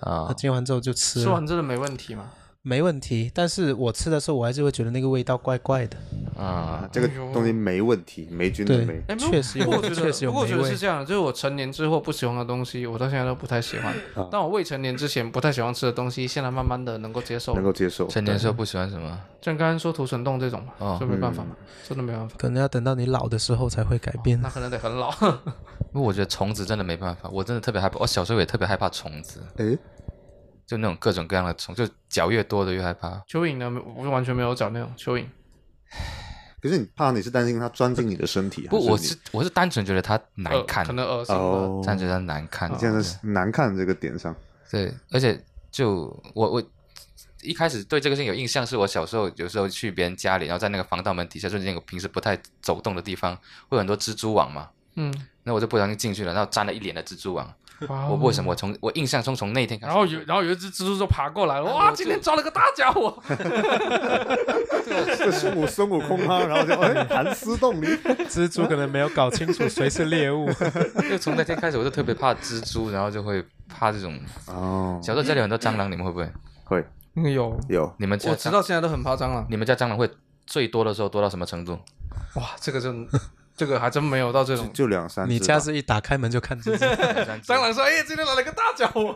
Speaker 5: 它
Speaker 3: 啊，
Speaker 5: 煎完之后就吃
Speaker 4: 吃
Speaker 5: 了，
Speaker 4: 完真的没问题吗？
Speaker 5: 没问题。但是我吃的时候，我还是会觉得那个味道怪怪的。
Speaker 1: 啊
Speaker 3: 啊，
Speaker 1: 这个东西没问题，霉菌的
Speaker 5: 哎对
Speaker 1: 霉。
Speaker 4: 哎，没
Speaker 5: 确实有
Speaker 4: 不过我觉得，
Speaker 5: 确实有
Speaker 4: 不过我觉
Speaker 5: 霉
Speaker 4: 得
Speaker 5: 味
Speaker 4: 是这样的，就是我成年之后不喜欢的东西，我到现在都不太喜欢。但我未成年之前不太喜欢吃的东西，现在慢慢的能够接受。
Speaker 1: 能够接受，
Speaker 3: 成年时候不喜欢什么？
Speaker 4: 像刚刚说土笋冻这种嘛，
Speaker 3: 哦
Speaker 4: 就没办法嘛，真的没办法。
Speaker 5: 可能要等到你老的时候才会改变。
Speaker 4: 那可能得很老， <laughs>
Speaker 3: 因为我觉得虫子真的没办法，我真的特别害怕。我小时候也特别害怕虫子，
Speaker 1: 哎，
Speaker 3: 就那种各种各样的虫，就脚越多的越害怕。
Speaker 4: 蚯蚓呢，我完全没有找那种蚯蚓。
Speaker 1: 可是你怕你是担心它钻进你的身体，
Speaker 3: 不，
Speaker 1: 还
Speaker 3: 我
Speaker 1: 你
Speaker 3: 是我是单纯觉得它难
Speaker 4: 呃
Speaker 3: 看
Speaker 4: 可，能嗯恶心吧。
Speaker 1: 哦，
Speaker 3: 单纯觉得它难看。
Speaker 5: 啊
Speaker 1: 你现在是难看这个点上，
Speaker 3: 对，而且就我我一开始对这个事情有印象，是我小时候有时候去别人家里，然后在那个防盗门底下，就是那个平时不太走动的地方，会有很多蜘蛛网嘛。
Speaker 4: 嗯，
Speaker 3: 那我就不小心进去了，然后沾了一脸的蜘蛛网。
Speaker 4: 哇哦
Speaker 3: 我为什么我从我印象中从那一天开始，
Speaker 4: 然后有，然后有一只蜘哎蛛就爬过来了，哇！今天抓了个大家伙，
Speaker 1: 这是我孙悟空吗？然后就哎，寒丝洞里，
Speaker 5: 蜘蛛可能没有搞清楚谁是猎 <laughs> 物。
Speaker 3: <laughs> 就从那天开始我就特别怕蜘蛛，然后就会怕这种。
Speaker 1: 哦，
Speaker 3: 小时候家里有很多蟑螂，你们会不会？
Speaker 1: 会
Speaker 4: 那个 <laughs> 有，
Speaker 1: 有
Speaker 3: 你们家
Speaker 4: 我直到现在都很怕蟑螂。
Speaker 3: 你们家蟑螂会最多的时候多到什么程度？
Speaker 4: 哇，这个真，这个还真没有到这种。
Speaker 1: 就两三只吧，
Speaker 5: 你家是一打开门就看蜘蛛，
Speaker 4: 蟑螂说：“哎，今天来了个大家伙。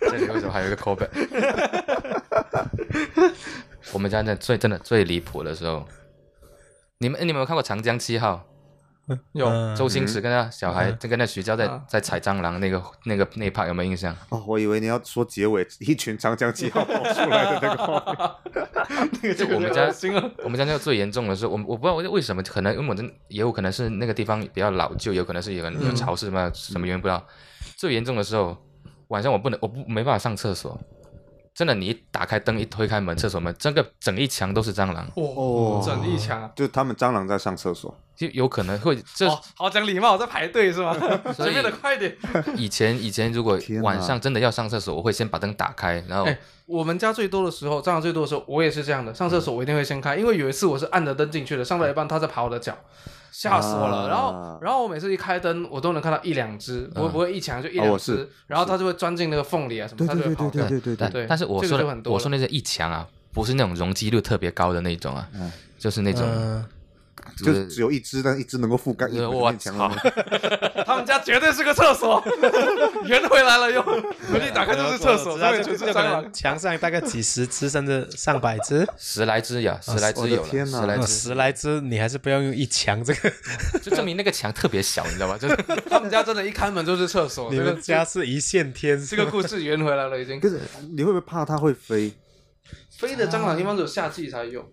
Speaker 3: 这里为 <laughs> 什么还有一个 callback？我们家那最真的最离谱的时候，你们你们有没有看过《长江七号
Speaker 4: 有
Speaker 5: 嗯》？
Speaker 3: 周星驰跟他小孩，就跟那许娇在
Speaker 4: 啊
Speaker 3: 在踩蟑螂那个那个那一 part 有没有印象？
Speaker 1: 哦，我以为你要说结尾一群长江七号跑出来的那个画面，
Speaker 5: <laughs>
Speaker 4: 那个这个
Speaker 3: 我们
Speaker 4: 就
Speaker 3: 家
Speaker 4: 恶心了
Speaker 3: 我们家那个最严重的是，我我不知道为什么，可能因为我真也有可能是那个地方比较老旧，有可能是有人
Speaker 1: 嗯
Speaker 3: 有潮湿嘛，什么原因不知道。最严重的时候，晚上我不能，我不没办法上厕所，真的，你一打开灯一推开门，厕所门整个整一墙都是蟑螂，
Speaker 4: 哦，整一墙。
Speaker 1: 就他们蟑螂在上厕所，
Speaker 3: 就有可能会这
Speaker 4: 哦，好讲礼貌，在排队是吗？
Speaker 3: 所
Speaker 4: 随
Speaker 3: 以
Speaker 4: 便的，快点。
Speaker 3: 以前以前如果
Speaker 1: 天哪
Speaker 3: 晚上真的要上厕所，我会先把灯打开，然后
Speaker 4: 哎我们家最多的时候，蟑螂最多的时候，我也是这样的。上厕所我一定会先开，因为有一次我是按着灯进去的，上到一半它在爬我的脚，吓死我了。
Speaker 1: 啊
Speaker 4: 然后，然后我每次一开灯，我都能看到一两只，我不会一墙就一
Speaker 1: 哦
Speaker 4: 两
Speaker 1: 我是
Speaker 4: 只，然后它就会钻进那个缝里啊什么，
Speaker 1: 对
Speaker 4: 它
Speaker 1: 对
Speaker 4: 就会
Speaker 1: 对
Speaker 4: 跑
Speaker 1: 对
Speaker 4: 掉。
Speaker 1: 对对对
Speaker 3: 但
Speaker 1: 对，
Speaker 4: 对
Speaker 3: 但是我
Speaker 4: 这个
Speaker 3: 说
Speaker 4: 就
Speaker 3: 的
Speaker 4: 很多了
Speaker 3: 我说那些一墙啊，不是那种容积率特别高的那种啊，就是那种
Speaker 5: 嗯，
Speaker 1: 就
Speaker 3: 就是是
Speaker 1: 只有一只，但一只能够覆盖
Speaker 5: 呃
Speaker 1: 一整
Speaker 3: 我
Speaker 1: 面墙的那种。
Speaker 4: 他们家绝对是个厕所，圆回来了又，门一打开就是厕所，上面全是
Speaker 5: 呃就
Speaker 4: 蟑
Speaker 5: 可
Speaker 4: 螂
Speaker 5: 能。墙上大概几十只甚至上百 <laughs> 只，
Speaker 3: 十来只呀，十来
Speaker 1: 啊我
Speaker 3: 只
Speaker 1: 的
Speaker 3: 有了，
Speaker 1: 天哪
Speaker 3: 十来
Speaker 5: 哦
Speaker 3: 只，
Speaker 5: 十哦来只，你还是不要用一墙这个。
Speaker 3: 就证明那个墙特别小，你知道吧？ <laughs> 就是
Speaker 4: 他们家真的，一开门就是厕所。
Speaker 5: 你
Speaker 4: 这
Speaker 5: 们
Speaker 4: 个
Speaker 5: 家是一线天，
Speaker 4: 这个故事圆回来了，已经
Speaker 1: 可。是你会不会怕它会飞？
Speaker 4: 飞的蟑螂一般只有夏季才有，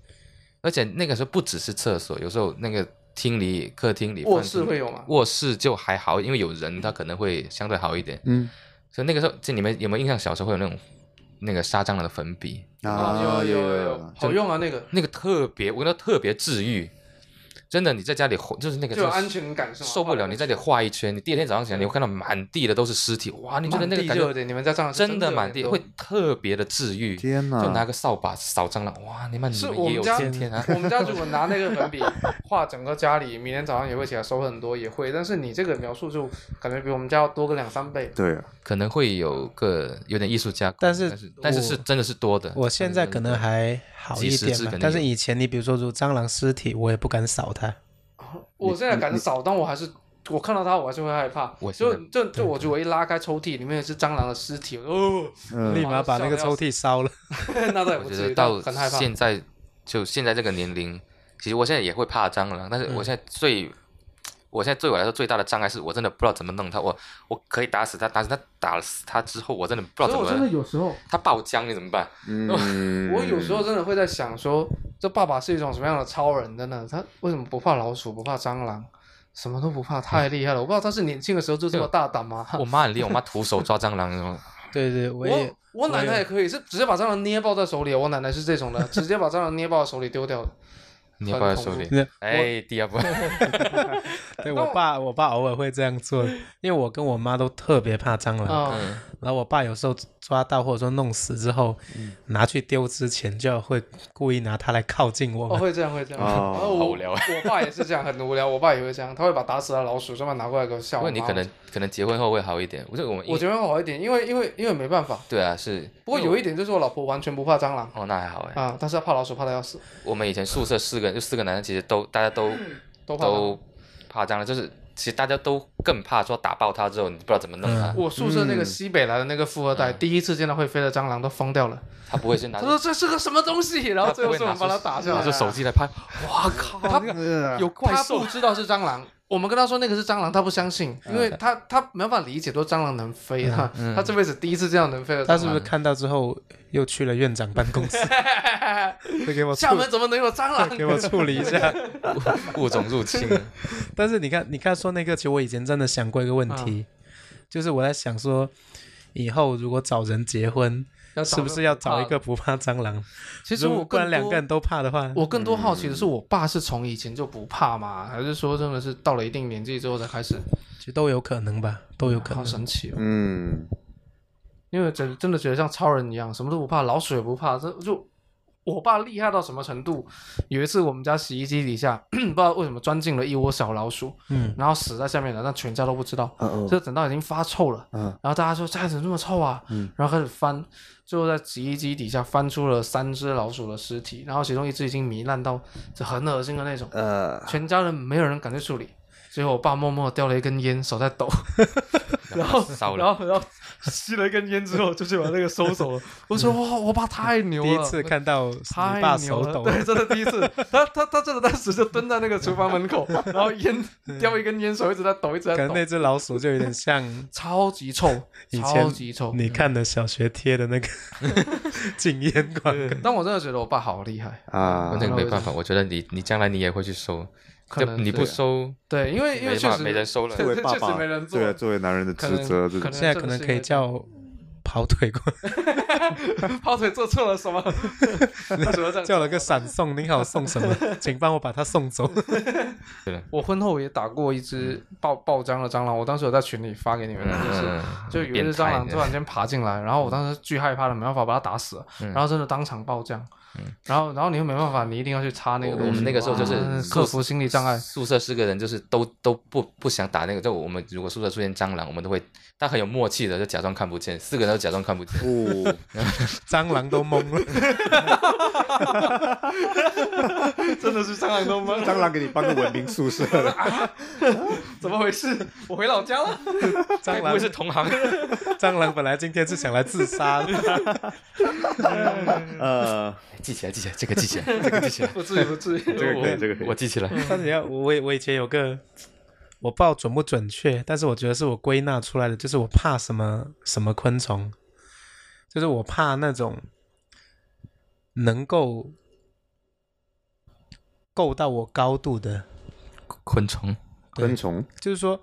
Speaker 3: 而且那个时候不只是厕所，有时候那个厅里、客厅里、
Speaker 4: 卧
Speaker 3: 饭厅
Speaker 4: 室
Speaker 3: 里
Speaker 4: 会有吗？
Speaker 3: 卧室就还好，因为有人，他可能会相对好一点。
Speaker 1: 嗯，
Speaker 3: 所以那个时候，这你们有没有印象？小时候会有那种那个杀蟑螂的粉笔，
Speaker 4: 哦，有有有
Speaker 1: 啊有，
Speaker 4: 好用啊，那个
Speaker 3: 那个特别，我觉得特别治愈。真的，你在家里画就是那个
Speaker 4: 就有安全感是吗？
Speaker 3: 受不了，你在这里画一圈，你第二天早上起来，你会看到满地的都是尸体，哇！啊你觉得那个
Speaker 4: 满地
Speaker 3: 感
Speaker 4: 就有
Speaker 3: 觉
Speaker 4: 点，你们家蟑螂
Speaker 3: 真的满地
Speaker 4: 有
Speaker 3: 会
Speaker 4: 点多。
Speaker 3: 特别的治愈。
Speaker 1: 天哪
Speaker 3: 就拿个扫把扫蟑螂，哇！你们你
Speaker 4: 是
Speaker 3: 们
Speaker 4: 我
Speaker 3: 也有
Speaker 4: 们家
Speaker 3: 今天啊！
Speaker 4: <laughs> 我们家如果拿那个
Speaker 3: <laughs>
Speaker 4: 粉笔画整个家里，明天早上也会起来收很多，也会。但是你这个描述就感觉比我们家要多个两三倍。
Speaker 1: 对啊，
Speaker 3: 可能会有个有点艺术家，
Speaker 5: 但是
Speaker 3: 但是但是
Speaker 5: 我
Speaker 3: 是真的是多
Speaker 4: 啊
Speaker 3: 的。
Speaker 5: 我现在可能还好一
Speaker 3: 几十
Speaker 5: 点
Speaker 3: 只可
Speaker 5: 嘛
Speaker 3: 能，
Speaker 5: 但是
Speaker 3: 有
Speaker 5: 以前你比如说，如果蟑螂尸体，我也不敢扫它。
Speaker 4: 我现在敢扫，但我还是我看到它，我还是会害怕。
Speaker 3: 我现
Speaker 4: 就
Speaker 3: 在
Speaker 4: 就就我就我一拉开抽屉，里面是蟑螂的尸体，哦， <laughs>
Speaker 1: 嗯
Speaker 5: 立马把那个抽屉烧了。 <laughs>
Speaker 4: 那倒也
Speaker 3: 我
Speaker 4: 不
Speaker 3: 觉
Speaker 4: 至
Speaker 3: 得
Speaker 4: 于，
Speaker 3: 到
Speaker 4: 但很害怕。
Speaker 3: 现在就现在这个年龄，其实我现在也会怕蟑螂，但是
Speaker 5: 嗯
Speaker 3: 我现在最、我现在对我来说最大的障碍是我真的不知道怎么弄它，我我可以打死它，但是它打死它之后，我真的不知道
Speaker 4: 所以我
Speaker 3: 怎
Speaker 4: 真的
Speaker 3: 么，
Speaker 4: 有时候，
Speaker 3: 它爆浆你怎么
Speaker 5: <laughs>
Speaker 3: 办？
Speaker 4: <laughs>
Speaker 1: 嗯，
Speaker 4: 我有时候真的会在想说，这爸爸是一种什么样的超人？真的，他为什么不怕老鼠，不怕蟑螂，什么都不怕，太厉害了！我不知道他是年轻的时候就这么大胆吗？ <laughs>
Speaker 3: 我妈很厉害，我妈徒手抓蟑螂什
Speaker 5: <laughs>
Speaker 3: 么，
Speaker 5: 对对，我也
Speaker 4: 我我奶奶也可以，是直接把蟑螂捏爆在手里。我奶奶是这种的，直接把蟑螂捏爆手里丢掉的。
Speaker 3: 你也抱在手里
Speaker 5: 那我，
Speaker 3: <laughs> 哎，第
Speaker 5: <laughs>
Speaker 3: 二步，
Speaker 5: 对我爸，我爸偶尔会这样
Speaker 4: <laughs>
Speaker 5: 做，因为我跟我妈都特别怕蟑螂，
Speaker 4: 啊、
Speaker 3: 嗯
Speaker 5: 然后我爸有时候抓到或者说弄死之后，
Speaker 4: 嗯
Speaker 5: 拿去丢之前就会故意拿它来靠近我
Speaker 4: 哦，
Speaker 5: 们。
Speaker 4: 会这样，会这样。
Speaker 1: 哦
Speaker 4: 然后我
Speaker 3: 好无聊啊
Speaker 4: 我爸也是这样，很无聊。我爸也会这样，他会把打死的老鼠专门拿过来给我笑
Speaker 3: 不
Speaker 4: 我
Speaker 3: 过
Speaker 4: 妈。
Speaker 3: 你可能可能结婚后会好一点，我觉得我们
Speaker 4: 我觉得会好一点，因为因为因为没办法。
Speaker 3: 对啊是，
Speaker 4: 不过有一点就是我老婆完全不怕蟑螂
Speaker 3: 哦那还好哎，
Speaker 4: 啊，但是她怕老鼠怕的要死，
Speaker 3: 我们以前宿舍四个人，就四个男生，其实都大家都
Speaker 4: 都怕。
Speaker 3: 都怕蟑螂，就是其实大家都更怕说打爆它之后，你不知道怎么弄它，
Speaker 4: 我宿舍那
Speaker 5: 嗯
Speaker 4: 个西北来的那个富二代，第一次见到会飞的蟑螂都疯掉了。
Speaker 3: 它不会是拿
Speaker 4: 嗯他
Speaker 3: 着
Speaker 4: 说这是个什么东西？然后最后是我们把它打下来
Speaker 3: 拿
Speaker 4: 了。
Speaker 3: 着手机来拍，哇靠，
Speaker 4: 他
Speaker 1: 呃
Speaker 4: 有怪兽，他不知道是蟑螂。我们跟他说那个是蟑螂，他不相信，因为他他没办法理解，说蟑螂能飞啊，他这辈子第一次见到能飞的
Speaker 5: 他
Speaker 4: 蟑
Speaker 5: 是不是看到之后又去了院长办公
Speaker 4: <laughs>
Speaker 5: 室，
Speaker 4: 螂。
Speaker 5: 会 <laughs> 给我处
Speaker 4: <laughs> 厦门怎么能有蟑螂？
Speaker 5: 给我处理一下？
Speaker 3: 物种入侵，
Speaker 5: 但是你看，你看说那个，其实我以前真的
Speaker 4: 啊
Speaker 5: 想过一个问题，就是我在想说，以后如果找人结婚，
Speaker 4: <laughs> 要找
Speaker 5: 是不是要找一
Speaker 4: 怕
Speaker 5: 个？不怕蟑螂？
Speaker 4: 其实
Speaker 5: 如
Speaker 4: 我
Speaker 5: 不然
Speaker 4: 更
Speaker 5: 两
Speaker 4: 多
Speaker 5: 个人都怕的话，
Speaker 4: 我更多好奇的是，我爸是从以前就不怕吗？还是说真的是到了一定年纪之后才开始？
Speaker 5: 其实都有可能吧，都有可
Speaker 4: 好
Speaker 5: 能。
Speaker 4: 神奇哦！
Speaker 1: 嗯，
Speaker 4: 因为真真的觉得像超人一样，什么都不怕，老鼠也不怕。这就我爸厉害到什么程度？有一次我们家洗衣机底下 <clears throat> 不知道为什么钻进了一窝小老鼠，
Speaker 5: 嗯，
Speaker 4: 然后死在下面了，但全家都不知道。
Speaker 1: 哦
Speaker 4: 这等到已经发臭了，
Speaker 1: 嗯
Speaker 4: 然后大家说这怎么这么臭啊？
Speaker 1: 嗯
Speaker 4: 然后开始翻，最后在洗衣机底下翻出了三只老鼠的尸体，然后其中一只已经糜烂到这很恶心的那种，
Speaker 1: 呃，
Speaker 4: 全家人没有人敢去处理。最后我爸默默地叼了一根烟，手在抖，然 <laughs> 后
Speaker 3: 烧了
Speaker 4: 然后然后吸了一根烟之后，就去把那个收走了。 <laughs> 我说哇，我爸太牛了，
Speaker 5: 第一次看到你
Speaker 4: 太
Speaker 5: 爸
Speaker 4: 牛
Speaker 5: 手
Speaker 4: 了，
Speaker 5: 抖，
Speaker 4: 对，真的第一次，他他他真的当时就蹲在那个厨房门口， <laughs> 然后烟叼一根烟，手一直在抖，一直
Speaker 5: 可
Speaker 4: 在
Speaker 5: 能
Speaker 4: 抖，
Speaker 5: 那只老鼠就有点像
Speaker 4: 超级臭，
Speaker 5: 以
Speaker 4: 超
Speaker 5: 前
Speaker 4: 级臭。
Speaker 5: 你看的小学贴的
Speaker 4: <laughs>
Speaker 5: 那个禁烟广告。
Speaker 4: 但我真的觉得我爸好厉害，
Speaker 1: 啊
Speaker 3: 我，这个没办法，我觉得你你将来你也会去收，
Speaker 4: 可
Speaker 3: 就
Speaker 4: 能
Speaker 3: 你
Speaker 4: 是
Speaker 3: 不收，
Speaker 4: 对，因为因为
Speaker 3: 没
Speaker 4: 确
Speaker 3: 办
Speaker 4: 实
Speaker 3: 没人收了
Speaker 1: 作。为爸
Speaker 4: 确实
Speaker 1: 爸，
Speaker 4: 没人做
Speaker 1: 对啊，作为男人的
Speaker 4: 可
Speaker 1: 职
Speaker 4: 能
Speaker 1: 责，这
Speaker 4: 可能
Speaker 5: 现在可能可以叫跑腿过来，
Speaker 4: <laughs> 跑腿做错了什么， <laughs> 为什么这样？
Speaker 5: 叫了个闪送，您好送什么？ <laughs> 请帮我把它送走。 <laughs>
Speaker 4: 我婚后也打过一只
Speaker 3: 嗯
Speaker 4: 爆爆浆的蟑螂，我当时有在群里发给你们，就是就有一
Speaker 3: 变
Speaker 4: 只蟑
Speaker 3: 态嗯
Speaker 4: 螂突然间爬进来，然后我当时巨害怕的，没办法把它打死了，然后真的当场爆浆，然后然后你又没办法，你一定要去擦那个
Speaker 3: 嗯我
Speaker 4: 东西。
Speaker 3: 我们那个时候就是
Speaker 4: 哇
Speaker 3: 宿
Speaker 4: 克服心
Speaker 3: <laughs>
Speaker 4: 理障碍，
Speaker 3: 宿舍四个人就是都都不不想打那个，就我们如果宿舍出现蟑螂，我们都会，但很有默契的，就假装看不见，四个人都假装看不见。
Speaker 1: <laughs> 哦，
Speaker 5: 蟑螂都懵
Speaker 4: <laughs>
Speaker 5: 了，
Speaker 4: 真的是蟑螂都懵，
Speaker 1: 蟑螂给你搬个文明宿舍，
Speaker 4: 怎么回事？我回老家了，。
Speaker 5: 蟑
Speaker 3: 不
Speaker 5: 螂
Speaker 3: 会是同行？
Speaker 5: <laughs> 蟑螂本来今天是想来自杀的，
Speaker 1: 呃，
Speaker 3: 记起来，记起来，这个记起来，这个记起来
Speaker 4: 不至于不至于。
Speaker 1: 这个可以
Speaker 3: 我
Speaker 1: 这个可以
Speaker 3: 我记起来。
Speaker 5: <laughs> 但你要我我以前有个，我不知道准不准确，但是我觉得是我归纳出来的，就是我怕什么什么昆虫，就是我怕那种能够够到我高度的，
Speaker 3: 昆虫，
Speaker 1: 昆虫，
Speaker 5: 就是说，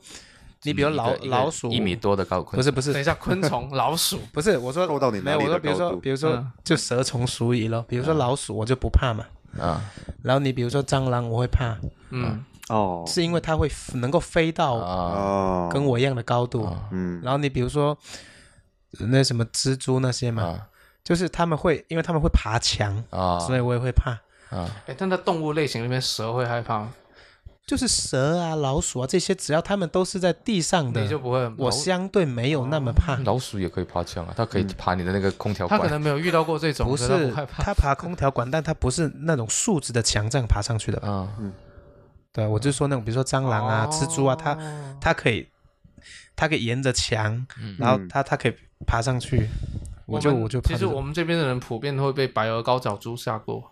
Speaker 5: 你比如老
Speaker 3: 一个一个
Speaker 5: 老鼠
Speaker 3: 一米，多的高
Speaker 5: 不
Speaker 3: 昆，
Speaker 5: 是不是
Speaker 4: <laughs> 等一下，昆虫、
Speaker 3: <laughs>
Speaker 4: 老鼠，
Speaker 5: 不是，我说
Speaker 1: 够到你哪
Speaker 5: 没有，
Speaker 1: 里的
Speaker 5: 我说比如
Speaker 1: 高
Speaker 5: 说
Speaker 1: 度嗯
Speaker 5: 比如说
Speaker 4: 嗯就
Speaker 5: 就蛇虫鼠蚁咯，比如说老鼠我就不怕嘛，
Speaker 3: 啊
Speaker 5: 然后你比如说蟑螂我会怕，
Speaker 4: 嗯，
Speaker 1: 哦
Speaker 5: 是因为它会能够飞到
Speaker 3: 啊，
Speaker 1: 哦，
Speaker 5: 跟我一样的高度，
Speaker 4: 哦
Speaker 1: 嗯
Speaker 5: 然后你比如说呃那什么蜘蛛那些
Speaker 4: 哦
Speaker 5: 嘛，
Speaker 3: 啊
Speaker 5: 就是他们会，因为他们会爬墙，
Speaker 3: 啊
Speaker 5: 所以我也会怕。
Speaker 3: 啊，
Speaker 4: 哎，但在动物类型里面，蛇会害怕吗，
Speaker 5: 就是蛇啊、老鼠啊这些，只要它们都是在地上
Speaker 4: 你就哦
Speaker 5: 的，
Speaker 4: 不会很毛。
Speaker 5: 我相对没有那么怕。
Speaker 3: 老鼠也可以爬墙啊，它可以爬你的那个空调
Speaker 4: 他可
Speaker 3: 管。
Speaker 4: 能没有遇到过这种，
Speaker 5: 不
Speaker 4: 所以他
Speaker 5: 是
Speaker 4: 不害
Speaker 5: <laughs>
Speaker 4: 怕。
Speaker 5: 它爬空调管，但它不是那种竖直的墙这样爬上去的吧？
Speaker 3: 啊，
Speaker 5: 对，我就说那种，比如说蟑螂啊、蜘蛛啊，它
Speaker 4: 哦
Speaker 5: 它可以，它可以沿着墙，
Speaker 3: 嗯
Speaker 5: 然后它它可以爬上去。我就
Speaker 4: 们
Speaker 5: 我就怕
Speaker 4: 其实
Speaker 5: 这种
Speaker 4: 嗯我们这边的人普遍会被白额高脚蛛吓过，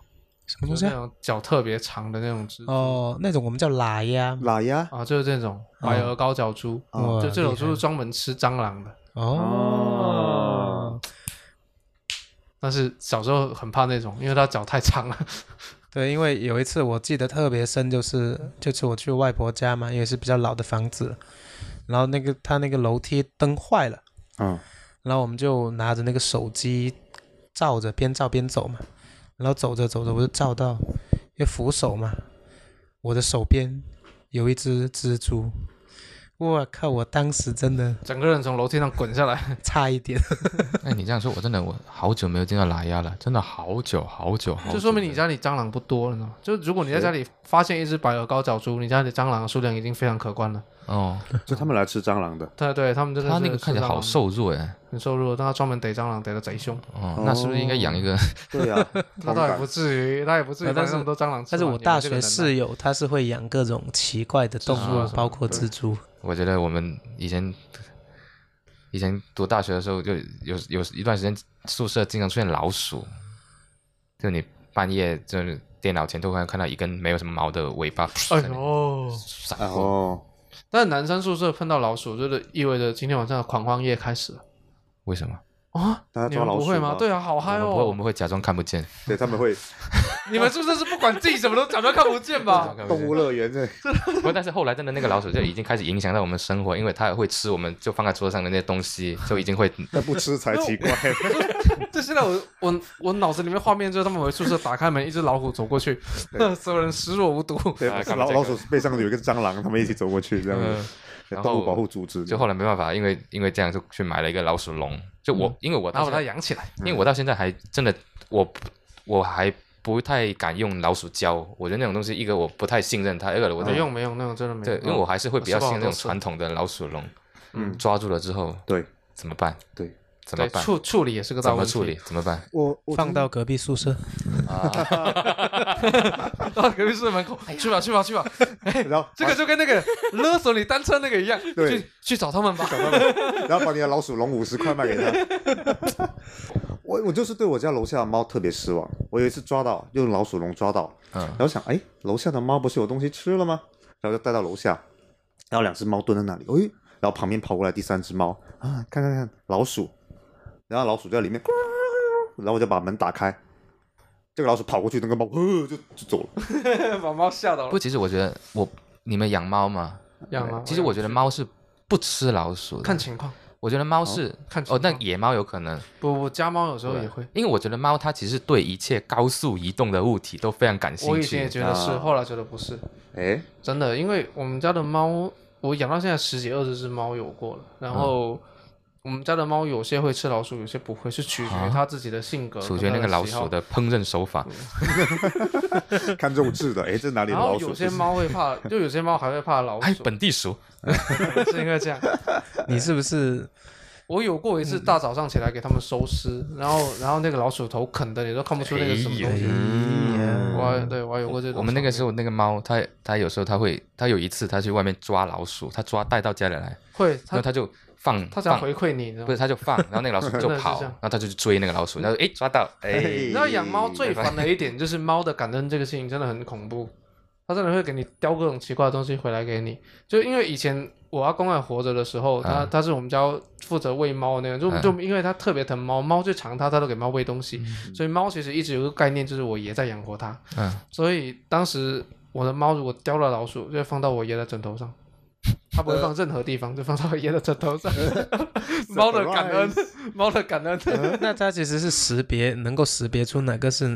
Speaker 5: 什
Speaker 4: 就
Speaker 5: 么东
Speaker 4: 是
Speaker 5: 西
Speaker 4: 那
Speaker 5: 啊
Speaker 4: 种脚特别长的那种蜘蛛
Speaker 5: 哦，那种我们叫喇呀，
Speaker 1: 喇呀，
Speaker 4: 啊，就是这种白额高脚蛛，
Speaker 5: 哦
Speaker 4: 就这种
Speaker 5: 厉害
Speaker 4: 蛛是专门吃蟑螂的。
Speaker 5: 哦
Speaker 1: 哦，
Speaker 4: 但是小时候很怕那种，因为它脚太长了。
Speaker 5: 对，因为有一次我记得特别深，就是就是我去外婆家嘛，因为是比较老的房子了，然后那个他那个楼梯灯坏了，
Speaker 1: 嗯，
Speaker 5: 然后我们就拿着那个手机照着，边照边走嘛，然后走着走着我就照到，因为扶手嘛，我的手边有一只蜘蛛，我靠！我当时真的 <laughs>
Speaker 4: 整个人从楼梯上滚下来，
Speaker 5: 差一点，
Speaker 3: 哎，你这样说，我真的我好久没有见到拉鸭了，真的好久好久
Speaker 5: 哦
Speaker 3: 好久。
Speaker 4: 就说明你家里蟑螂不多了呢。就如果你在家里发现一只白额高脚蛛，你家里蟑螂的数量已经非常可观了。
Speaker 3: 哦，
Speaker 1: 就他们来吃蟑螂的，
Speaker 4: 对对，他们真的
Speaker 3: 它那个看起来好
Speaker 4: 瘦，
Speaker 3: 瘦弱哎，
Speaker 4: 很瘦弱，但它专门逮蟑螂逮得贼凶。
Speaker 3: 哦，那是不是应该养一个？
Speaker 1: 对啊 <laughs> 呀，
Speaker 4: 它倒也不至于，它也不至于
Speaker 5: 但
Speaker 4: 把
Speaker 5: 是
Speaker 4: 那么多蟑螂吃完。
Speaker 5: 但是我
Speaker 4: 你们
Speaker 5: 大
Speaker 4: 这个
Speaker 5: 学
Speaker 4: 能耐
Speaker 5: 室友他是会养各种奇怪的动
Speaker 4: 蜘蛛啊
Speaker 5: 物
Speaker 4: 什，么
Speaker 5: 包括
Speaker 1: 对
Speaker 5: 蜘蛛。
Speaker 3: 我觉得我们以前以前读大学的时候，就有有一段时间宿舍经常出现老鼠，就你半夜就是电脑前突然看到一根没有什么毛的尾巴，
Speaker 4: 哎呦，
Speaker 3: 闪过，
Speaker 1: 哦，
Speaker 4: 但男生宿舍碰到老鼠，就是意味着今天晚上的狂欢夜开始了
Speaker 3: 为什么？
Speaker 4: 啊！
Speaker 1: 大家
Speaker 4: 你
Speaker 1: 抓
Speaker 4: 们
Speaker 1: 老
Speaker 4: 不
Speaker 1: 鼠
Speaker 4: 会吗？对啊，好
Speaker 3: 我
Speaker 4: 嗨
Speaker 3: 们
Speaker 4: 哦！ <laughs>
Speaker 3: 不会，我们会假装看不见。
Speaker 1: 对他们会
Speaker 4: 你们是不是是不管自己什么都假装看不
Speaker 3: <laughs>
Speaker 4: 见吧？
Speaker 1: 动物乐园这
Speaker 3: 不过，但是后来真的那个老鼠就已经开始影响到我们生活，因为它也会吃我们就放在桌上的那些东西，就已经会
Speaker 1: 那不吃才奇怪。
Speaker 4: 这现在我我我脑子里面画面就是他们回宿舍打开门，一只老虎走过去， <laughs> 所有人视若无睹。
Speaker 1: 对
Speaker 3: 啊，
Speaker 1: 老
Speaker 3: 这个嗯
Speaker 1: 老鼠背上有一个蟑螂，他们一起走过去
Speaker 4: 嗯
Speaker 1: 这样子。对
Speaker 3: 然后
Speaker 1: 动物保护组织
Speaker 3: 就后来没办法，因为因为这样就去买了一个老鼠笼，就我、因为我
Speaker 4: 然
Speaker 3: 到
Speaker 4: 后
Speaker 3: 现
Speaker 4: 把它
Speaker 3: 在，
Speaker 4: 养起来，
Speaker 3: 因为我到现在还真的我我还不太敢用老鼠胶，我觉得那种东西一个我不太信任它，二个我
Speaker 4: 没
Speaker 3: 的
Speaker 4: 用没用，那种真的没
Speaker 3: 对，
Speaker 4: 用。嗯
Speaker 3: 因为我还是会比较
Speaker 4: 我吃过
Speaker 3: 信任那种
Speaker 4: 好多次
Speaker 3: 传统的老鼠笼，
Speaker 1: 嗯
Speaker 3: 抓住了之后
Speaker 1: 对
Speaker 3: 怎么办？
Speaker 1: 对，
Speaker 3: 怎么
Speaker 4: 对
Speaker 3: 办？
Speaker 4: 处处理也是个
Speaker 3: 怎
Speaker 4: 大
Speaker 3: 么
Speaker 4: 问题。
Speaker 3: 处理？怎么办？
Speaker 4: <laughs>
Speaker 1: 我我
Speaker 5: 放到隔壁宿
Speaker 1: <laughs>
Speaker 5: 舍，
Speaker 4: 啊到隔壁室门口，
Speaker 3: 哎
Speaker 4: 去吧去吧
Speaker 3: <laughs>
Speaker 4: 去吧，
Speaker 1: 然后
Speaker 4: 这个就跟那个勒索你单车那个一样，
Speaker 1: 对
Speaker 4: 去去找他们吧。
Speaker 1: 然后把你的老鼠笼五十块卖给他。 <laughs> 我我就是对我家楼下的猫特别失望。我有一次抓到用老鼠笼抓到，
Speaker 3: 嗯
Speaker 1: 然后想，哎，楼下的猫不是有东西吃了吗？然后就带到楼下，然后两只猫蹲在那里，哎，然后旁边跑过来第三只猫啊，看看看老鼠，然后老鼠在里面，咕然后我就把门打开，这个老鼠跑过去，那个猫呃就就走了。
Speaker 4: <laughs> 把猫吓到
Speaker 3: <laughs> 不，。其实我觉得我你们养猫吗？
Speaker 4: 养啊，
Speaker 3: 其实我觉得猫是不吃老鼠的，
Speaker 4: 看情况，
Speaker 3: 我觉得猫是
Speaker 4: 看情
Speaker 3: 哦，那
Speaker 4: 况
Speaker 3: 野猫有可能，
Speaker 4: 不不，家猫有时候也会。
Speaker 3: 因为我觉得猫它其实对一切高速移动的物体都非常感
Speaker 4: 我
Speaker 3: 兴
Speaker 4: 以前也
Speaker 3: 趣。
Speaker 4: 觉得是，
Speaker 1: 啊
Speaker 4: 后来觉得不是，
Speaker 1: 哎，
Speaker 4: 真的，因为我们家的猫，我养到现在十几二十只猫有过了，然
Speaker 3: 嗯
Speaker 4: 后。我们家的猫有些会吃老鼠，有些不会，是取决于
Speaker 3: 啊
Speaker 4: 它自己的性格。
Speaker 3: 处决那个老鼠
Speaker 4: 的喜好。
Speaker 3: 的烹饪手法，
Speaker 1: 看肉质
Speaker 4: <laughs>
Speaker 1: 的，哎，这哪里的
Speaker 4: 然后
Speaker 1: 老鼠？
Speaker 4: 有些
Speaker 1: <laughs>
Speaker 4: 猫会怕，就有些猫还会怕
Speaker 3: <laughs>
Speaker 4: 老
Speaker 3: 还
Speaker 4: 鼠，
Speaker 3: 本地鼠，
Speaker 4: 是因为这样。
Speaker 5: 你是不是 <laughs>
Speaker 4: 我有过一次大早上起来给他们收尸，然后然后那个老鼠头啃的，你都看不出那个什么东西。我还对我还有过这种。
Speaker 3: 哎我们那个时候那个猫，它它有时候它会，它有一次它去外面抓老鼠，它抓带到家里来，
Speaker 4: 会，
Speaker 3: 然后
Speaker 4: 它
Speaker 3: 它就放
Speaker 4: 它想
Speaker 3: 放，
Speaker 4: 回馈你，你知道
Speaker 3: 不
Speaker 4: 吗
Speaker 3: 是？它就放，然后那个老鼠就
Speaker 4: 真的是
Speaker 3: 跑，
Speaker 4: 这样
Speaker 3: 然后它就去追那个老鼠，然后哎抓到，哎
Speaker 4: 你知道养猫最烦的一点就是猫的感恩这个事情真的很恐怖，它真的会给你叼各种奇怪的东西回来给你。就因为以前我阿公还活着的时候，他他是我们家负责喂猫的那个，就就因为他特别疼猫，猫最常它，他都给猫喂东西，所以猫其实一直有个概念就是我爷在养活它。
Speaker 3: 嗯，
Speaker 4: 所以当时我的猫如果叼了老鼠，就会放到我爷的枕头上，它不会放任何地方，就放到我爷的枕头上。 <laughs> 猫的感恩，
Speaker 1: 哎
Speaker 4: 猫的感恩，
Speaker 5: 那它其实是识别，能够识别出哪个是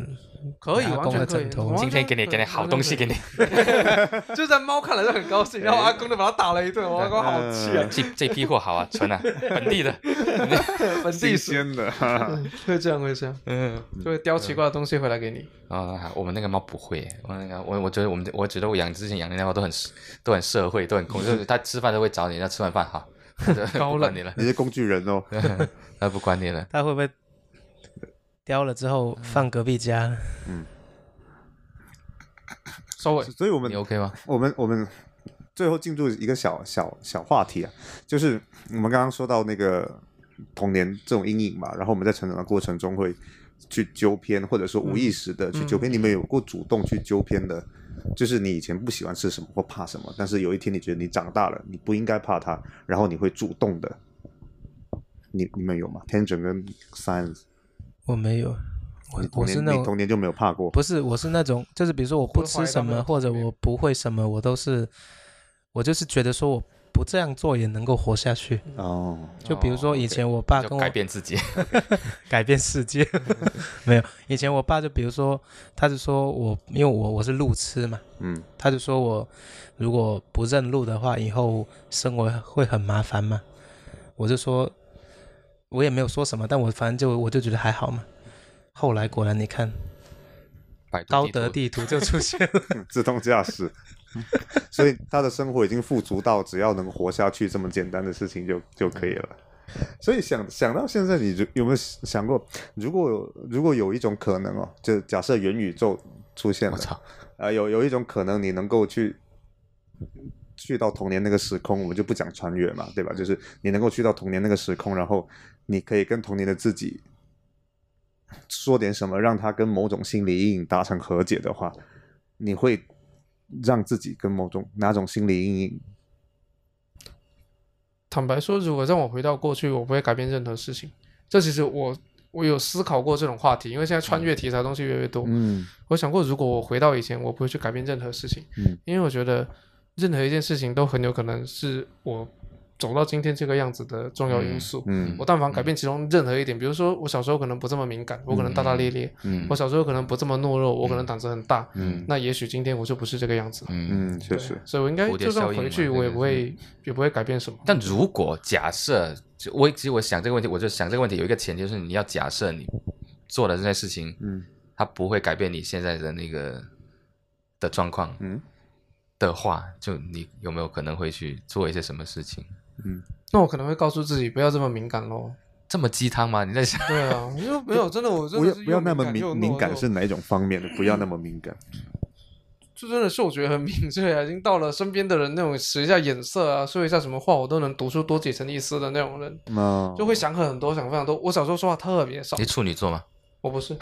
Speaker 4: 可以
Speaker 5: 阿
Speaker 4: 完
Speaker 5: 公
Speaker 4: 全
Speaker 5: 的
Speaker 4: 可以
Speaker 5: 枕。头
Speaker 4: 完。
Speaker 3: 今
Speaker 4: 全
Speaker 3: 天给你
Speaker 4: 可
Speaker 3: 给
Speaker 4: 以
Speaker 3: 你好东西给，你，
Speaker 4: 完全可以就在猫看来就很高兴，然后阿公就把它打了一顿，我阿公好气啊，
Speaker 3: 这这批货好啊，纯啊，本地的，嗯
Speaker 4: 本
Speaker 1: 新
Speaker 4: 地鼠
Speaker 1: 鲜
Speaker 4: <laughs>
Speaker 1: 的， <laughs>
Speaker 4: 会这样会这样，嗯，就会叼奇怪的东西回来给你。
Speaker 3: 啊、我们那个猫不会，我那个我我觉得我们我觉得我养之前养的那猫都很都很社会，都很公，就是它吃饭都会找你，它吃完饭好，高冷你了，
Speaker 1: 你是工具人哦。
Speaker 3: <laughs> 它不管你了。
Speaker 5: 它会不会叼了之后放隔壁家？
Speaker 4: 收尾，
Speaker 1: 所以我们 <laughs>
Speaker 3: 你 OK 吗？
Speaker 1: 我们我们最后进入一个小小小话题啊，就是我们刚刚说到那个童年这种阴影嘛，然后我们在成长的过程中会去纠偏，或者说无意识的
Speaker 5: 嗯
Speaker 1: 去纠偏。你们有过主动去纠偏的，就是你以前不喜欢吃什么或怕什么，但是有一天你觉得你长大了，你不应该怕它，然后你会主动的。你你们有吗 t a n g e n 跟 Science，
Speaker 5: 我没有，
Speaker 1: 你
Speaker 5: 我
Speaker 1: 童
Speaker 5: 我是
Speaker 1: 年
Speaker 5: 那
Speaker 1: 你
Speaker 5: 种
Speaker 1: 童年就没有怕过？
Speaker 5: 不是，我是那种，就是比如说我不吃什
Speaker 4: 会怀疑到那
Speaker 5: 么，
Speaker 4: 个
Speaker 5: 或者
Speaker 4: 层面
Speaker 5: 我不会什么，我都是，我就是觉得说我不这样做也能够活下去。
Speaker 1: 哦，
Speaker 5: 就比如说以前我爸
Speaker 3: 就
Speaker 5: 跟我、
Speaker 3: 改变自己，
Speaker 5: 改变世界， <laughs> 没有，以前我爸就比如说，他就说我因为我我是路痴嘛，
Speaker 1: 嗯，
Speaker 5: 他就说我如果不认路的话，以后生活会很麻烦嘛。我就说，我也没有说什么，但我反正就我就觉得还好嘛。后来果然你看
Speaker 3: 百度
Speaker 5: 高
Speaker 3: 图
Speaker 5: 德地图就出现了。
Speaker 1: 自动驾驶， <laughs> 所以他的生活已经富足到只要能活下去这么简单的事情就就可以了。所以想想到现在，你就有没有想过，如果有如果有一种可能哦，就假设元宇宙出现了，
Speaker 3: 我操，
Speaker 1: 呃，有有一种可能，你能够去去到童年那个时空，我们就不讲穿越嘛，对吧？就是你能够去到童年那个时空，然后你可以跟童年的自己说点什么，让他跟某种心理阴影达成和解的话，你会让自己跟某种哪种心理阴影？
Speaker 4: 坦白说，如果让我回到过去，我不会改变任何事情。这其实我我有思考过这种话题，因为现在穿越题材的东西越来越多。
Speaker 1: 嗯
Speaker 4: 我想过，如果我回到以前，我不会去改变任何事情，
Speaker 1: 嗯
Speaker 4: 因为我觉得任何一件事情都很有可能是我走到今天这个样子的重要因素。
Speaker 1: 嗯
Speaker 4: 我但凡改变其中任何一点，比如说我小时候可能不这么敏感，我可能大大咧咧；
Speaker 3: 嗯
Speaker 4: 我小时候可能不这么懦弱，我可能胆子很大。
Speaker 3: 嗯
Speaker 4: 那也许今天我就不是这个样子了。
Speaker 3: 嗯。
Speaker 1: 嗯，确实
Speaker 4: 对，所以我应该
Speaker 3: 蝴蝶
Speaker 4: 就算
Speaker 3: 效应
Speaker 4: 回
Speaker 3: 嘛
Speaker 4: 去，
Speaker 3: 这
Speaker 4: 我也
Speaker 3: 个
Speaker 4: 不会也不会改变什么。
Speaker 3: 但如果假设，就我其实我想这个问题，我就想这个问题有一个前提就是你要假设你做的这件事情，
Speaker 1: 嗯，
Speaker 3: 它不会改变你现在的那个的状况，
Speaker 1: 嗯，
Speaker 3: 的话，就你有没有可能会去做一些什么事情？
Speaker 4: 那我可能会告诉自己不要这么敏感咯。
Speaker 3: 这么鸡汤吗？你在想？
Speaker 4: 对啊，因为没有真的，我真
Speaker 1: 不
Speaker 4: 的
Speaker 1: 要
Speaker 4: 是
Speaker 1: 不要
Speaker 4: 又
Speaker 1: 那么
Speaker 4: 敏又
Speaker 1: 敏
Speaker 4: 懦
Speaker 1: 敏感
Speaker 4: 弱
Speaker 1: 是哪一种方面的？不要那么敏感。
Speaker 4: 就真的嗅觉很敏锐啊，已经到了身边的人那种使一下眼色啊，说一下什么话，我都能读出多几层意思的那种人，
Speaker 1: 那
Speaker 4: 就会想很多，想非常多。我小时候说话特别少
Speaker 3: 你，处女座吗？
Speaker 4: 我不是，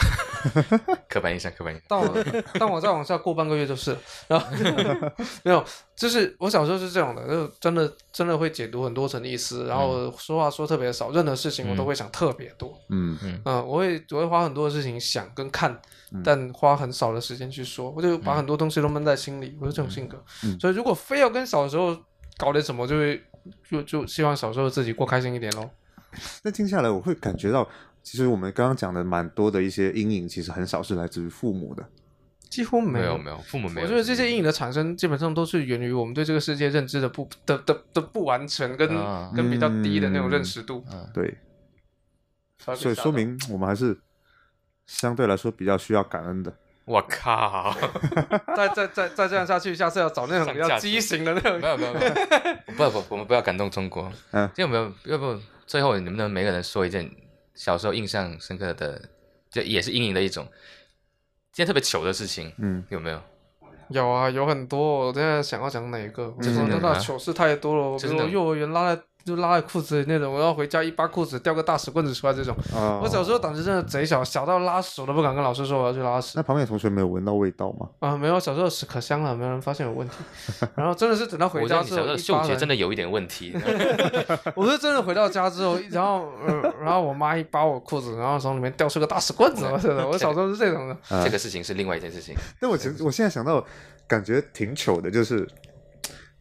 Speaker 3: 刻板印象，刻板印象。
Speaker 4: 但我但我再往下过半个月就是了，然后 <laughs> 没有，就是我小时候是这种的，就真的真的会解读很多层意思，然后说话说特别少，任何事情我都会想特别多，
Speaker 1: 嗯
Speaker 4: 嗯、我会我会花很多的事情想跟看，但花很少的时间去说，我就把很多东西都闷在心里，我是这种性格，
Speaker 1: 嗯
Speaker 4: 所以如果非要跟小时候搞点什么，就会就就希望小时候自己过开心一点咯。
Speaker 1: 那听下来，我会感觉到，其实我们刚刚讲的蛮多的一些阴影，其实很少是来自于父母的。
Speaker 4: 几乎没
Speaker 3: 没有没有，父母没有。
Speaker 4: 我觉得这些阴影的产生，基本上都是源于我们对这个世界认知的不的的的不完全跟、
Speaker 3: 啊
Speaker 4: 跟比较低的那种认识度，
Speaker 3: 嗯
Speaker 1: 对，
Speaker 4: 才会被
Speaker 1: 嗯所以
Speaker 4: 吓
Speaker 1: 说
Speaker 4: 到
Speaker 1: 明我们还是相对来说比较需要感恩的。
Speaker 3: 我靠！
Speaker 4: 再再再再这样下去，下次要找那种
Speaker 3: 上
Speaker 4: 比
Speaker 3: 价
Speaker 4: 较
Speaker 3: 值
Speaker 4: 畸形的那种
Speaker 3: 没。有没有没有，不不，我们不要感动中国。
Speaker 1: 嗯
Speaker 3: 这样没有，要不最后你们能每个人说一件小时候印象深刻的，这也是阴影的一种，今天特别糗的事情，
Speaker 1: 嗯，
Speaker 3: 有没有？
Speaker 4: 有啊，有很多。我现在想要讲哪一个？我
Speaker 3: 就是
Speaker 4: 说
Speaker 3: 那
Speaker 4: 那
Speaker 3: 种啊
Speaker 4: 那糗事太多了，
Speaker 3: 就是
Speaker 4: 比如
Speaker 3: 那
Speaker 4: 我
Speaker 3: 种
Speaker 4: 幼儿园拉在就拉在裤子里那种，我要回家一扒裤子掉个大屎棍子出来这种。
Speaker 1: 啊
Speaker 4: 我小时候胆子真的贼小，小到拉屎我都不敢跟老师说我要去拉屎
Speaker 1: 那旁边的同学没有闻到味道吗？ <laughs>
Speaker 4: 啊！没有，小时候屎可香了，没有人发现有问题。然后真的是等到回
Speaker 3: 我觉得你
Speaker 4: 家之
Speaker 3: 小时
Speaker 4: 后
Speaker 3: 候，的
Speaker 4: 一
Speaker 3: 嗅
Speaker 4: 扒
Speaker 3: 觉
Speaker 4: 人
Speaker 3: 真的有一点问题。 <laughs>
Speaker 4: <laughs> 我是真的回到家之后，然后、呃、然后我妈一扒我裤子，然后从里面掉出个大屎棍子，我真的，我小时候是这种的。
Speaker 1: 嗯
Speaker 3: 这个事情是另外一件事情。
Speaker 1: 但我其实我现在想到，感觉挺糗的，就是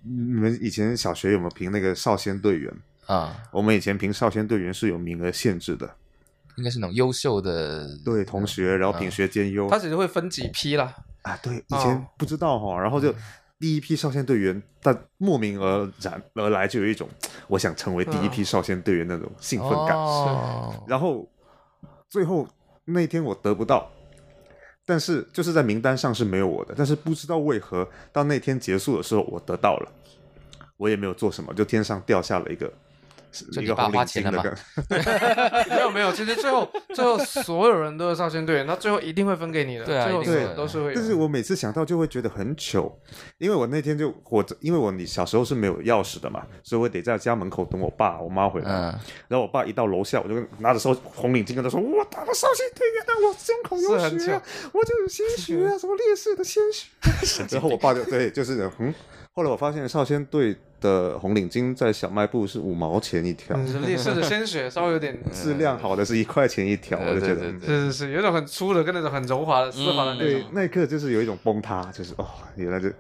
Speaker 1: 你们以前小学有没有评那个少先队员？
Speaker 3: 啊，
Speaker 1: 我们以前评少先队员是有名额限制的，
Speaker 3: 应该是那种优秀的，
Speaker 1: 对同学，然后品学兼优
Speaker 4: 他只是会分几批啦， <laughs>
Speaker 1: 啊，对，以
Speaker 3: 哦
Speaker 1: 前不知道哈，然后
Speaker 3: 嗯
Speaker 1: 就第一批少先队员，但莫名而然而来，就有一种我想成为第一批少先队员那种兴奋感。
Speaker 3: 嗯哦，
Speaker 1: 然后最后那天我得不到，但是就是在名单上是没有我的，但是不知道为何到那天结束的时候我得到了，我也没有做什么，就天上掉下了一个
Speaker 3: 就
Speaker 1: 一
Speaker 3: 你
Speaker 1: 个
Speaker 3: 爸
Speaker 1: 红
Speaker 3: 花
Speaker 1: 领
Speaker 3: 钱
Speaker 1: 巾
Speaker 3: 了
Speaker 1: 的
Speaker 3: 吗
Speaker 1: 感觉，
Speaker 4: 没有没有，其实最后最后所有人都是少先队员，他最后一定会分给你的，
Speaker 3: 对啊
Speaker 4: 最后
Speaker 3: 一定
Speaker 4: 所
Speaker 3: 会
Speaker 4: 有人都是会有。
Speaker 1: 但
Speaker 3: 啊
Speaker 1: 是我每次想到就会觉得很糗，因为我那天就我因为我你小时候是没有钥匙的嘛，所以我得在家门口等我爸我妈回来。
Speaker 3: 嗯，
Speaker 1: 然后我爸一到楼下，我就跟拿着烧红领巾跟他说：“我打了少先队员啊的，我胸口
Speaker 4: 是很
Speaker 1: 有血啊，我就有鲜血啊，什么烈士的鲜血。”然后我爸就对，就是嗯。后来我发现少先队的红领巾在小卖部是五毛钱一条，
Speaker 4: 嗯烈士的鲜血稍微有点，是
Speaker 1: <laughs> 质量好的是一块钱一条，我就觉得。
Speaker 3: 对对
Speaker 1: 嗯
Speaker 3: 对
Speaker 4: 是是，有一种很粗的跟那种很柔滑的丝滑的那
Speaker 1: 对
Speaker 4: 种，。
Speaker 1: 那一刻就是有一种崩塌，就是哦，原来这，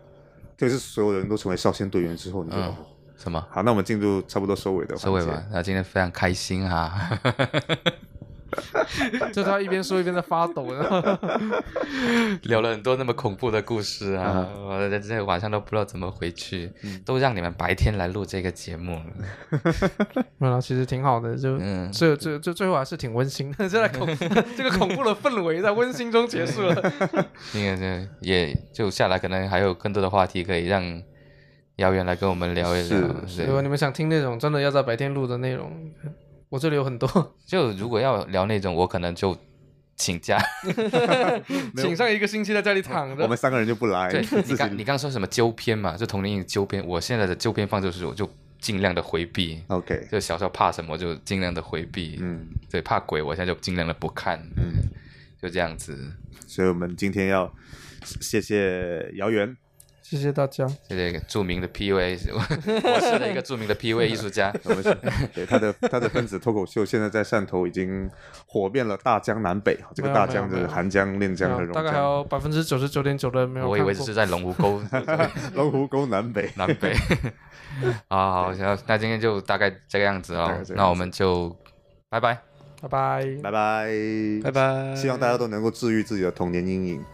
Speaker 1: 就是所有人都成为少先队员之后，你就、
Speaker 3: 嗯
Speaker 1: 哦
Speaker 3: 什么？
Speaker 1: 好，那我们进入差不多收尾的
Speaker 3: 收尾
Speaker 1: 环节
Speaker 3: 吧。。那今天非常开心哈。
Speaker 1: 嗯
Speaker 4: 就他一边说一边在发抖，然后
Speaker 3: 聊了很多那么恐怖的故事啊，嗯我在这晚上都不知道怎么回去，都让你们白天来录这个节目了。
Speaker 4: 没有啦，其实挺好的，就
Speaker 3: 嗯
Speaker 4: 最最最最后还是挺温馨的，这在恐 <laughs> 这个恐怖的氛围在温馨中结束了。
Speaker 3: 那个就也就下来，可能还有更多的话题可以让姚远来跟我们聊一聊。对
Speaker 4: 如果你们想听那种真的要在白天录的内容，我这里有
Speaker 3: <laughs>
Speaker 4: 很多，
Speaker 3: 就如果要聊那种，我可能就请假。
Speaker 4: 请上一个星期在家里躺着。
Speaker 1: 我们三个人就不来，
Speaker 3: <laughs>
Speaker 4: <laughs>
Speaker 3: 对
Speaker 1: 自
Speaker 3: <laughs> 你
Speaker 1: 己
Speaker 3: 刚你刚说什么纠偏嘛，就童年阴影纠偏，我现在的纠偏方就是我就尽量的回避。
Speaker 1: OK，
Speaker 3: 就小时候怕什么就尽量的回避，
Speaker 1: 嗯，
Speaker 3: 对，怕鬼我现在就尽量的不看，嗯，就这样子。
Speaker 1: 所以我们今天要谢谢姚源，
Speaker 4: 谢谢大家。
Speaker 3: 这个著名的
Speaker 1: <laughs>
Speaker 3: PUA，我我是的一个著名的 PUA 艺术家。
Speaker 1: 我们是对他的他的分子脱口秀现在在汕头已经火遍了大江南北，这个大江
Speaker 4: 没有没有
Speaker 1: 的
Speaker 4: 没有
Speaker 1: 韩江、练江和
Speaker 4: 没有
Speaker 1: 榕
Speaker 4: 大概还
Speaker 1: 江，
Speaker 4: 有百分之九十九点九的人没有
Speaker 3: 我以
Speaker 4: 看
Speaker 3: 为
Speaker 4: 过
Speaker 3: 是在龙湖沟
Speaker 1: 龙湖沟南北。
Speaker 3: 南
Speaker 1: <laughs>
Speaker 3: 北。啊，好，行，那今天就大概这个样子
Speaker 1: 大概这
Speaker 3: 哦
Speaker 1: 个样。子
Speaker 3: 那我们就拜拜。
Speaker 4: 拜拜。
Speaker 1: 拜拜，
Speaker 5: 拜拜。
Speaker 1: 希望大家都能够治愈自己的童年阴影。